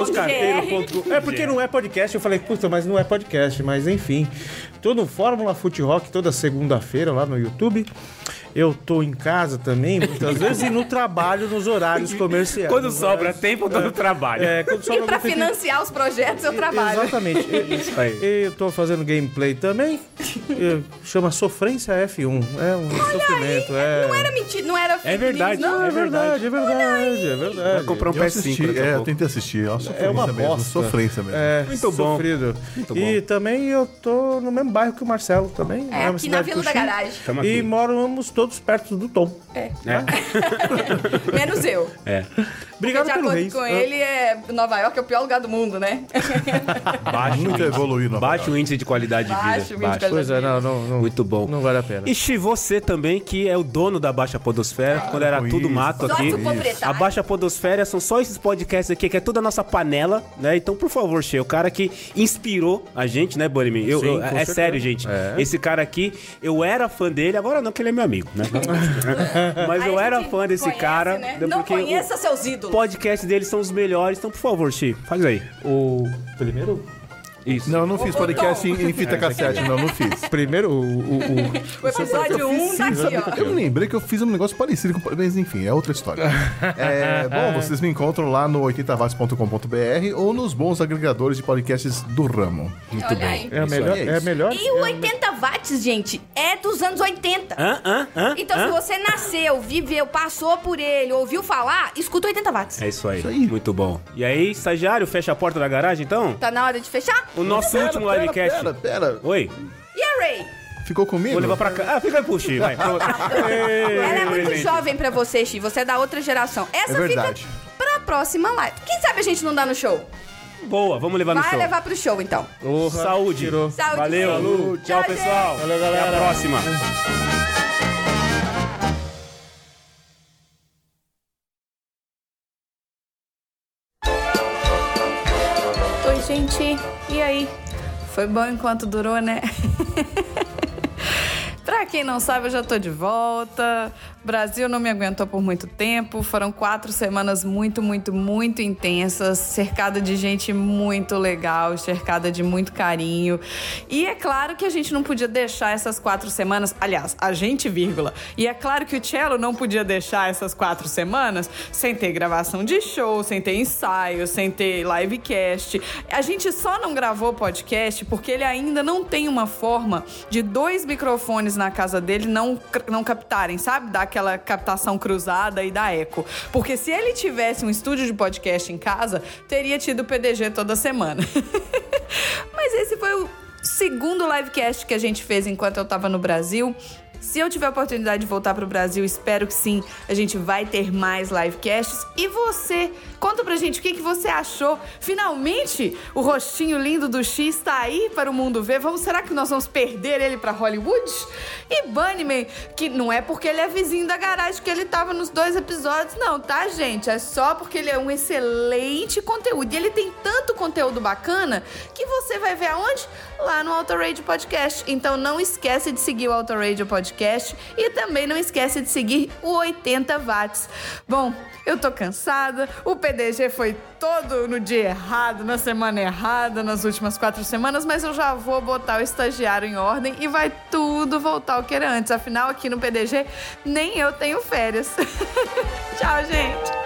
oscarteiro.com. É porque não é podcast, eu falei, puta, mas não é podcast, mas enfim. Tô no Fórmula Fute Rock toda segunda-feira lá no YouTube. Eu tô em casa também, muitas vezes, e no trabalho, nos horários comerciais.
Quando
Nos
sobra
horários-
tempo, eu tô no trabalho.
É, quando sobra
E pra
algum tempinho-
financiar os projetos, eu trabalho.
Exatamente.
Isso aí.
Eu tô fazendo gameplay também. eh, Chama Sofrência F1. É um sofrimento. é...
Não era mentira, não era fake
verdade.
news, não.
É verdade, é verdade, é verdade.
Vai comprar um
Eu assisti,
PS5 daqui a
é, eu
pouco.
tentei assistir. É uma sofrência
É uma
mesmo.
bosta.
Sofrência mesmo.
É,
Muito bom.
sofrido.
Muito
E também eu tô no mesmo bairro que o Marcelo também.
É, aqui na Vila da Garagem.
Chama
E
aqui.
moramos todos perto do Tom.
É.
Menos eu.
É.
Obrigado
de
pelo
acordo
reis.
com
Ah,
ele, é Nova York é o pior lugar do mundo, né?
Baixo,
Muito
índice.
evoluir Nova
Baixo o índice de qualidade de
Baixo
vida.
o índice de
Baixo.
Pois é, não, não, não,
Muito bom.
não vale a pena.
E se você também, que é o dono da Baixa Podosfera, quando era
com
tudo
isso,
mato
Sócio
aqui.
proprietário.
A Baixa Podosfera são só esses podcasts aqui, que é toda a nossa panela, né? Então, por favor, Che, o cara que inspirou a gente, né, Borimin? Eu,
Sim,
eu-
com
é
certeza. É.
sério, gente. Esse cara aqui, eu era fã dele, agora não, que ele é meu amigo, né? Mas
Aí
eu
a
era
gente
fã desse
conhece,
cara.
né?
né,
Não
porque o
conheça seus ídolos.
podcast deles são os melhores, então, por favor, Che, faz aí.
O primeiro?
Isso.
Não, eu não fiz podcast em, em fita cassete, não, não fiz.
Primeiro, o, o, o-
O episódio 1 um tá aqui, ó.
Eu me lembrei que eu fiz um negócio parecido com. Mas enfim, é outra história. É, bom, vocês me encontram lá no 80vaz.com.br ou nos bons agregadores de podcasts do ramo.
Olha aí.
é a
Isso
melhor.
aí, é
É a
isso.
melhor.
E o 80 watts, gente, é dos anos 80.
Hã, hã, hã?
Então, se
hã?
você nasceu, viveu, passou por ele, ouviu falar, escuta 80 watts.
É isso aí.
aí.
Muito bom. E aí, estagiário, fecha a porta da garagem, então?
Tá na hora de fechar?
O nosso último
pera,
livecast.
Pera, pera.
Oi,
E a Ray?
Ficou comigo?
vou levar pra cá. Ah, fica aí, puxa, vai.
Ela é
Ela
muito jovem pra você, Chi. Você é da outra geração. Essa
É verdade.
fica pra próxima live. Quem sabe a gente não dá no show?
Boa, vamos levar Tá no
Vai
show.
levar pro show, então.
Saúde.
Saúde.
Valeu.
Saúde.
Tchau,
Tchau,
pessoal.
gente.
Valeu, galera. Até a próxima.
Oi, gente. E aí? Foi bom enquanto durou, né? Pra quem não sabe, eu já tô de volta. O Brasil não me aguentou por muito tempo. Foram quatro semanas muito, muito, muito intensas, cercada de gente muito legal, cercada de muito carinho. E é claro que a gente não podia deixar essas quatro semanas. Aliás, a gente, vírgula. E é claro que o Cello não podia deixar essas quatro semanas sem ter gravação de show, sem ter ensaio, sem ter livecast. A gente só não gravou podcast porque ele ainda não tem uma forma de dois microfones na casa dele não, cr- não captarem, sabe? Dar aquela captação cruzada e da eco. Porque se ele tivesse um estúdio de podcast em casa, teria tido PDG toda semana. Mas esse foi o segundo livecast que a gente fez enquanto eu tava no Brasil. Se eu tiver a oportunidade de voltar pro Brasil, espero que sim. A gente vai ter mais livecasts. E você, conta pra gente o que, que você achou. Finalmente, o rostinho lindo do X está aí para o mundo ver. Vamos, será que nós vamos perder ele pra Hollywood? E Bunnyman, que não é porque ele é vizinho da garagem que ele tava nos dois episódios, não, tá, gente? É só porque ele é um excelente conteúdo. E ele tem tanto conteúdo bacana que você vai ver aonde? Lá no Autoradio Podcast. Então não esquece de seguir o Autoradio Podcast e também não esquece de seguir o 80 Watts. Bom, eu tô cansada, o PDG foi todo no dia errado, na semana errada, nas últimas quatro semanas, mas eu já vou botar o estagiário em ordem e vai tudo voltar ao que era antes. Afinal, aqui no PDG, nem eu tenho férias. Tchau, gente!